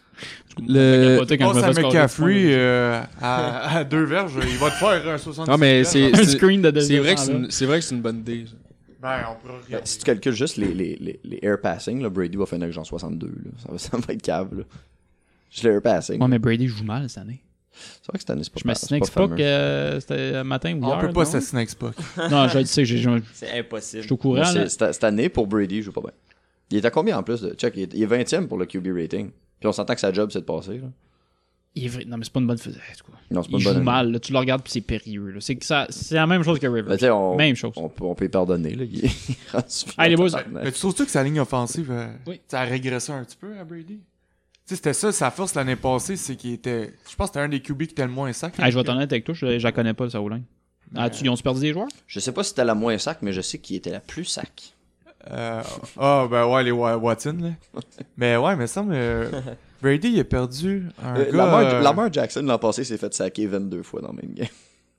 Le...
Capoter quand
Passe
je me
à
fais scorer.
McCaffrey euh, à, à deux verges, il va te faire un 70.
Non, mais c'est
[LAUGHS] Un
c'est-
screen de
c'est vrai que
200,
c'est
là.
une- c'est vrai que c'est une bonne idée. ça.
Ben, on pourra regarder.
Ben, si tu calcules juste les, les, les, les air passing, là, Brady va finir genre 62. Là. Ça, va, [LAUGHS] ça va être cave. Là. Juste le air passing.
Ouais, mais Brady joue mal cette année.
C'est vrai que cette année, c'est pas
Je me
pas- c'est
snake
pas
pas
fameux.
que c'était le matin ou hier.
on peut pas
non?
assassiner Xbox.
Non, je le sais, j'ai- j'ai-
C'est
je
impossible.
suis au
Mais
courant.
c'est-
là.
c'est- Cette année, pour Brady, il joue pas bien. Il est à combien en plus de Check, il est, il est 20e pour le QB rating. Puis on s'entend que sa job, c'est de passer. Là.
Il est vrai- Non, mais c'est pas une bonne faisette. quoi.
Non, c'est pas
Il
une bonne
joue
année.
mal. là. Tu le regardes puis c'est périlleux. là. C'est que ça- c'est la même chose que
Ben, tu
Rivers.
sais, on,
Même chose.
On, peut- on peut y pardonner. Là. Il est [LAUGHS] rendu
Allez, les boys.
Mais tu trouves-tu que sa ligne offensive, euh,
Oui.
ça a régressé un petit peu à Brady? Tu sais, c'était ça, sa force l'année passée, c'est qu'il était. Je pense que c'était un des QB qui était le moins sac.
Hey, Ah, je vais être honnête avec toi, je je la connais pas, le Saoulin. Ah, tu- ils ont-tu perdu des joueurs?
Je sais pas si c'était la moins sac, mais je sais qu'il était la plus sac.
Euh, Ah, ben ouais, les Wa- Watson, là. mais ouais, mais ça, me euh,
[LAUGHS]
Brady, il a perdu un
Euh,
gars.
Lamar,
euh,
Lamar Jackson, l'an passé, s'est fait saquer 22 fois dans le même game. [LAUGHS]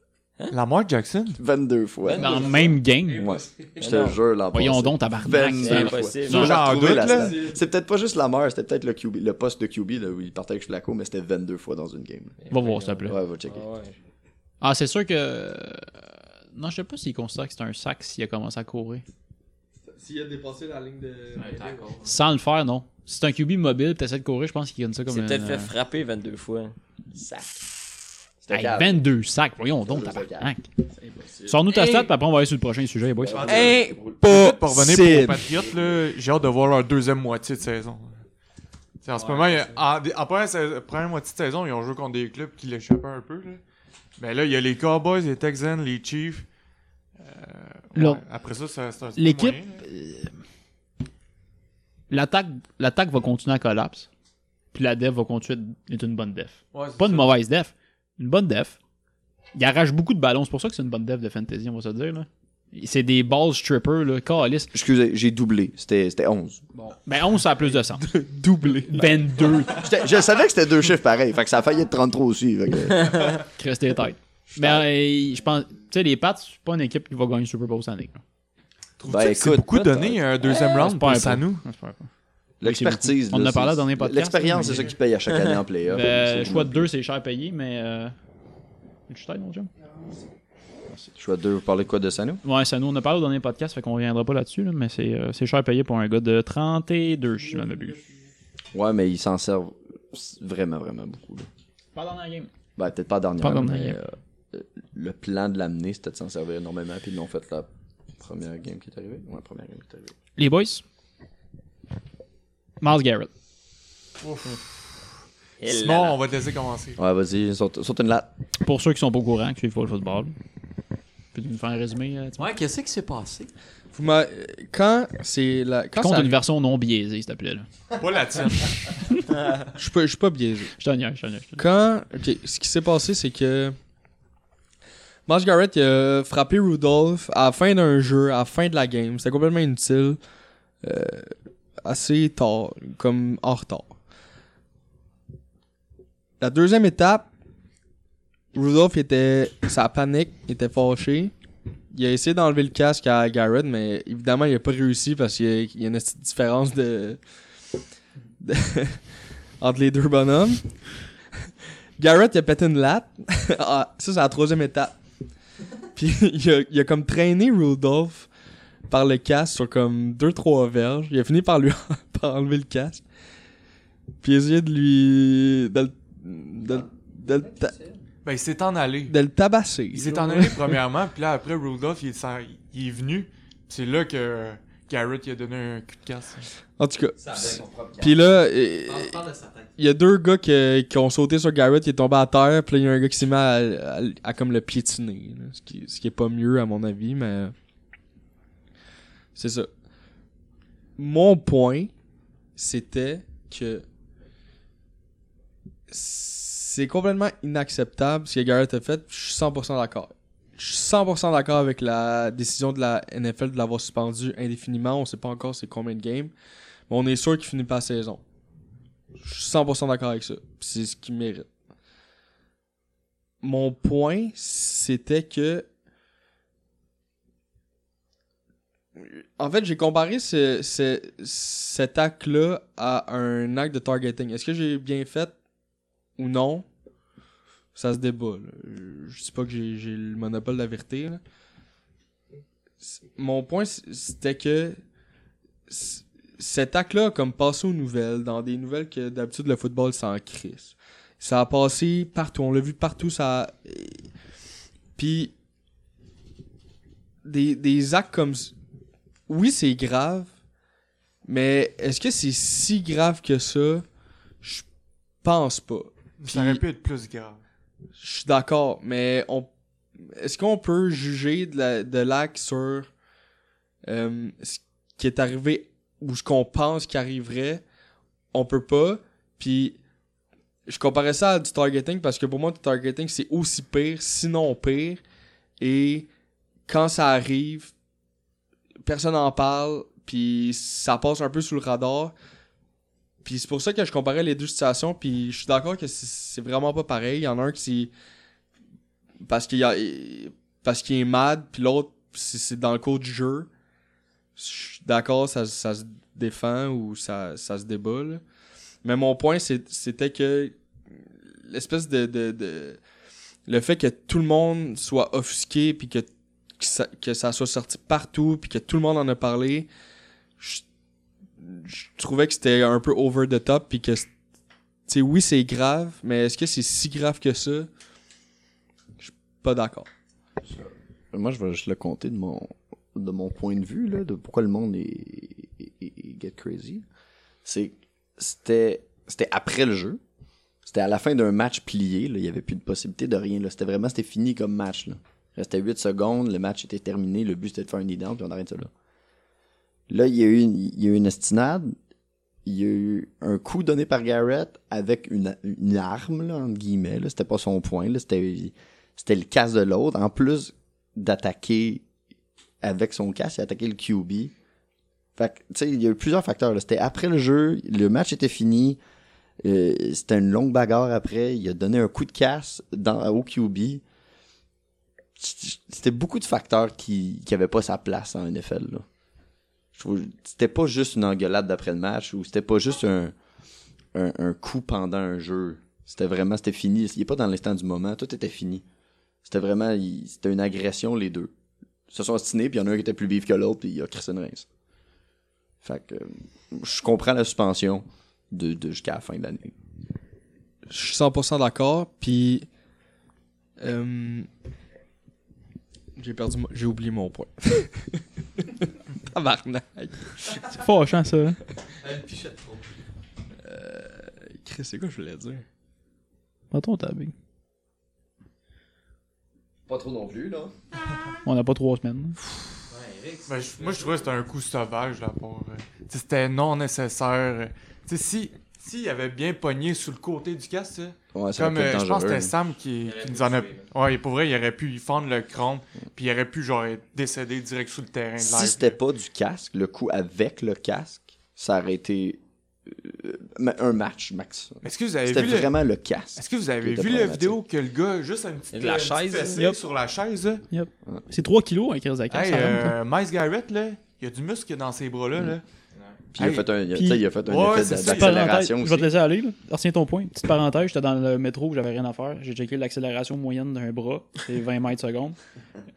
Lamar Jackson?
22 fois.
Ben
Dans le même game.
Ouais. Je te jure, l'an passé.
Voyons donc, tabarnak. Ah,
Ben,
C'est
Ben,
impossible.
Non,
J'ai
Ben j'en
retrouvé
doute,
la
là.
stat. C'est peut-être pas juste la mort, c'était peut-être le, QB le poste de QB là, où il partait avec Flacco, mais c'était 22 fois dans une game.
Va voir, s'il te plaît.
Ouais, va checker.
Ah, c'est sûr que. euh, Non, je sais pas s'il considère que c'est un sac s'il a commencé à courir.
S'il a dépassé la ligne de.
Sans le faire, non. Si c'est un QB mobile, t'essaies de courir, je pense qu'il gagne ça comme
C'est
un. euh,
peut-être fait frapper 22 fois.
C'était calme.
22 sacs, voyons donc,
C'était
tabarnak. Sors-nous ta stat, puis après on va aller sur le prochain sujet, les boys.
Pas pour revenir pour
Cible.
les Patriots, là, j'ai hâte de voir leur deuxième moitié de saison. Tu sais, en ce moment, il y a- en, en première, saison- première moitié de saison, ils ont joué contre des clubs qui l'échappaient un peu. Là. Mais là, il y a les Cowboys, les Texans, les Chiefs. Euh, ouais,
Leur-
après ça, ça- c'est un peu
L'équipe,
moyen, là.
L'attaque l'attaque va continuer à collapse, puis la def va continuer à être une bonne def.
Ouais, c'est
Pas
ça.
une mauvaise def, une bonne def. Il arrache beaucoup de ballons, c'est pour ça que c'est une bonne def de fantasy, on va se dire. là. C'est des balls strippers, là, calice.
Excusez, j'ai doublé. C'était c'était 11.
Ben 11, ça a plus de sens. Doublé. 22,
J'étais- Je savais que c'était deux chiffres pareils, fait que ça a failli être 33 aussi. fait
[LAUGHS]
que- Ben,
Chris, t'es tête. Mais euh, je pense, tu sais, les Pats, c'est pas une équipe qui va gagner le Super Bowl cette année. là.
Trouves-tu
Ben,
que c'est
écoute,
beaucoup
peut-être.
donné un deuxième
c'est
round
pas
pour
un peu.
Sanou.
Ah, c'est pas grave.
L'expertise.
On
là,
en a parlé
c'est-
dans les podcasts,
L'expérience,
mais-
c'est ça qui paye à chaque année en [LAUGHS] playoff.
Le
C'est-
Ben, choix de 2, c'est cher payé, mais. Euh... Tu t'aides, mon chum?
Choix 2, vous parlez de quoi de Sano
Ouais, ça nous, on a parlé au dernier podcast, fait qu'on reviendra pas là-dessus, là, mais c'est euh, c'est cher payé pour un gars de 32, si je ne m'abuse.
Ouais, mais ils s'en servent vraiment, vraiment beaucoup. là.
Pas dans la game.
Ben, peut-être pas dernière,
Pas dernière
mais
game.
euh, euh, le plan de l'amener, c'était de s'en servir énormément, puis ils l'ont fait la première game qui est arrivée. Ouais, la première game qui est arrivée.
Les boys? Miles Garrett.
Simon, on va te laisser commencer.
Ouais, vas-y, saute, saute une latte.
Pour ceux qui sont pas au courant, qui suivent pas le football. Peux-tu nous faire un résumé? euh, tu
Ouais, qu'est-ce qui s'est passé?
Vous m'a- Quand c'est la. Quand
comptes
ça-
une version non biaisée, s'il te plaît. Là.
Pas la tienne.
Je suis pas- je suis pas biaisé.
Je te niaise, je te niaise, je te niaise.
Quand. ok, ce qui s'est passé, c'est que. Marge Garrett il a frappé Rudolph à la fin d'un jeu, à la fin de la game. C'était complètement inutile. euh, assez tard, comme en retard. La deuxième étape, Rudolph était. Ça panique, il était fâché. Il a essayé d'enlever le casque à Garrett, mais évidemment, il a pas réussi parce qu'il y a- il y a une petite différence de. de- [LAUGHS] entre les deux bonhommes. Garrett, il a pété une latte. [LAUGHS] Ah, ça, c'est la troisième étape. Puis [LAUGHS] il a, il a comme traîné Rudolph par le casque sur comme deux trois verges. Il a fini par lui [LAUGHS] par enlever le casque. Puis il a essayé de lui. de le. de le- de le ta-
Ben, il s'est en allé.
de le tabasser.
Il s'est en [LAUGHS] allé premièrement, puis là, après, Rudolph, il, s'en- il est venu. Puis C'est là que Garrett, il a donné un coup de casse.
En tout cas. Puis là, euh, il y a deux gars que- qui ont sauté sur Garrett, il est tombé à terre, puis là, il y a un gars qui s'est mis à, à- à comme le piétiner, là, ce, qui, ce qui est pas mieux à mon avis, mais c'est ça. Mon point, c'était que c'est complètement inacceptable ce que Garrett a fait, je suis 100% d'accord. Je suis 100% d'accord avec la décision de la NFL de l'avoir suspendu indéfiniment. On sait pas encore c'est combien de games. Mais on est sûr qu'il finit pas la saison. Je suis 100% d'accord avec ça. Puis C'est ce qu'il mérite. mon point, c'était que. En fait, j'ai comparé ce, ce- cet acte-là à un acte de targeting. Est-ce que j'ai bien fait ou non Ça se débat. là. Je dis pas que j'ai j'ai le monopole de la vérité. là. C'est- Mon point, c- c'était que c- cet acte-là a comme passé aux nouvelles, dans des nouvelles que d'habitude le football s'en crisse. Ça a passé partout, on l'a vu partout, ça. a- Puis des, des actes comme s- oui, c'est grave, mais est-ce que c'est si grave que ça Je pense pas.
Ça aurait pu être plus grave.
Je suis d'accord, mais on est-ce qu'on peut juger de la- de l'acte sur euh, ce qui est arrivé ou ce qu'on pense qui arriverait On peut pas. Puis je comparais ça à du targeting parce que pour moi, du targeting, c'est aussi pire, sinon pire. Et quand ça arrive, personne n'en parle, puis ça passe un peu sous le radar. Puis c'est pour ça que je comparais les deux situations, puis je suis d'accord que c'est- c'est vraiment pas pareil. Il y en a un qui. Parce qu'il y a- parce qu'il est mad, puis l'autre, c'est c'est dans le cours du jeu. Je suis d'accord, ça, ça se défend ou ça, ça se débat. là. Mais mon point, c'est- c'était que l'espèce de, de, de- Le fait que tout le monde soit offusqué, puis que, que, ça, que ça soit sorti partout, puis que tout le monde en a parlé, je, je trouvais que c'était un peu over the top, puis que. c'est- Tu sais, oui, c'est grave, mais est-ce que c'est si grave que ça? Je suis pas d'accord.
Moi, je vais juste le compter de mon, de mon point de vue, là, de pourquoi le monde est, est- est- est get crazy. C'est, c'était, c'était après le jeu. C'était à la fin d'un match plié, là. Il n'y avait plus de possibilité de rien, là. C'était vraiment, c'était fini comme match, là. Il restait 8 secondes, le match était terminé, le but c'était de faire un knee-down, puis on arrête ça là. Là, il y a eu une, il y a eu une estinade, il y a eu un coup donné par Garrett avec une, une arme, là, entre guillemets, là. C'était pas son point, là. C'était, c'était le casse de l'autre. En plus, d'attaquer avec son casque, il a attaqué le QB. Fait que, tu sais, il y a eu plusieurs facteurs. là. C'était après le jeu, le match était fini, euh, c'était une longue bagarre après, il a donné un coup de casse dans, au QB. C'était beaucoup de facteurs qui n'avaient pas sa place en NFL. Là. Je trouve- C'était pas juste une engueulade d'après le match ou c'était pas juste un, un, un coup pendant un jeu. C'était vraiment, c'était fini. Il n'est pas dans l'instant du moment, tout était fini. C'était vraiment, il- c'était une agression, les deux. Ils se sont ostinés, puis il y en a un qui était plus vif que l'autre, puis il a crissé une race. Fait que, euh, je comprends la suspension de, de jusqu'à la fin de l'année.
je suis 100% d'accord. Puis. euh, j'ai perdu. mon- J'ai oublié mon point. [LAUGHS] Tabarnak.
C'est fâchant, ça. hein?
Chris, c'est quoi que je voulais dire?
Prends ton tabé.
Pas trop non plus, là.
On n'a pas trois semaines.
Ben, je- moi, je trouvais que c'était un coup sauvage, là, pour... euh, tu sais, c'était non nécessaire. euh. Tu sais, si... S'il avait bien pogné sur le côté du casque, ça,
Ouais, ça
comme
aurait pu
euh,
être
je pense que
dangereux,
c'était Sam qui, qui nous en a. Ouais, pour vrai, il aurait pu y fendre le crâne, puis il aurait pu genre être décédé direct sur le terrain. de
Si
live,
c'était
là.
pas du casque, le coup avec le casque, ça aurait été euh, ma- un match, max.
Mais Est-ce que vous avez
C'était
vu le-
vraiment le casque.
Est-ce que vous
Qui
avez
était
vu la
problématique.
vidéo que le gars, juste euh, un petit
De la chaise,
yep.
sur la chaise, là?
C'est 3 kilos, un Chris de casse,
Hey,
ça rentre, hein.
euh, Miles Garrett, là, il y a du muscle dans ses bras-là. Là.
Puis il a
Hey,
fait un, il a-
puis-
tu sais, il a fait un
Ouais, ouais,
effet
c'est
d'a-
ça.
Petite parenthèse,
d'accélération
je
aussi.
vais te laisser aller. Là. Retiens ton point. Petite parenthèse, j'étais dans le métro où j'avais rien à faire. J'ai checké l'accélération moyenne d'un bras. C'est 20 mètres secondes.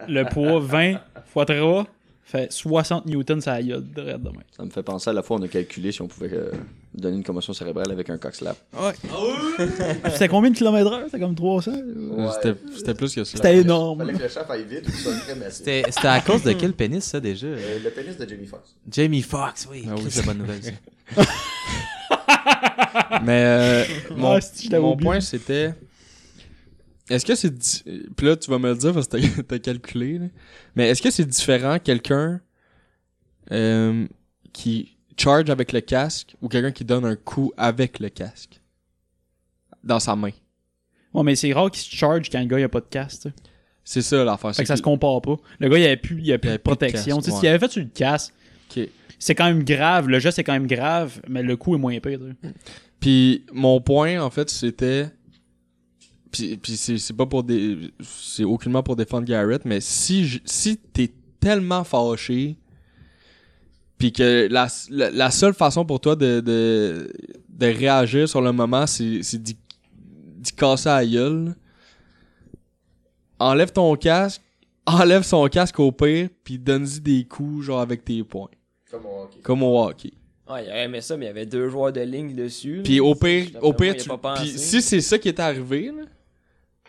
Le poids 20 fois 3 fait 60 newtons à la gueule, direct de même.
Ça me fait penser à la fois on a calculé si on pouvait euh, donner une commotion cérébrale avec un cock slap.
C'était combien de kilomètres heure? C'était comme 300?
C'était- C'était plus que ça.
C'était énorme.
que le chat aille vite, ça serait massif.
C'était c'était à cause de quel pénis, ça, déjà?
Euh, le pénis de Jamie Foxx.
Jamie Foxx, oui.
Ah oui.
Chris, c'est bonne nouvelle, ça.
Mais euh,
[LAUGHS]
mon,
Ah, si, je l'avais
mon
oublié.
point, c'était. Est-ce que c'est. di- Puis là, tu vas me le dire parce que t'as- t'as calculé. là. Mais est-ce que c'est différent quelqu'un euh, qui charge avec le casque ou quelqu'un qui donne un coup avec le casque dans sa main
Bon, mais c'est rare qu'il se charge quand le gars il a pas de casse. tu sais.
C'est ça l'affaire.
Fait
c'est
que ça
que-
se compare pas. Le gars, il avait plus, il avait
Il
plus
avait
de
plus de
protection.
casque,
Tu sais, S'il
ouais.
avait fait sur le casse,
Ok.
c'est quand même grave. Le geste, c'est quand même grave, mais le coup est moins pire. tu sais.
Puis mon point, en fait, c'était. Puis, puis c'est c'est pas pour des. C'est aucunement pour défendre Garrett, mais si, j- si t'es tellement fâché, puis que la, la, la seule façon pour toi de, de, de réagir sur le moment, c'est c'est d'y d'y casser à gueule, enlève ton casque, enlève son casque au pire, puis donne-y des coups, genre avec tes poings.
Comme au hockey.
Comme au hockey.
Ouais, il aurait aimé ça, mais il y avait deux joueurs de ligne dessus. là.
Puis au pire,
D'après
au
moi,
pire
il a
tu-
pas pensé.
puis si c'est ça qui est arrivé, là,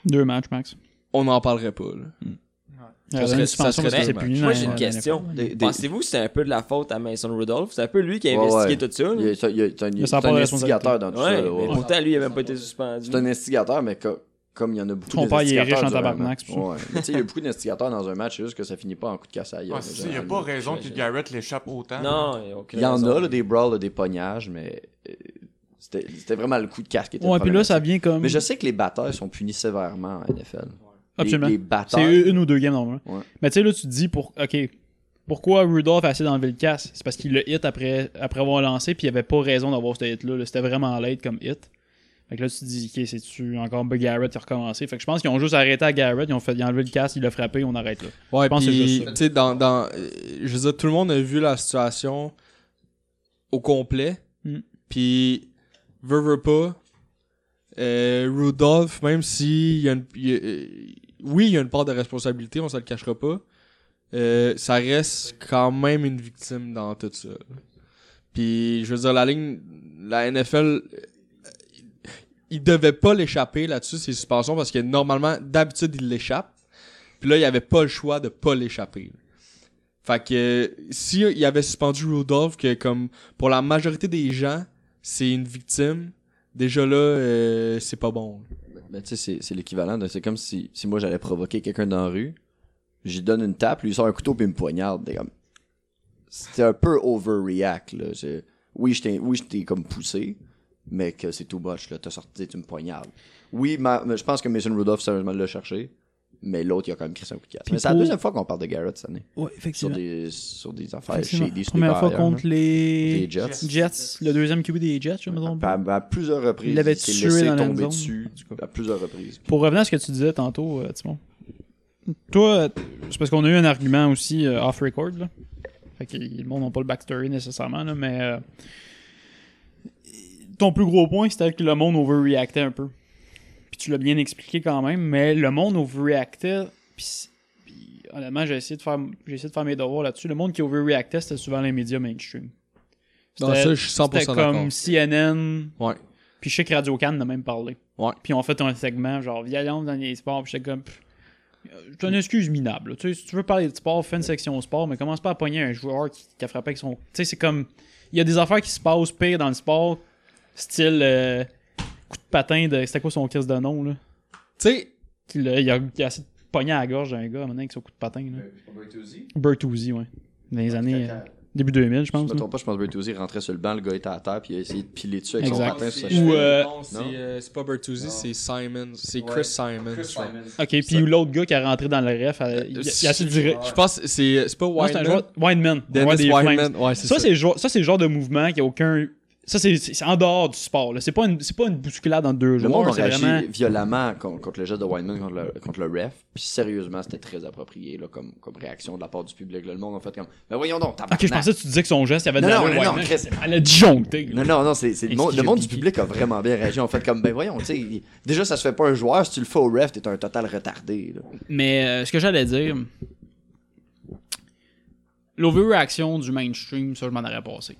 Deux matchs, max. Euh,
on n'en parlerait pas. là.
Ça
serait- ça serait
deux
c'est
matchs.
puni. dans
Moi,
la-
j'ai une
dans la-
question.
Des- des-
Pensez-vous que c'est un peu de la faute à Mason Rudolph? C'est un peu lui qui a
Ouais,
investigué
ouais.
tout ça. là.
Il y a- il y a- c'est un-
Mais ça a
c'est
pas de
un
responsabilité.
instigateur dans tout
Ouais,
ça.
mais
là, ouais.
pourtant, lui, il avait pas été suspendu.
C'est un instigateur, mais co- comme il y en a beaucoup
Son père, il est riche en
d'instigateurs durant un
tabarnak,
match.
c'est pour
euh, Ouais. Mais tu sais, il y a beaucoup d'instigateurs dans un match, c'est juste que ça finit pas en coup de casse à la gueule,
Ouais,
là,
Ah, c'est ça, Il n'y a
généralement.
pas raison que Garrett l'échappe autant.
Non, il y a aucune
Il y en
raison.
a, là, des brawls, là, des pognages, mais euh, c'était c'était vraiment le coup de casque qui était
Ouais, puis là,
problématique.
ça vient comme.
Mais je sais que les batteurs sont punis sévèrement en NFL. Les-
Absolument.
Les, batteurs.
C'est une ou deux games normalement.
Ouais.
Mais tu sais, là, tu te dis, pour, OK, pourquoi Rudolph a essayé d'enlever le casse C'est parce qu'il le hit après, après avoir lancé, puis il avait pas raison d'avoir ce hit-là. là. C'était vraiment laid comme hit. Fait que là, tu te dis, OK, c'est-tu encore Bug Garrett qui a recommencé Fait que je pense qu'ils ont juste arrêté à Garrett, ils ont, fait, ils ont enlevé le casse, il l'a frappé, on arrête là.
Ouais,
Je pense que c'est
puis,
juste ça.
tu sais, dans, dans, euh, je veux dire, tout le monde a vu la situation au complet.
Mm.
Puis, veut, veut pas, euh, Rudolph, même si il y a une, il y a- euh, oui, il y a une part de responsabilité, on se le cachera pas, euh, ça reste quand même une victime dans tout ça. Puis, je veux dire, la ligne, la NFL, euh, il devait pas l'échapper là-dessus, ses suspensions, parce que normalement, d'habitude, il l'échappe. Puis là, il avait pas le choix de pas l'échapper. Fait que euh, si il avait suspendu Rudolph, que comme pour la majorité des gens, c'est une victime, déjà là, euh, c'est pas bon.
Mais Ben, tu sais, c'est- c'est l'équivalent de. C'est comme si, si moi j'allais provoquer quelqu'un dans la rue, j'y donne une tape, lui il sort un couteau puis il me poignarde. T'es comme- C'était un peu overreact, là. C'est- Oui, je t'ai oui, je t'ai comme poussé, mais que c'est tout botch, là. T'as sorti, tu me poignardes. Oui, ma- mais je pense que Mason Rudolph, sérieusement, l'a cherché, mais l'autre, il a quand même crissé un coup de casse.
Puis
Mais c'est la
pour-
deuxième fois qu'on parle de Garrett cette année.
Ouais,
Sur
effectivement.
des, sur des affaires chez des
Première
sneakers
fois
ailleurs,
contre
là.
les
Des Jets.
Jets, le deuxième QB des Jets, je me trompe pas.
À, à plusieurs reprises,
Il l'avait
s'est
tué
laissé
dans la
tomber
zone.
dessus à plusieurs reprises.
Pour revenir à ce que tu disais tantôt, euh, Timon. Toi, euh, c'est parce qu'on a eu un argument aussi euh, off record. Là. Fait que le monde n'a pas le backstory nécessairement, là, mais euh, ton plus gros point, c'était que le monde overreactait un peu. Puis tu l'as bien expliqué quand même, mais le monde overreactait. Puis, c- puis honnêtement, j'ai essayé, de faire, j'ai essayé de faire mes devoirs là-dessus. Le monde qui overreactait, c'était souvent les médias mainstream.
Dans
C'était-
ça, je suis 100%
C'était
d'accord.
comme CNN,
Ouais.
puis je sais que Radio Cannes en a même parlé.
Ouais.
Puis on fait un segment genre violence dans les sports. Puis j'étais comme. pff, euh, C'est une excuse minable. là. Tu sais, si tu veux parler de sport, fais une section sport, mais commence pas à pogner un joueur qui, qui a frappé avec son. Tu sais, c'est comme. Il y a des affaires qui se passent pire dans le sport, style euh, coup de patin de. C'était quoi son crise de nom, là
Tu sais,
Qui l'a- il, a, il a essayé de pogner à la gorge d'un gars maintenant avec son coup de patin. Là. Euh, Bertuzzi, ouais. Dans les années. euh, début 2000, je
Je
pense.
me
là.
trompe pas, je pense que Bertuzzi rentrait sur le banc, le gars était à terre, puis il a essayé de piler dessus avec
Exact.
son patin sur sa
Ou,
cheville.
euh,
Non, c'est euh, c'est pas Bertuzzi, c'est Simon. C'est Chris Simon. je crois.
Ok, puis l'autre gars qui a rentré dans le ref, euh, il, il a essayé de virer-
Je pense que c'est c'est pas
Non, c'est un
Wineman.
joueur- Wineman. le
Dennis
roi des Flames.
Wineman. Ouais, c'est
Ça, c'est le genre- ça, c'est le genre de mouvement qui a aucun. Ça, c'est c'est en dehors du sport. là. C'est pas, une- c'est pas une bousculade entre deux
Le monde a
joueurs. C'est
réagi
vraiment.
violemment con- contre, le geste de Wineman, contre le, contre le ref. Puis sérieusement, c'était très approprié là, comme, comme réaction de la part du public. là. Le monde a fait comme Mais voyons donc, tabarnak.
Ok, je pensais que tu disais que son geste, il y avait de
Non,
la
non,
loi,
non, non,
mais-
Chris.
Elle a disjoncté. là.
Non, non, non, c'est, c'est le,
Est-ce
monde,
que
le
j'ai
monde du
piqué?
public a vraiment bien réagi. On fait comme Ben voyons, tu sais, déjà ça se fait pas un joueur, si tu le fais au ref, t'es un total retardé. là.
Mais euh, ce que j'allais dire, l'overreaction du mainstream, ça, je m'en aurais passé.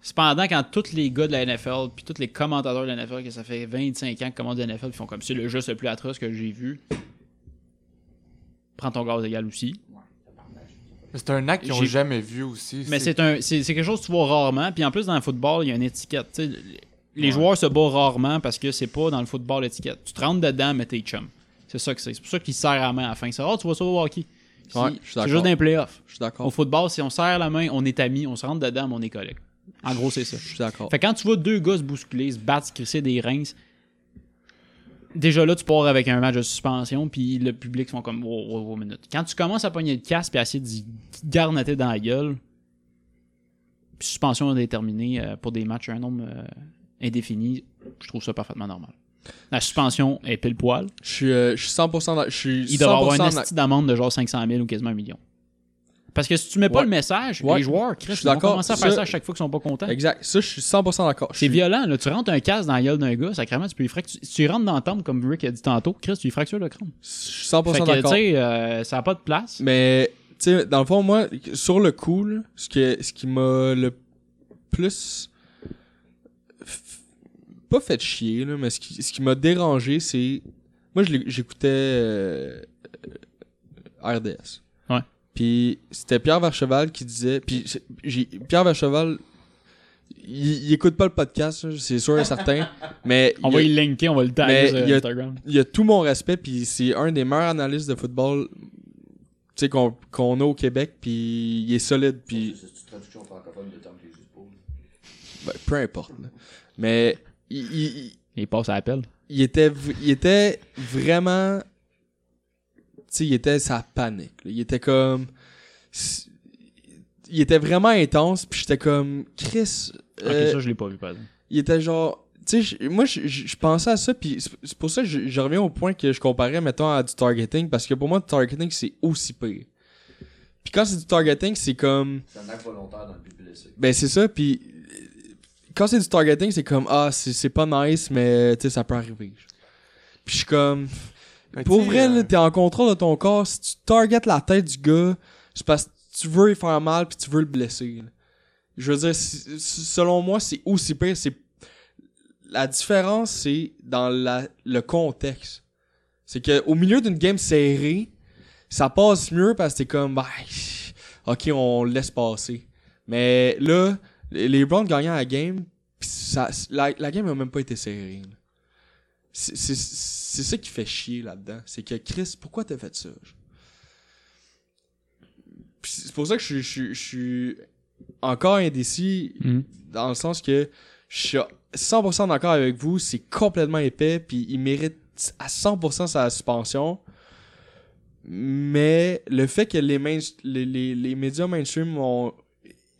Cependant, quand tous les gars de la NFL, puis tous les commentateurs de la NFL, que ça fait 25 ans que commandent de la NFL, ils font comme c'est le geste le plus atroce que j'ai vu, prends ton gaz égal aussi.
C'est un acte qu'ils n'ont
J'ai-
jamais vu aussi.
Mais c'est un, c'est c'est quelque chose que tu vois rarement. Puis en plus, dans le football, il y a une étiquette. tu sais, les- les joueurs se battent rarement parce que c'est pas dans le football l'étiquette. Tu te rentres dedans, mais t'es chum. C'est ça que c'est. C'est pour ça qu'ils se serrent la main à la fin. C'est rare, tu vois ça au hockey. Si-
Ouais, je suis
c'est
d'accord.
juste dans les playoffs.
Je suis
Au
d'accord.
football, si on serre la main, on est amis, on se rentre dedans, mais on est collègues. En gros, c'est ça.
Je suis d'accord.
Fait que quand tu vois deux gars se bousculer, se battre, se crisser des reins, déjà là, tu pars avec un match de suspension, puis le public sont comme wow, wow, wow, minute. Quand tu commences à pogner le casque puis à essayer d'y garnoter dans la gueule, puis suspension indéterminée euh, pour des matchs à un nombre euh, indéfini, je trouve ça parfaitement normal. La suspension est pile poil.
Je suis, euh, je suis 100% dans, je suis
Il doit avoir
100%
une
dans-
esti d'amende de genre 500 000 ou quasiment un million. Parce que si tu mets pas
Ouais.
le message,
Ouais.
les joueurs, Chris,
Je suis
ils vont
d'accord.
commencer à faire ça,
Ça-
à chaque fois qu'ils sont pas contents.
Exact. Ça, je suis 100% d'accord. Je
C'est
suis-
violent, là. Tu rentres un casse dans la gueule d'un gars, sacrément, tu peux lui fracturer. Si tu rentres dans la tempe, comme Rick a dit tantôt, Chris, tu lui fractures le crâne.
Je suis
Fait
100%
que, tu
d'accord.
sais, euh, ça a pas de place.
Mais, tu sais, dans le fond, moi, sur le coup, là, ce, que, ce qui m'a le plus. f- pas fait chier, là, mais ce qui, ce qui m'a dérangé, c'est. Moi, je l'ai- j'écoutais. euh, euh, RDS.
Ouais.
Puis, c'était Pierre Vercheval qui disait. Puis, c'est- j'ai- Pierre Vercheval. Il, il écoute pas le podcast, là, c'est sûr et certain. mais
[LAUGHS] On
il
va
a-
y linker, on va le taguer
Mais
sur
il y a-
Instagram.
il a tout mon respect, puis c'est un des meilleurs analystes de football tu sais, qu'on qu'on a au Québec, puis il est solide, puis
C'est une traduction francophone de Tom Jesus Paul.
ben, peu importe. là. Mais il, il-
Il passe à l'appel.
il était, v- il était vraiment. Tu sais, il était sa panique. là. Il était comme. s- Il était vraiment intense, puis j'étais comme. Chris. euh,
Ok, ça, je l'ai pas vu, par exemple.
il était genre tu sais je- moi je- je je pensais à ça puis c'est- c'est pour ça que je, je reviens au point que je comparais mettons à du targeting parce que pour moi du targeting c'est aussi pire puis quand c'est du targeting c'est comme
C'est un acte volontaire dans le but blessé.
ben c'est ça puis euh, quand c'est du targeting c'est comme ah c'est c'est pas nice mais tu sais ça peut arriver puis je suis comme
Ben,
pour
tu sais,
vrai
euh,
là t'es en contrôle de ton corps si tu targetes la tête du gars c'est parce que tu veux lui faire mal puis tu veux le blesser là. je veux dire si- si- selon moi c'est aussi pire c'est la différence, c'est dans la- le contexte. C'est que au milieu d'une game serrée, ça passe mieux parce que t'es comme, bah, ok, on le laisse passer. Mais là, les les Browns gagnant la game, pis ça, la, la game a même pas été serrée. là. C'est c'est- c'est ça qui fait chier là-dedans. C'est que Chris, pourquoi t'as fait ça? Pis C'est pour ça que je suis- je suis- je suis encore indécis
Mhm.
dans le sens que je suis 100% d'accord avec vous, c'est complètement épais, puis il mérite à 100% sa suspension. Mais le fait que les, main- les, les, les médias mainstream ont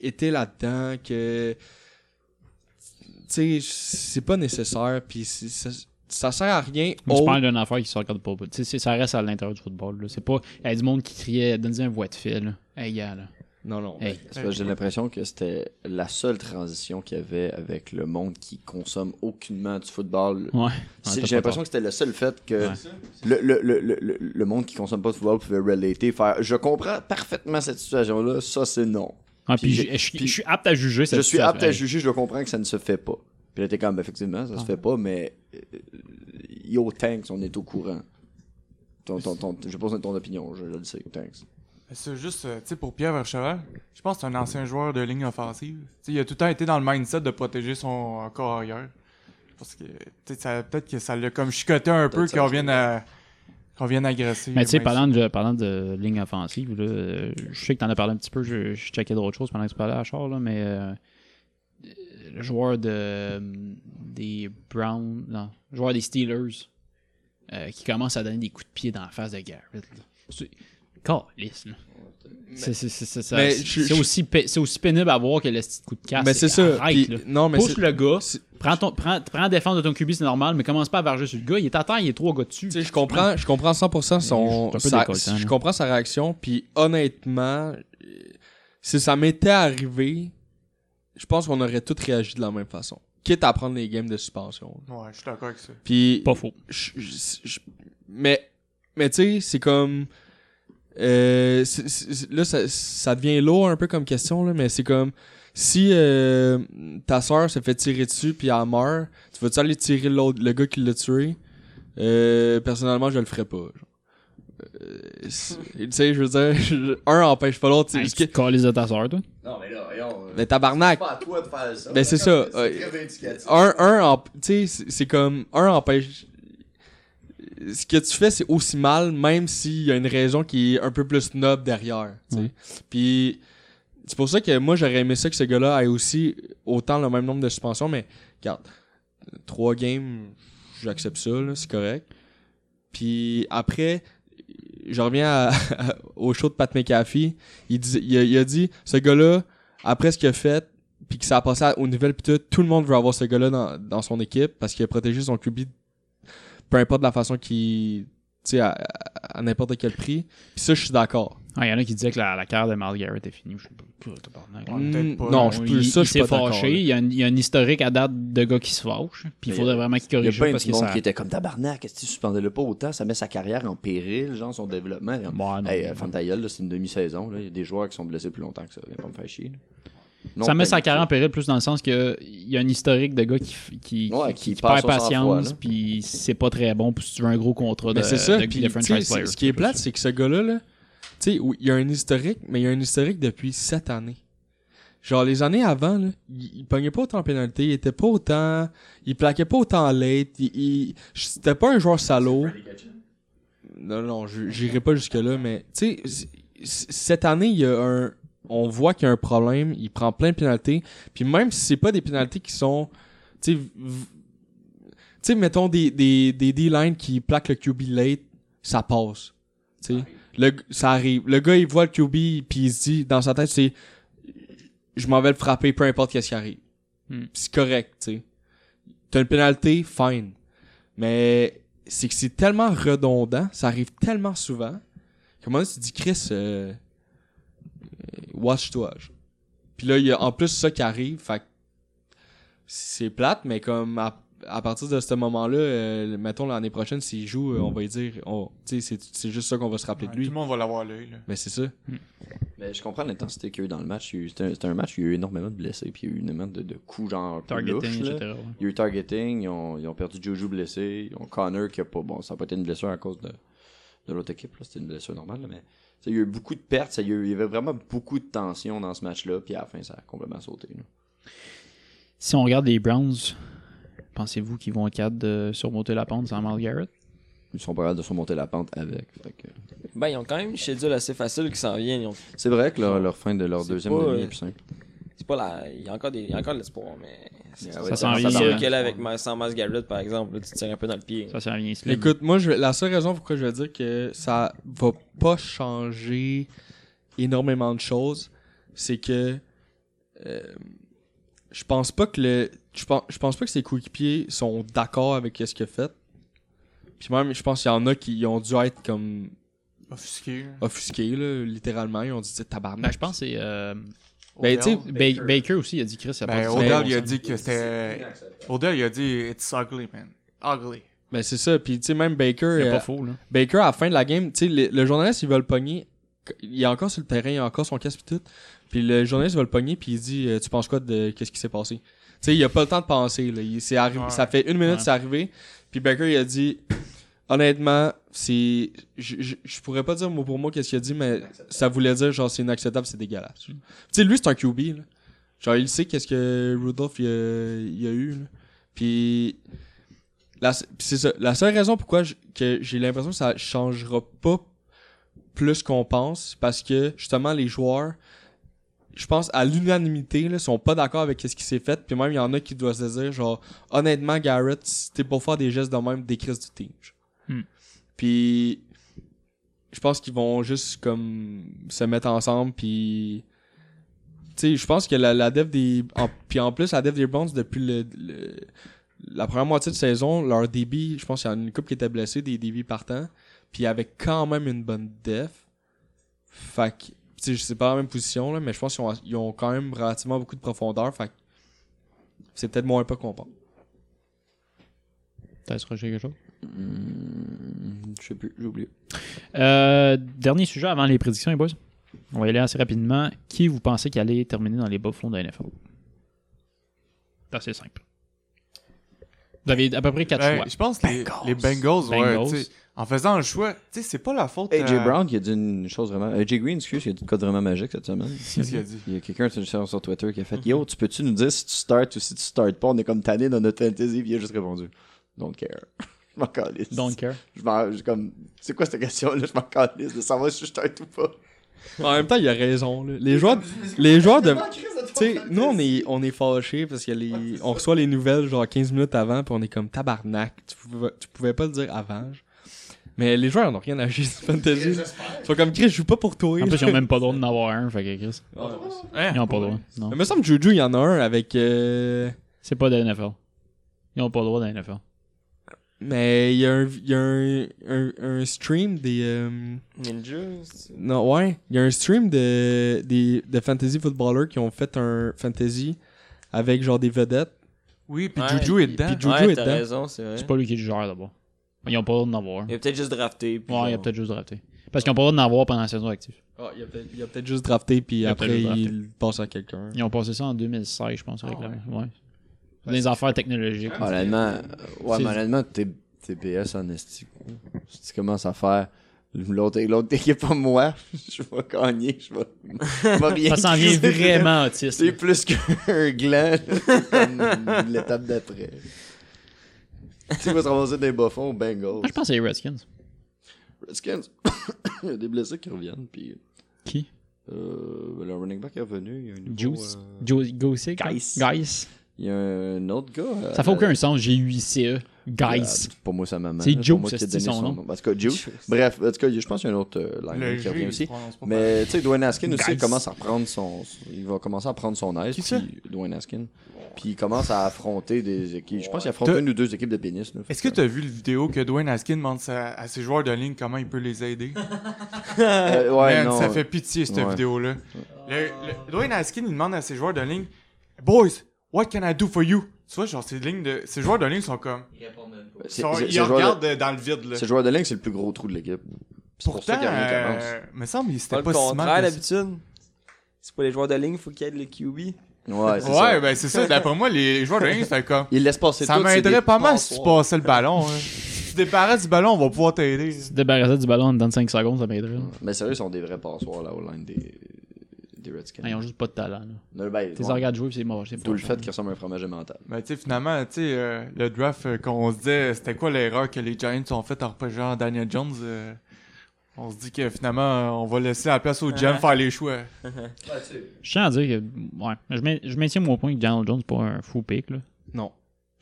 été là-dedans, que. Tu sais, c'est pas nécessaire, puis c'est- ça, ça sert à rien.
On se
autre-
parle d'une affaire qui se regarde pas. Tu sais, c'est- ça reste à l'intérieur du football. là. C'est pas. Il y a du monde qui criait, donne-y un voix de fil. là. Hey, gars, là.
Non, non.
Hey.
C'est parce que J'ai l'impression que c'était la seule transition qu'il y avait avec le monde qui consomme aucunement du football.
Ouais.
C'est-
t'as pas
J'ai
tort.
l'impression que c'était le seul fait que
Ouais.
le, le, le, le, le- le monde qui consomme pas de football pouvait relater, faire je comprends parfaitement cette situation-là, ça c'est non.
Ah, puis
Puis
je-
j'ai-
je
puis-
je suis apte à juger cette
je suis apte à
situation.
juger, je comprends que ça ne se fait pas. Puis là, t'es comme, ben, effectivement, ça se
Ah.
fait pas, mais euh, yo, thanks, on est au courant. Ton, ton, ton, je pose ton opinion, je, je le sais, thanks.
C'est juste, euh, tu sais, pour Pierre Vercheval, je pense que c'est un ancien joueur de ligne offensive. Tu sais, il a tout le temps été dans le mindset de protéger son euh, corps arrière. Parce que, tu sais, ça- peut-être que ça l'a comme chicoté un peu qu'on vienne, à- qu'on vienne agresser.
Mais tu sais,
Ben,
parlant de, parlant de ligne offensive, là, euh, je sais que t'en as parlé un petit peu, je, je checkais d'autres choses pendant que tu parlais à Charles, là, mais euh, euh, le joueur de, euh, des Browns, non, le joueur des Steelers, euh, qui commence à donner des coups de pied dans la face de Garrett. là. C'est calisse, là. C'est- c'est- c'est- c'est- ça-
mais je-
C'est
je-
aussi, pé- c'est aussi pénible à voir que le petit coup de casse.
mais c'est ça.
Arrête,
puis-
là.
non, mais
Pousse
c'est-
le gars,
c'est-
prends, ton, prends, prends défense de ton QB, c'est normal, mais commence pas à varger sur le gars. Il est à terre, il est trois gars dessus.
Tu sais, je comprends, je comprends 100% son,
Je suis un peu
sa-
décolletant,
je
là.
comprends sa réaction, puis honnêtement, euh, si ça m'était arrivé, je pense qu'on aurait tous réagi de la même façon. Quitte à prendre les games de suspension.
Ouais, je suis d'accord avec ça.
Puis,
Pas faux.
je- je- je- mais, mais tu sais, c'est comme, euh, c'est- c'est- là, ça, ça devient lourd un peu comme question, là, mais c'est comme, si euh, ta soeur se fait tirer dessus puis elle meurt, tu vas-tu aller tirer l'autre, le gars qui l'a tué? Euh, personnellement, je le ferais pas. genre. Euh, c'est- tu sais, je veux dire, [LAUGHS] je- un empêche pas l'autre. tu sais,
Hey,
parce que-
tu te calises de ta soeur, toi.
Non, mais là,
euh,
voyons.
Mais tabarnak,
pas à toi de faire ça.
Ben, c'est ça,
C'est
euh,
très vindicatif.
un, un, en- tu sais, c'est- c'est comme, un empêche. Ce que tu fais, c'est aussi mal, même s'il y a une raison qui est un peu plus noble derrière. tu sais.
Ouais.
Puis, c'est pour ça que moi, j'aurais aimé ça que ce gars-là ait aussi autant le même nombre de suspensions, mais regarde, trois games, j'accepte ça, là, c'est correct. Puis après, je reviens à- [LAUGHS] au show de Pat McAfee. Il, disait- il, a, il a dit, ce gars-là, après ce qu'il a fait, puis que ça a passé à- aux nouvelles, puis tout, tout le monde veut avoir ce gars-là dans, dans son équipe parce qu'il a protégé son QB peu importe la façon qui. Tu sais, à, à- à n'importe quel prix. Puis ça, je suis d'accord.
Ah, il y en a qui disaient que la, la carrière de Miles Garrett est finie. Je sais pas, quoi, tabarnak.
Ouais, peut-être pas.
Hmm, non, je
Il-
peux ça,
il
je suis
s'est
pas d'accord.
fâché. Il y, a un, il y a un historique à date de gars qui se fâchent. Puis il
Mais
faudrait vraiment qu'il
Il y a
corrige ça
plein
parce
de
que
monde
ça.
qui était comme tabarnak, est-ce que tu suspendais le pas autant, ça met sa carrière en péril, genre son développement. Comme,
Ouais, ah non.
hey, euh, ferme ta gueule, là, c'est une demi-saison, là. il y a des joueurs qui sont blessés plus longtemps que ça, viens pas me faire chier. là. Non,
ça met
t'as
sa
dit
carrière en péril plus dans le sens que il y a un historique de gars qui, f- qui,
Ouais,
qui-
qui
qui
passe
perd
au sang-froid,
patience,
là.
puis c'est pas très bon puis si tu veux un gros contrat de,
Mais Ben, c'est ça.
de,
Puis,
de
tu sais,
franchise player.
c'est- ce qui est plate, c'est que ce gars-là, là, tu sais, oui, il y a un historique, mais il y a un historique depuis sept années. Genre, les années avant, là, il, il pognait pas autant de pénalités, il était pas autant. Il plaquait pas autant late, il. il- C'était pas un joueur salaud. Non, non, je- j'irai pas jusque-là, mais, tu sais, c- c- cette année, il y a un. On voit qu'il y a un problème, il prend plein de pénalités, puis même si c'est pas des pénalités qui sont. Tu sais, v- tu sais, mettons des, des, des D-line qui plaquent le QB late, ça passe. Tu sais, le, g- ça arrive. Le gars, il voit le QB, puis il se dit, dans sa tête, c'est je m'en vais le frapper, peu importe qu'est-ce qui arrive.
Hmm.
Puis C'est correct, tu sais. T'as une pénalité, fine. Mais c'est que c'est tellement redondant, ça arrive tellement souvent, comment tu te dis, Chris, euh, euh, watch-toi. genre. Puis là, il y a en plus ça qui arrive, fait que c'est plate, mais comme à, à partir de ce moment-là, euh, mettons l'année prochaine, s'il joue, euh, on va lui dire, on, tu sais, c'est c'est juste ça qu'on va se rappeler
Ouais,
de
Tout
lui.
le monde va l'avoir à l'œil. là.
Mais c'est ça.
Mais je comprends l'intensité qu'il y a eu dans le match. Il y a eu- C'était un, c'était un match où il y a eu énormément de blessés, puis il y a eu énormément de, de coups genre plus
targeting,
louches, là.
etc.
Il y a eu targeting, ils ont, ils ont perdu Jojo blessé, ils ont Connor qui a pas. Bon, ça n'a pas été une blessure à cause de, de l'autre équipe, là, c'était une blessure normale, là, mais ça, il y a eu beaucoup de pertes, ça, il y a eu- il y avait vraiment beaucoup de tension dans ce match-là, puis à la fin, ça a complètement sauté. là.
Si on regarde les Browns, pensez-vous qu'ils vont être capables de surmonter la pente sans Miles Garrett?
Ils sont pas capables de surmonter la pente avec. fait que-
Ben, ils ont quand même une schedule assez facile qui s'en vient. Ils ont-
C'est vrai que leur, leur fin de leur
C'est
deuxième
pas,
demi est
euh,
plus simple.
C'est pas la. Il y a encore des. Il y a encore de l'espoir, mais. C'est
Ah
sûr
ouais,
ça s'en
c'est
vient,
sûr
hein.
que là, avec Ma- sans Miles Garrett, par exemple, là, tu te tires un peu dans le pied.
Ça, c'est un bien slim.
Écoute, moi, je, vais- la seule raison pourquoi je vais dire que ça va pas changer énormément de choses, c'est que euh, je pense pas que le, je pense, je pense pas que ses coéquipiers sont d'accord avec ce qu'il a fait. Puis même, je pense qu'il y en a qui ont dû être comme
Offusqué. là.
offusqués, là, littéralement. Ils ont dit tabarnak.
Ben, je pense que c'est. euh,
Ben, tu sais,
Odell.
Ba- Baker. aussi, il a dit Chris, il a pas
Ben,
de
Odell,
bon
il a
sens.
dit que c'était. Odell, il a dit, it's ugly, man. Ugly.
Ben, c'est ça. Puis tu sais, même Baker.
C'est
euh,
pas faux, là.
Baker, à la fin de la game, tu sais, le, le journaliste, il va le pogner. Il est encore sur le terrain, il a encore son casque pis tout. Puis le journaliste va le pogner, puis il dit euh, Tu penses quoi de qu'est-ce qui s'est passé Tu sais, il a pas le temps de penser. Là. Il, c'est arrivé,
Ouais.
Ça fait une minute,
Ouais.
c'est arrivé. Puis Baker, il a dit Honnêtement, c'est. Je je- je pourrais pas dire mot pour mot qu'est-ce qu'il a dit, mais ça voulait dire genre c'est inacceptable, c'est dégueulasse. Tu sais, lui, c'est un QB. Là. Genre, il sait qu'est-ce que Rudolph il a, il a eu. là. Puis, la, se- puis c'est ça. La seule raison pourquoi je- que j'ai l'impression que ça changera pas plus qu'on pense, parce que justement, les joueurs, je pense, à l'unanimité, là, sont pas d'accord avec ce qui s'est fait. Puis même, il y en a qui doivent se dire, genre, honnêtement, Garrett, si t'es pour faire des gestes de même, des crises du team.
Hmm.
Puis, je pense qu'ils vont juste, comme, se mettre ensemble, puis tu sais, je pense que la, la dev des. En, puis en plus, la dev des Browns, depuis le, le- la première moitié de saison, leur débit, je pense qu'il y en a une coupe qui était blessée, des débits partants. Puis avec quand même une bonne def. Fait que, tu sais, je sais pas la même position, là, mais je pense qu'ils ont, ils ont quand même relativement beaucoup de profondeur. Fait que c'est peut-être moins peu qu'on pense.
T'as surgé quelque chose?
Hmm, je sais plus, j'ai oublié.
Euh, dernier sujet avant les prédictions, les boys. On va y aller assez rapidement. Qui vous pensez qu'il allait terminer dans les bas fonds de la NFL? C'est assez simple. Vous avez à peu près 4
Ben,
choix.
je pense que les, les Bengals, ouais,
Bengals.
tu sais, en faisant le choix, tu sais, c'est pas la faute.
AJ
à-
Brown qui a dit une chose vraiment. AJ Green, excuse, il a dit une code vraiment magique cette semaine.
[LAUGHS] Qu'est-ce qu'il a dit?
Il y a quelqu'un sur, sur sur Twitter qui a fait Yo, tu peux-tu nous dire si tu starts ou si tu starts pas On est comme tanné dans notre fantasy. Puis il a juste répondu Don't care. [LAUGHS] Je m'en calisse.
Don't care.
Je m'en. je suis comme. C'est quoi cette question-là Je m'en calisse de savoir si je start ou pas.
En même temps, il a raison. là. Les joueurs, les joueurs de. Tu sais, nous, on est, on est fâchés parce que les, on reçoit les nouvelles genre 15 minutes avant, puis on est comme tabarnak. Tu pouvais, tu pouvais pas le dire avant. genre. Mais les joueurs n'ont rien à chier sur Fantasy. Ils sont comme Chris, je joue pas pour toi.
En plus, ils n'ont
[LAUGHS]
même pas le droit d'en avoir un. Fait que Chris,
Hein?
ils n'ont pas le droit. Non.
Il me semble que Juju, il y en a un avec. euh,
C'est pas de la NFL. Ils n'ont pas le droit dans la NFL.
Mais il y a un, il y a un, un, un stream des. euh,
Ninja. c'est-
Non, ouais. Il y a un stream de, des de fantasy footballers qui ont fait un fantasy avec genre des vedettes.
Oui, puis
Ouais,
Juju est dedans.
puis Juju
ouais,
est
t'as
dedans.
raison, c'est vrai.
C'est pas lui qui est le gérant d'abord. Ils ont pas le droit d'en avoir.
Il a peut-être juste drafté. puis
Ouais, il a
genre-
peut-être juste raté. Parce qu'ils ont pas le droit d'en avoir pendant la saison active.
Ah, il a peut-être peut juste drafté, puis
Il a peut-être
après
juste drafté.
il passe à quelqu'un.
Ils ont passé ça en 2016, je pense, avec la- ouais. Des affaires technologiques.
Honnêtement, euh, ouais,
C'est-
mais honnêtement, T- TPS en esti. Si tu commences à faire l'autre l'autre équipe pas moi, [LAUGHS] je vais gagner, je vais, je vais
[LAUGHS]
rien
Ça s'en
[LAUGHS]
vient
dire.
vraiment autiste.
C'est plus qu'un gland, c'est comme l'étape d'après. Tu vas te ramasser des bas fonds, Bengals.
Ah, je pense que c'est les Redskins.
Redskins, [COUGHS] il y a des blessés qui reviennent, puis
Qui
euh, le running back est revenu. Il y a un nouveau,
Juice.
euh,
Juice. Gossé.
Guys.
Guys.
il y a un autre gars. euh,
Ça fait aucun sens. J'ai eu euh, ICE. Guys.
Pour moi, sa maman.
C'est
là,
Joe,
pour moi qui a
c'est
donné
son nom.
En tout cas, Joe. Bref, en tout cas, je pense qu'il y a un autre euh, lineman
Le
qui
G,
revient
il se
aussi.
prononce pas
Mais tu sais, Dwayne Askin aussi
Guys.
commence à reprendre son. Il va commencer à prendre son aise.
Qui
puis
ça?
Dwayne Askin. Puis il commence à affronter des équipes. Je pense qu'il affronte
T'as-
une ou deux équipes de pénis. là. Fait [LAUGHS]
Est-ce que tu as vu le vidéo que Dwayne Askin demande sa- à ses joueurs de ligne comment il peut les aider?
Euh, ouais,
Man,
non.
ça fait pitié, cette
Ouais.
vidéo-là. Le- le- Dwayne Askin, il demande à ses joueurs de ligne « Boys, what can I do for you? » Tu vois, genre, ces, lignes de... ces joueurs de ligne sont comme...
C'est-
sont-
c'est-
ils
c'est le joueur
regardent
de-
euh, dans le vide, là.
c'est le joueur de ligne, c'est le plus gros trou de l'équipe. C'est pour ça
Pourtant,
qu'il y a rien qui
euh, me semble qu'il
Pas
s'était
le
pas si
contraire
mal. que ça.
d'habitude. C'est pas les joueurs de ligne, faut qu'il y ait le QB.
avance. Ouais, c'est
Ouais,
ça.
ben c'est ça. D'après moi, les joueurs de ligne, c'était comme...
Il laisse passer
Ça
tout, c'est des
m'aiderait pas mal si tu
passoires.
passais le ballon.
[LAUGHS]
hein. Si tu te débarrasses du ballon, on va pouvoir t'aider.
Se débarrasser du ballon dans 5 secondes, ça m'aiderait. là.
Mais sérieux, ils sont des vrais passoires, là, au line des, des Redskins.
Ah, Ils ont juste pas de talent. là.
Non, ben,
Tes
ouais.
organes de jouer, c'est mort. c'est
D'où le
pas-
fait qu'ils ressemblent à un fromage mental.
Ben, tu sais, finalement, tu sais, euh, le draft euh, qu'on se disait, c'était quoi l'erreur que les Giants ont faite en repêchant Daniel Jones? euh, on se dit que finalement, euh, on va laisser la place aux Giants faire les choix.
Je tiens à dire que. Ouais. Je, main- je maintiens mon point que Daniel Jones, c'est pas un fou pick. Là.
Non.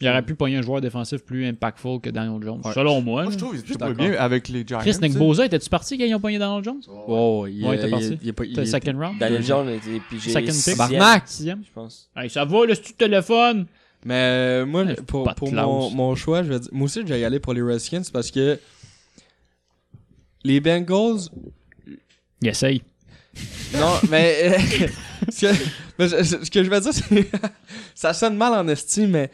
J'aurais pu pogner un joueur défensif plus impactful que Daniel Jones. Selon moi.
Moi,
là.
je trouve qu'ils
suis
jouent pas
d'accord.
bien avec les Giants.
Chris Nick
tu sais.
Bosa, était-tu parti quand ils ont pogné Daniel Jones
Oh, il
Ouais,
est-
t'es
il
parti.
est- il est pas. il
T'as
est-
second round
Daniel Jones a été pigé
Second pick.
sixième,
Barnac.
Sixième
je pense.
Hey, ça va, le stu téléphone
Mais euh, moi,
Ouais,
pour,
pas de
pour
classe.
mon, mon choix, je vais dire- moi aussi, je vais y aller pour les Redskins parce que les Bengals.
Il essaye.
Non, mais. euh, [LAUGHS] ce, que, mais je- je- ce que je vais dire, c'est. [LAUGHS] ça sonne mal en estime, mais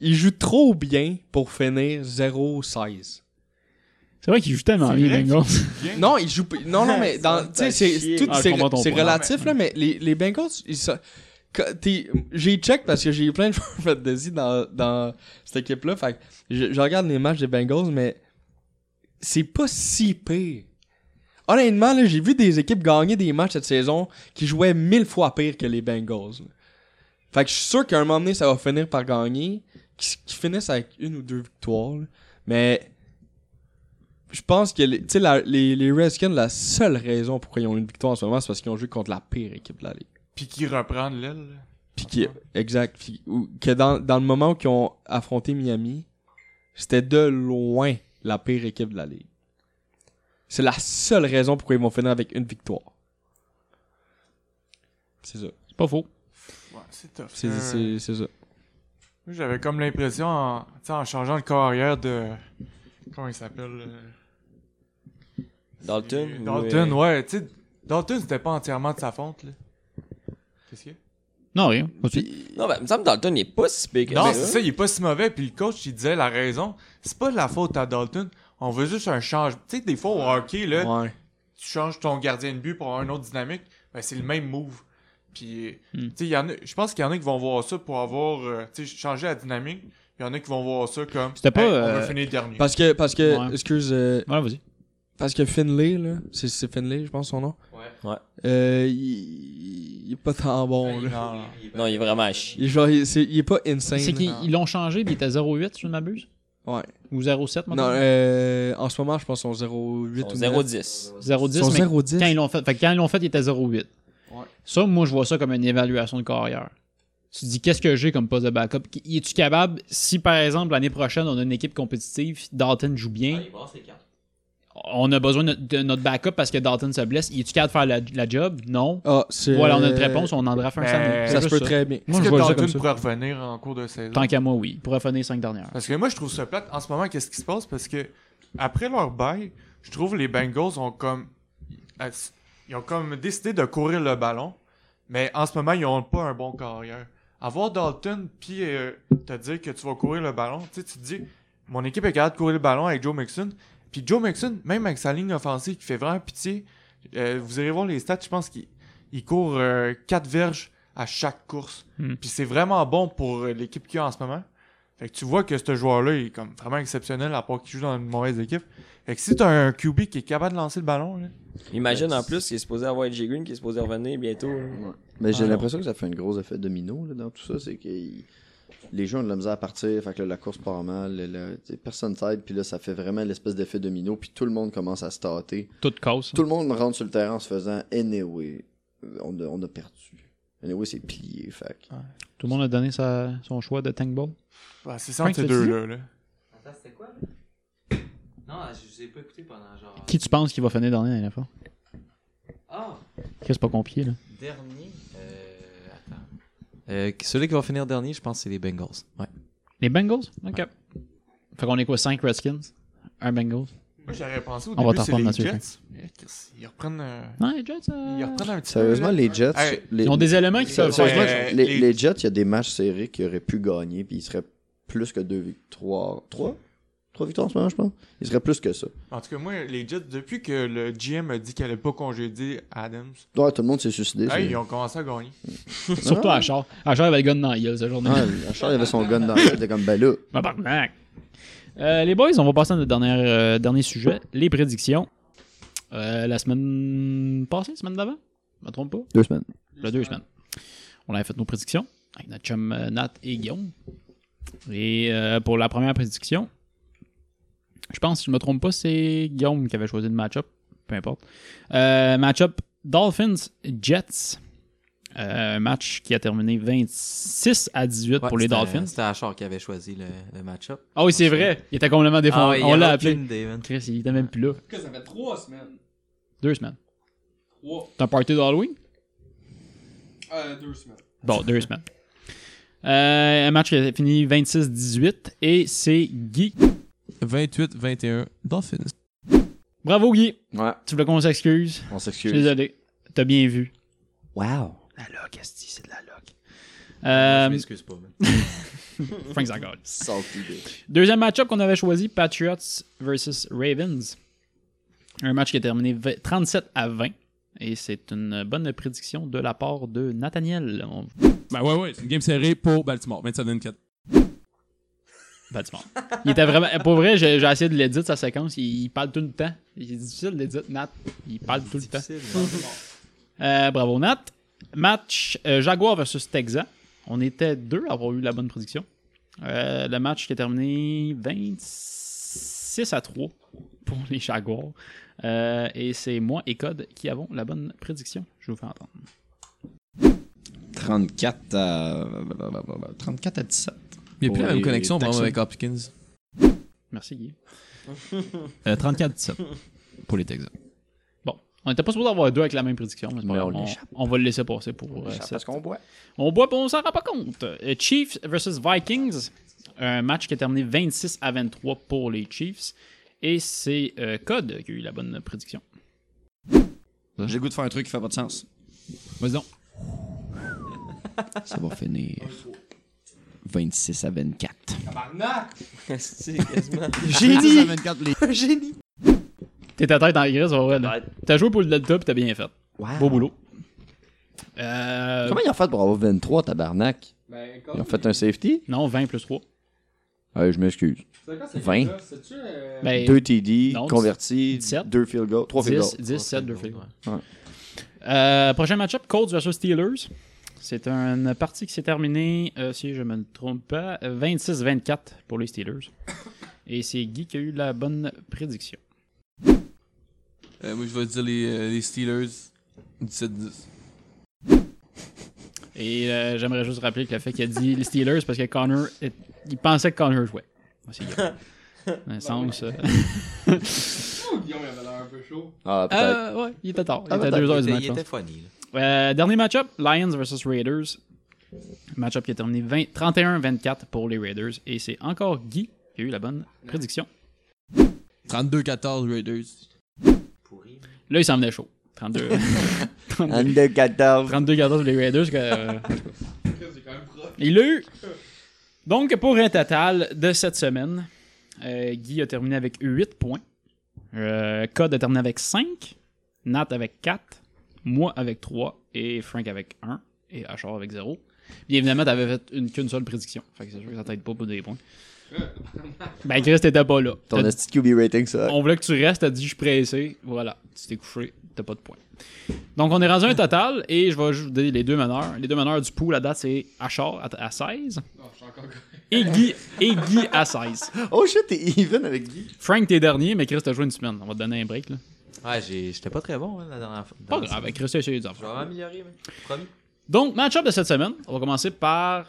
ils jouent trop bien pour finir 0-16.
C'est vrai qu'il joue tellement
C'est
bien,
vrai
les Bengals.
Non, ils jouent. p- Non, non, mais dans. Tu sais, c'est- c'est tout-
Ah, je
c'est
comprends ton
c'est
point.
relatif, là, mais les, les Bengals, ils sont. quand t'es- J'ai check parce que j'ai eu plein de joueurs [LAUGHS] fantasy dans, dans cette équipe-là. Fait que je, je regarde les matchs des Bengals, mais c'est pas si pire. Honnêtement, là, j'ai vu des équipes gagner des matchs cette saison qui jouaient mille fois pire que les Bengals. là. Fait que je suis sûr qu'à un moment donné, ça va finir par gagner. Qu'ils qu'ils finissent avec une ou deux victoires. là. Mais je pense que les, tu sais, la- les, les Redskins, la seule raison pourquoi ils ont une victoire en ce moment, c'est parce qu'ils ont joué contre la pire équipe de la Ligue.
Puis qui reprend de l'aile. là.
Puis qui, exact. Puis ou- que dans, dans le moment où ils ont affronté Miami, c'était de loin la pire équipe de la Ligue. C'est la seule raison pourquoi ils vont finir avec une victoire. C'est ça.
C'est pas faux.
Ouais, c'est tough.
C'est
ça.
c'est- c'est ça.
Moi, J'avais comme l'impression, en, tu sais, en changeant le carrière de... Comment il s'appelle? euh,
Dalton. ou,
Dalton, ouais. Tu sais, Dalton, c'était pas entièrement de sa faute, là. Qu'est-ce qu'il y a?
Non, rien.
euh, Non, ben, il me semble que Dalton il est pas si pire que
Non,
ça.
c'est ça, il est pas si mauvais. Puis le coach, il disait la raison. C'est pas de la faute à Dalton. On veut juste un changement. Tu sais, des fois, au hockey, là,
Ouais.
tu changes ton gardien de but pour avoir une autre dynamique. Ben, c'est le même move. Puis, euh,
Hmm.
tu sais, il y en a- je pense qu'il y en a qui vont voir ça pour avoir, euh, tu sais, changer la dynamique. Il y en a qui vont voir ça comme.
C'était pas,
Hey, On
euh,
va finir dernier.
Parce que, parce que,
Ouais.
excuse, euh,
Ouais, vas-y.
Parce que Finlay, là, c'est- c'est Finlay, je pense son nom.
Ouais. Ouais.
Euh, il, il est pas tant bon, là.
Non, non.
Non, il est vraiment à chier.
Il, est genre, il, c'est- il est pas insane.
C'est
là.
qu'ils ils l'ont changé, puis il était 0,8, si je ne m'abuse.
Ouais.
Ou 0,7,
Non,
maintenant.
euh, en ce moment, je pense qu'on 08 ou 9.
0-10.
0,10.
Ils sont
mais
0-10.
Quand ils l'ont fait, fait que quand ils l'ont fait, il était 0,8.
Ouais.
Ça, moi, je vois ça comme une évaluation de carrière. Tu te dis, qu'est-ce que j'ai comme poste de backup? Qui- Es-tu capable, si par exemple l'année prochaine on a une équipe compétitive, Dalton joue bien, on a besoin de, de notre backup parce que Dalton se blesse. Il est-tu capable de faire la, la job? Non.
Ah, c'est-
Voilà, on a notre réponse, on en draft un
Ben,
samedi.
Euh, Ça
C'est
se
juste
peut très bien.
Est-ce
je
que
vois le jeu
Dalton
comme
pourrait revenir en cours de saison?
Tant qu'à moi, oui. Pour finir les cinq dernières.
Parce que moi, je trouve ça plate. En ce moment, qu'est-ce qui se passe? Parce que après leur bail, je trouve les Bengals ont comme. euh, Ils ont comme décidé de courir le ballon. Mais en ce moment, ils n'ont pas un bon carrière. Avoir Dalton, puis euh, te dire que tu vas courir le ballon, tu sais, tu te dis, mon équipe est capable de courir le ballon avec Joe Mixon. Puis Joe Mixon, même avec sa ligne offensive qui fait vraiment pitié, euh, vous irez voir les stats, je pense qu'il il court 4 verges à chaque course.
Hmm.
Puis c'est vraiment bon pour euh, l'équipe qu'il y a en ce moment. Fait que tu vois que ce joueur-là il est comme vraiment exceptionnel à part qu'il joue dans une mauvaise équipe. Fait que si t'as un QB qui est capable de lancer le ballon, là,
Imagine en plus qu'il est supposé avoir J. Green qui est supposé revenir bientôt. là.
Mais j'ai
Ah, non.
l'impression que ça fait une grosse effet domino là, dans tout ça. C'est que il- les gens ont de la misère à partir, fait que là, la course part mal, le- le- tu sais, personne s'aide, puis là, ça fait vraiment l'espèce d'effet domino, puis tout le monde commence à se tâter.
Toute cause.
Tout le monde rentre sur le terrain en se faisant Anyway, euh, on a, on a perdu. Anyway, c'est plié, fait que-
Tout le monde a donné sa- son choix de tank ball.
bah, c'est ça entre
Frank,
ces
t'as dit?
deux-là. là.
Attends, c'était quoi? Non, je vous ai pas écouté pendant genre.
Qui tu penses qui va finir dernier à la fois?
Ah!
C'est pas compliqué, là.
Dernier. Euh. Attends. Euh, celui qui va finir dernier, je pense, c'est les Bengals. Ouais.
Les Bengals? OK. Fait qu'on est quoi? 5 Redskins? Un Bengals?
Moi, j'aurais pensé au
On va
début,
t'en
c'est
reprendre,
les
Mathieu,
Jets. Mais qu'est-ce- Ils reprennent, euh,
Non, les Jets. euh,
ils reprennent un petit peu,
Sérieusement,
là.
les Jets,
Hey,
les,
Ils ont des éléments qui peuvent
sérieusement,
faire.
Ouais,
les,
les-
les Jets, il y a des matchs serrés qu'ils auraient pu gagner, puis ils seraient plus que deux victoires. Trois Trois victoires en ce moment, je pense. Ils seraient plus que ça.
En tout cas, moi, les Jets, depuis que le GM a dit qu'elle n'allait pas congédier Adams,
Ouais, tout le monde s'est suicidé.
hey,
c'est-
ils ont commencé à gagner.
Surtout à Achard. Achard avait le gun dans la gueule, cette journée.
Ah, Charles avait son gun dans la tête, il était comme ben là.
[LAUGHS] Tabarnak. Euh, les boys, on va passer à notre dernière, euh, dernier sujet, les prédictions. Euh, la semaine passée, semaine d'avant, je me trompe pas,
Deux semaines.
la deux semaines. On avait fait nos prédictions avec notre chum euh, Nat et Guillaume. Et euh, pour la première prédiction, je pense, si je me trompe pas, c'est Guillaume qui avait choisi le match-up, peu importe. Euh, match-up Dolphins-Jets. Euh, un match qui a terminé 26 à 18
Ouais,
pour les
c'était-
Dolphins.
C'était Achard qui avait choisi le, le match-up. Ah
Ah oui, c'est vrai. Il était complètement défendu. on l'a appelé.
David.
Chris, il était même plus là.
que ça fait trois semaines.
Deux semaines.
Trois.
T'as un party d'Halloween?
Euh, deux semaines.
Bon, deux semaines. Euh, un match qui a fini 26-18 et c'est Guy.
28-21 Dolphins.
Bravo Guy!
Ouais.
Tu voulais qu'on s'excuse?
On
Je
s'excuse.
suis désolé. T'as bien vu.
Wow.
La loc, esti, c'est de la loc.
Je
Euh,
m'excuse pas. mais-
[LAUGHS] Frank Zangard.
Salty bitch.
Deuxième match-up qu'on avait choisi, Patriots versus Ravens. Un match qui a terminé v- 37 à 20. Et c'est une bonne prédiction de la part de Nathaniel. On-
Ben ouais, ouais, c'est une game serrée pour Baltimore. 27-24.
Baltimore. Il était vraiment. Pour vrai, j'ai j'ai essayé de l'éditer sa séquence. Il, il parle tout le temps. Il est difficile d'éditer Nat. Il parle tout le temps. Euh, bravo Nat. Match euh, Jaguar versus Texas. On était deux à avoir eu la bonne prédiction. Euh, le match qui a terminé 26 à 3 pour les Jaguars. Euh, et c'est moi et Code qui avons la bonne prédiction. Je vous fais entendre.
34 à... 34 à 17.
Il
a plus la même connexion, vraiment, avec
Hopkins.
Merci Guy.
Euh, 34 à 17 pour les Texans.
On n'était pas supposé avoir deux avec la même prédiction. Mais c'est pas
Mais on
grave. on,
l'échappe.
on va le laisser passer pour euh, cette-
qu'on boit.
On boit, puis on s'en rend pas compte. Euh, Chiefs versus Vikings. Un match qui a terminé 26 à 23 pour les Chiefs. Et c'est euh, Code qui a eu la bonne prédiction.
J'ai le goût de faire un truc qui fait pas de sens.
Vas-y donc.
Ça va finir 26 à 24.
Esti, quasiment.
J'ai dit!
26 à 24 les...
T'es ta tête en grise, c'est vrai. là. T'as joué pour le Delta, puis t'as bien fait.
Wow.
Beau boulot. Euh,
Comment ils ont fait pour avoir 23 tabarnak
Ben,
Ils ont fait un safety
non, 20 plus 3.
Ouais, Je m'excuse.
C'est quoi,
Vingt.
gars-là? C'est-tu, euh,
Ben,
2 TD,
non,
convertis,
17.
2 field goals, 3 field
10,
goals.
10 7, 2
Ouais.
Euh, prochain match-up, Colts versus Steelers. C'est une partie qui s'est terminée, euh, si je me trompe pas, 26-24 pour les Steelers. Et c'est Guy qui a eu la bonne prédiction.
moi, je vais dire les, euh, les Steelers. 17-10.
Et euh, j'aimerais juste rappeler que le fait qu'il a dit les Steelers parce que Connor, est-
[LAUGHS]
il pensait que Connor jouait. Voici Guy. Dans le sens. euh,
Guillaume il avait l'air un peu chaud.
Ah, peut-être.
Euh, [LAUGHS] ouais, il était tard. Il
Ah,
était
peut-être.
2h
Il
du
était,
matin.
il était funny, là.
Euh, dernier match-up, Lions versus Raiders. Match-up qui a terminé 20 31-24 pour les Raiders. Et c'est encore Guy qui a eu la bonne prédiction.
32-14 Raiders.
Pourri. mais-
Là, il s'en venait chaud. 32. 32
Under 14.
32-14 pour les Raiders. que, euh, Il l'a eu. Donc, pour un total de cette semaine, euh, Guy a terminé avec 8 points. Euh, Code a terminé avec 5. Nat avec 4. Moi avec 3. Et Frank avec 1. Et Achor avec 0. Bien évidemment, t'avais fait une- qu'une seule prédiction. Fait que c'est sûr que ça t'aide pas pour des points. Ben, Chris, t'étais pas là.
Ton
T'as-
esti QB rating, ça.
on voulait que tu restes, t'as dit je suis pressé. Voilà, tu t'es couché, t'as pas de points. Donc on est rendu à un total et je vais juste vous donner les deux meneurs. Les deux meneurs du pool à date c'est Achard à, à 16 et Guy, et Guy à 16.
Oh shit, t'es even avec Guy.
Frank t'es dernier, mais Chris t'as joué une semaine. On va te donner un break là.
Ouais, j'ai- j'étais pas très bon hein, la dernière fois.
Pas grave, Chris t'as essayé des
Je vais
affaires.
m'améliorer, mais. Promis.
Donc match-up de cette semaine, on va commencer par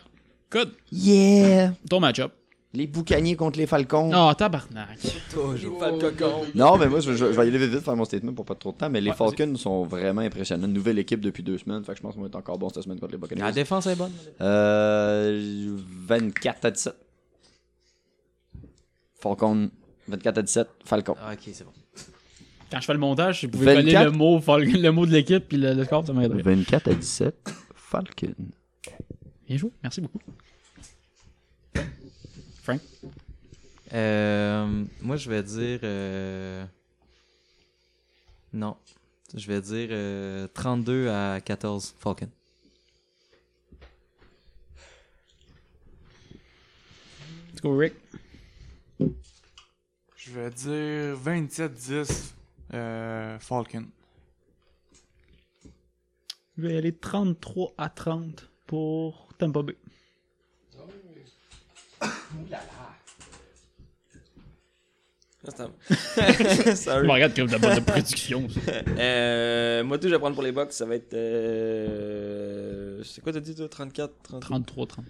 Code,
Yeah.
ton match-up.
Les boucaniers contre les falcons.
Oh tabarnak.
Toujours pas de cocon.
Non, mais moi, je, je- je vais y aller vite, vite faire mon statement pour pas trop de temps. Mais les
Ouais,
Falcons sont vraiment impressionnants. Une nouvelle équipe depuis deux semaines. Fait que je pense qu'on va être encore bon cette semaine contre les
La
Buccaneers.
défense est bonne.
Euh, 24 à 17. Falcons, 24 à 17. Falcons.
Ah, ok, c'est bon.
Quand je fais le montage, vous pouvez coller
24.
le mot, le mot de l'équipe puis le, le score, ça m'aiderait.
24 à 17. Falcons.
Bien joué, merci beaucoup. Frank?
Euh, moi, je vais dire. euh, Non. Je vais dire euh, 32 à 14 Falcon.
Let's go Rick.
Je vais dire 27-10 euh, Falcon.
Je vais aller 33 à 30 pour Tampa Bay.
[LAUGHS] Sorry.
regarde, comme t'as pas de production.
Euh, moi, tout, je vais prendre pour les box. Ça va être. Euh... C'est quoi, t'as dit, toi 34 30...
33, 30.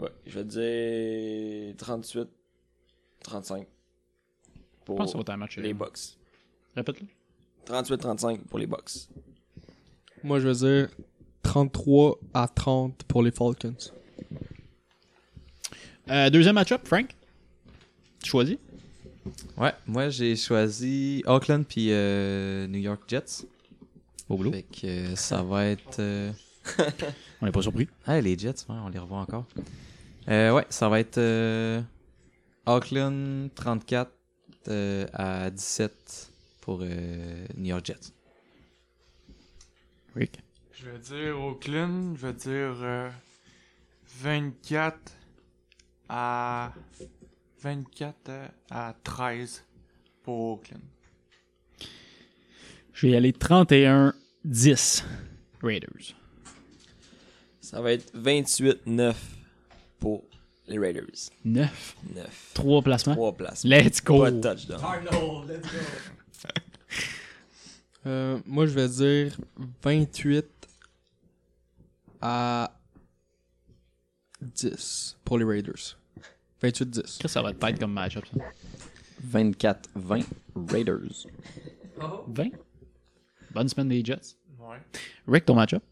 Ouais, je vais dire 38, 35
Je
pour
pense que ça va être un match. euh,
les box.
Répète-le.
38-35 pour les box.
Moi, je veux dire 33 à 30 pour les Falcons.
Euh, deuxième match-up, Frank. Tu choisis.
Ouais, moi, j'ai choisi Auckland puis euh, New York Jets.
Beau boulot.
Fait que euh, ça va être. euh,
On n'est pas surpris.
Ah, les Jets, ouais, on les revoit encore. Euh, ouais, ça va être euh, Auckland 34 euh, à 17 pour euh, New York Jets.
Rick.
Je vais dire Oakland, je vais dire euh, 24 à 24 à 13 pour Oakland.
Je vais y aller 31, 10. Raiders.
Ça va être 28-9 pour les Raiders.
9.
9.
3 placements.
3 places.
Let's go.
Pas de touchdown.
Euh, moi, je vais dire 28 à 10 pour les Raiders. 28-10.
Chris, ça va te être comme match-up. ça.
24-20. Raiders.
20. Bonne semaine des Jets.
Ouais.
Rick, ton match-up.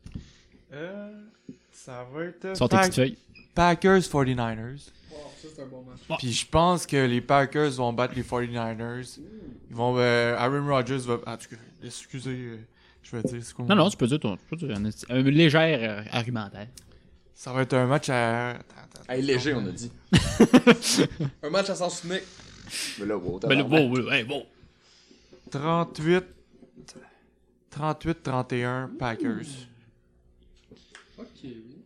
Euh, ça va être
Sors tes
Pack-
petites feuilles.
Packers 49ers.
Bon.
Puis je pense que les Packers vont battre les 49ers. Ils vont euh, Aaron Rodgers va ah, tu- excusez euh, je vais dire c'est quoi. mon-
Non, non, tu peux dire ton. tu peux dire un, un léger euh, argumentaire.
Ça va être un match à attends, attends, attends.
léger, on
[LAUGHS]
a dit.
Un match à sens unique.
Mais là, wow,
Mais le
tabarnak.
beau, Ben, oui, hey, beau.
38 38 31 Packers.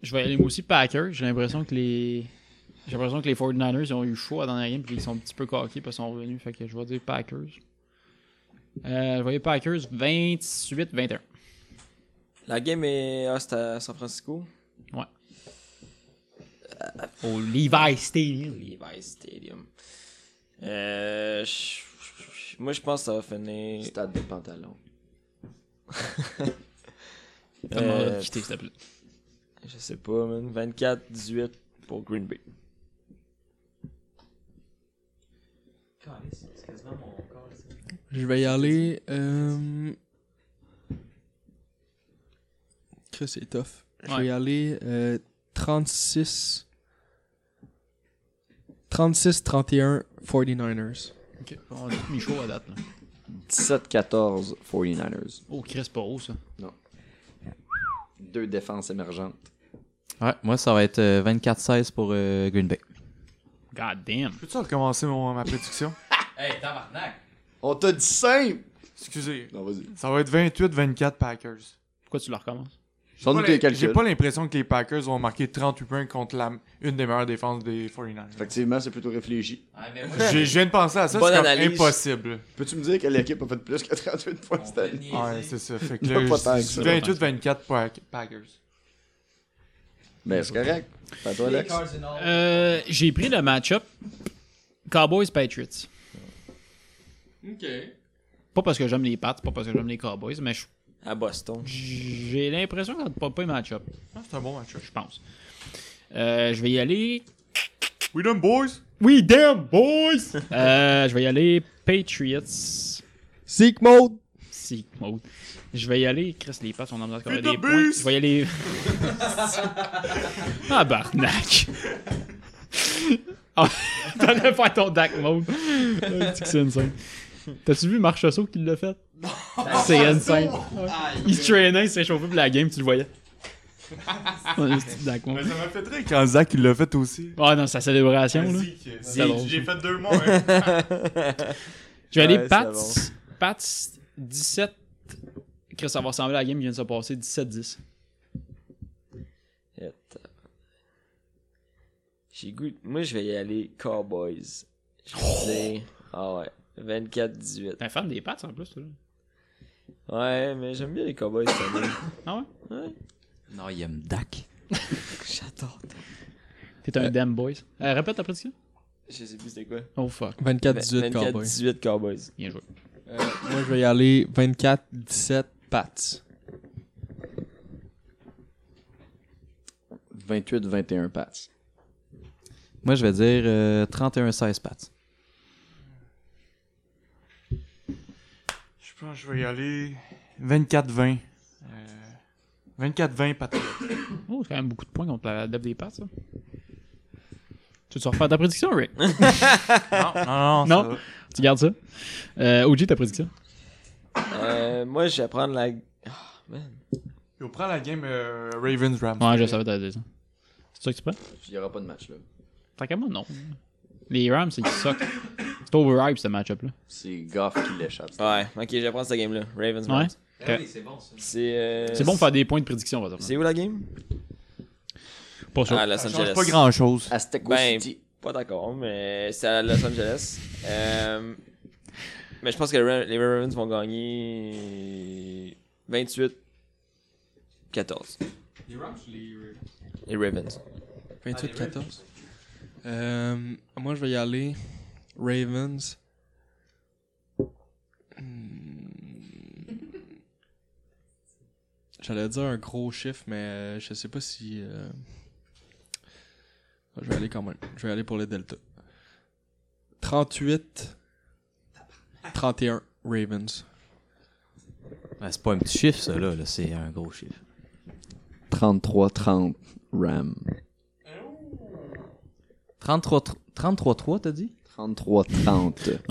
Je vais aller moi aussi Packers. J'ai l'impression que les. J'ai l'impression que les 49ers ils ont eu chaud à la dernière game puis ils sont un petit peu coqués parce qu'ils sont revenus. Fait que je vais dire Packers. Euh, je vais dire Packers 28-21.
La game est ah, c'est à San Francisco.
Au Levi Stadium.
Levi Stadium. Euh, je- je- moi, je pense que ça va finir.
Stade
[LAUGHS]
de pantalon.
euh,
Quitter, s'il te plaît.
je sais pas, man. 24-18 pour Green Bay.
Je vais y aller. Euh... Chris, c'est tough. Je vais
Ouais.
y aller euh, 36. 36-31 49ers.
Ok, on a tout mis chaud à date. Là.
17-14 49ers.
Oh, Chris, pas haut ça.
Deux défenses émergentes.
Ouais, moi, ça va être euh, 24-16 pour euh, Green Bay.
God damn.
Peux-tu recommencer mon, ma prédiction?
Hey, tabarnak!
On t'a dit simple!
[LAUGHS] Excusez.
Non, vas-y.
Ça va être 28-24 Packers.
Pourquoi tu le recommences
Sans
Pas
doute
l'im-
tes calculs.
J'ai pas l'impression que les Packers vont marquer 38 points contre la, une des meilleures défenses des 49ers.
Effectivement, c'est plutôt réfléchi.
J'ai- Je viens de penser à ça,
Bonne
c'est comme
analyse.
impossible.
Peux-tu me dire que l'équipe a fait plus que 38 points cette année?
Ouais, c'est ça. Fait que
Non,
là,
pas tant que
je-
ça.
28-24 Pack- Packers.
Mais c'est correct. Fais toi, Alex.
Euh, J'ai pris le match-up Cowboys-Patriots.
Ok.
Pas parce que j'aime les Pats, pas parce que j'aime les Cowboys, mais je-
à Boston.
j'ai l'impression que ça ne pas pas un match-up,
Ah, c'est un bon match.
je pense. Euh, je vais y aller.
We done, boys!
Oui, damn, boys! euh, je vais y aller Patriots.
Seek mode.
Si, Maud. Je vais y aller. Chris, les passes, on a besoin de scorer
Peter
des points.
Bus!
Je vais y aller. ah, barnac! ah, t'en as fait ton DAC, Maud. Ah, c'est que c'est insane. T'as-tu vu Marchessault qui l'a fait? C'est insane. Il se traînait, il s'est chauffé pour la game, tu le voyais. Un petit DAC, Maud.
Mais ça m'a fait rire quand Zach il l'a fait aussi.
Ah non, sa célébration, là.
Zach,
drôle.
J'ai fait deux mois. [LAUGHS] hein.
Je vais aller
Ouais, c'est
Pats.
bon.
Pats 17. Chris, ça va ressembler à la game qui vient de se passer 17-10.
Et t'as- J'ai goût. Moi, je vais y aller Cowboys. Je vais dire. Ah ouais. 24-18.
T'es un fan des Pats en plus, toi. là.
Ouais, mais j'aime bien les Cowboys cette année.
Ah ouais?
Non, il aime Dak.
J'adore.
T'es un damn boys. Euh, répète ta prédiction.
Je sais plus c'était quoi.
Oh fuck.
Ben,
24-18 Cowboys.
24-18 Ben, Cowboys.
Bien joué.
Euh, moi, je vais y aller 24-17 Pats.
28-21 Pats.
Moi, je vais dire euh, 31-16 Pats.
Je pense que je vais y aller 24-20. Euh, 24-20 Patriots.
Oh, c'est quand même beaucoup de points contre la def des Pats, ça. Tu veux refaire ta prédiction, [LAUGHS] Rick?
Non, non, non.
Non.
ça va.
tu gardes ça? Euh, OG, ta prédiction?
Euh, moi, je vais prendre la. Ah, man.
Et on prend la game euh, Ravens-Rams.
Ouais, je savais t'as dit ça. C'est ça que tu prends?
Il n'y aura pas de match, là.
Tant qu'à moi, non. Les Rams, c'est qu'ils suck. C'est overhype, ce match-up-là.
C'est Goff qui l'échappe.
Ouais, ok, je vais prendre cette game-là. Ravens.
Ouais?
Rams. C'est. euh,
C'est bon de faire des points de prédiction, par exemple.
C'est où la game
Pas sûr.
Ah, Los
Ça change
Angeles.
pas grand-chose.
Ah,
Azteco
Ben,
City.
Pas d'accord, mais c'est à Los Angeles. [LAUGHS] Euh, mais je pense que Ra- les Ravens vont gagner 28 14.
Les Rams les...
Les Ravens.
28-14. Euh, moi, je vais y aller Ravens. Hmm. J'allais dire un gros chiffre, mais euh, je sais pas si. euh, Je vais aller quand même. Je vais aller pour les Delta. 38. 31 Ravens.
Ben, c'est pas un petit chiffre, ça, là. là. C'est un gros chiffre.
33-30 Ram.
33-3, 33-3, t'as dit?
33-30.
Non,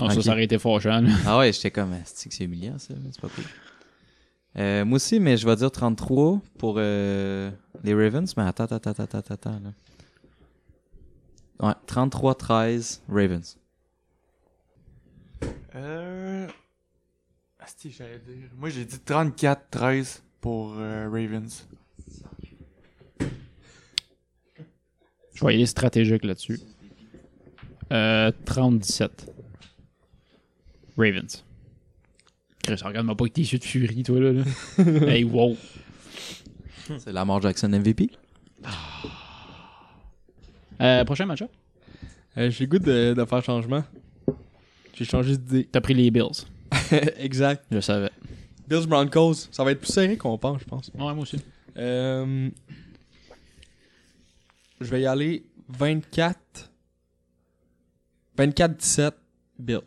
Ok.
ça, ça aurait été fâchant, là.
Ah ouais, j'étais comme, c'est que c'est humiliant, ça. C'est pas cool. Euh, moi aussi, mais je vais dire 33 pour euh, les Ravens. Mais attends, attends, attends, attends, attends. Là. Ouais, 33-13 Ravens.
Euh... Asti, j'allais dire... Moi, j'ai dit 34-13 pour euh, Ravens.
Je vais y aller stratégique là-dessus. Euh, 30-17. Ravens. Chris, regarde-moi pas avec tes yeux de furie, toi, [LAUGHS] là. là. hey, wow.
C'est Lamar Jackson MVP.
Euh, prochain match-up.
Euh, J'ai le goût de, de faire changement. J'ai changé d'idée.
T'as pris les Bills.
[LAUGHS] exact.
Je savais.
Bills Broncos. Ça va être plus serré qu'on pense, je pense.
Ouais, moi aussi.
Euh, je vais y aller 24 24 17 Bills.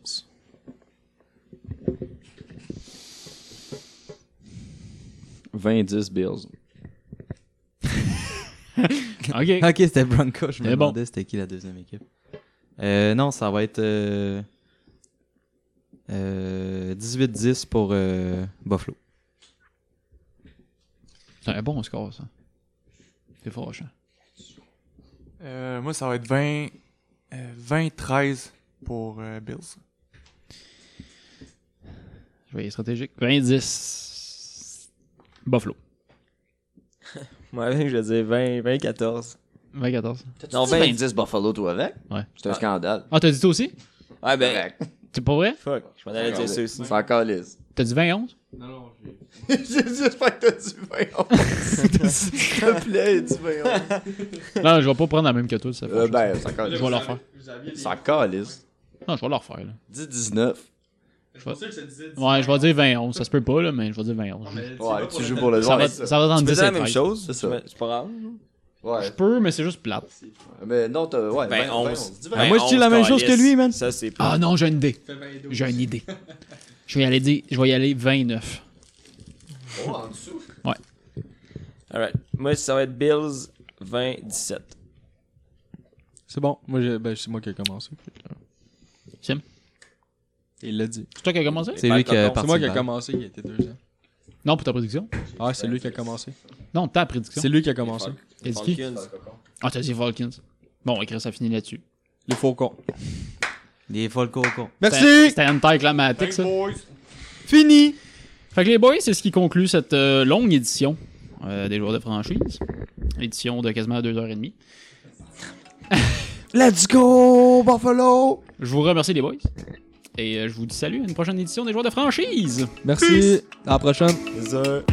20-10 Bills.
[LAUGHS] Ok.
Ok, c'était Bronco. Je me
Mais bon.
demandais c'était qui la deuxième équipe. Euh, non, ça va être euh, euh, 18-10 pour euh, Buffalo.
C'est un bon score, ça. C'est fâchant.
Euh, moi, ça va être 20, euh, 20-13 pour euh, Bills.
Je vais être stratégique. 20-10. Buffalo.
Moi, je vais dire 20, 20, 14.
20-14.
Non,
ben,
20-10 Buffalo, toi, avec?
Ouais.
C'est un scandale.
Ah, t'as dit toi aussi?
Ouais, ben,
Correct.
C'est pas vrai?
fuck. Je m'en allais dire ça aussi.
C'est
[LAUGHS]
encore lisse.
T'as dit [LAUGHS] 20-11?
J'espère que t'as du 20 S'il te plaît, du 20
non, je vais pas prendre la même que toi, ça fâche.
Ben, c'est encore
Je vais
lisse.
leur faire.
C'est encore lisse.
Non, je vais leur faire, là.
10-19.
Ouais, je vais dire 20-11. Ça se peut pas, là, mais je vais dire 20-11.
Ouais, tu joues pour le
Ça
joueur.
va, hein. ça va dans
Tu
le
faisais
10
la
et
même
13.
chose.
C'est ça.
mais C'est pas grave.
Ouais.
Je peux, mais c'est juste plate.
Mais non, t'as. Ouais,
Ben,
20,
11.
11.
Ben,
moi, je dis la
11,
même chose que
calice.
lui, man.
Ça, c'est pas.
Ah non, j'ai une idée. J'ai une idée. [LAUGHS] Je vais y aller, dire, je vais y aller 29.
Oh, en dessous.
Alright. Moi, ça va être Bills 20, 17.
C'est bon. Moi, je- ben, c'est moi qui ai commencé.
Sim?
Il l'a dit.
C'est toi qui as commencé?
C'est lui qui a
C'est
parti
moi
le
qui ai
bal.
commencé, il était deuxième.
Non, pour ta prédiction?
Ah, c'est lui qui a commencé.
Non, ta prédiction.
C'est lui qui a commencé.
T'as dit qui?
Falcons.
Ah, t'as dit Vulcans. Bon, écrit ça finit là-dessus.
Les faucons.
Les Volcocons.
C'était- C'était anticlimatique, ça.
Fini!
Fait que les boys, c'est ce qui conclut cette euh, longue édition euh, des joueurs de franchise. Édition de quasiment 2h30.
Let's go, Buffalo!
Je vous remercie, les boys. Et euh, je vous dis salut à une prochaine édition des joueurs de franchise.
Merci. À la prochaine.
Les heures.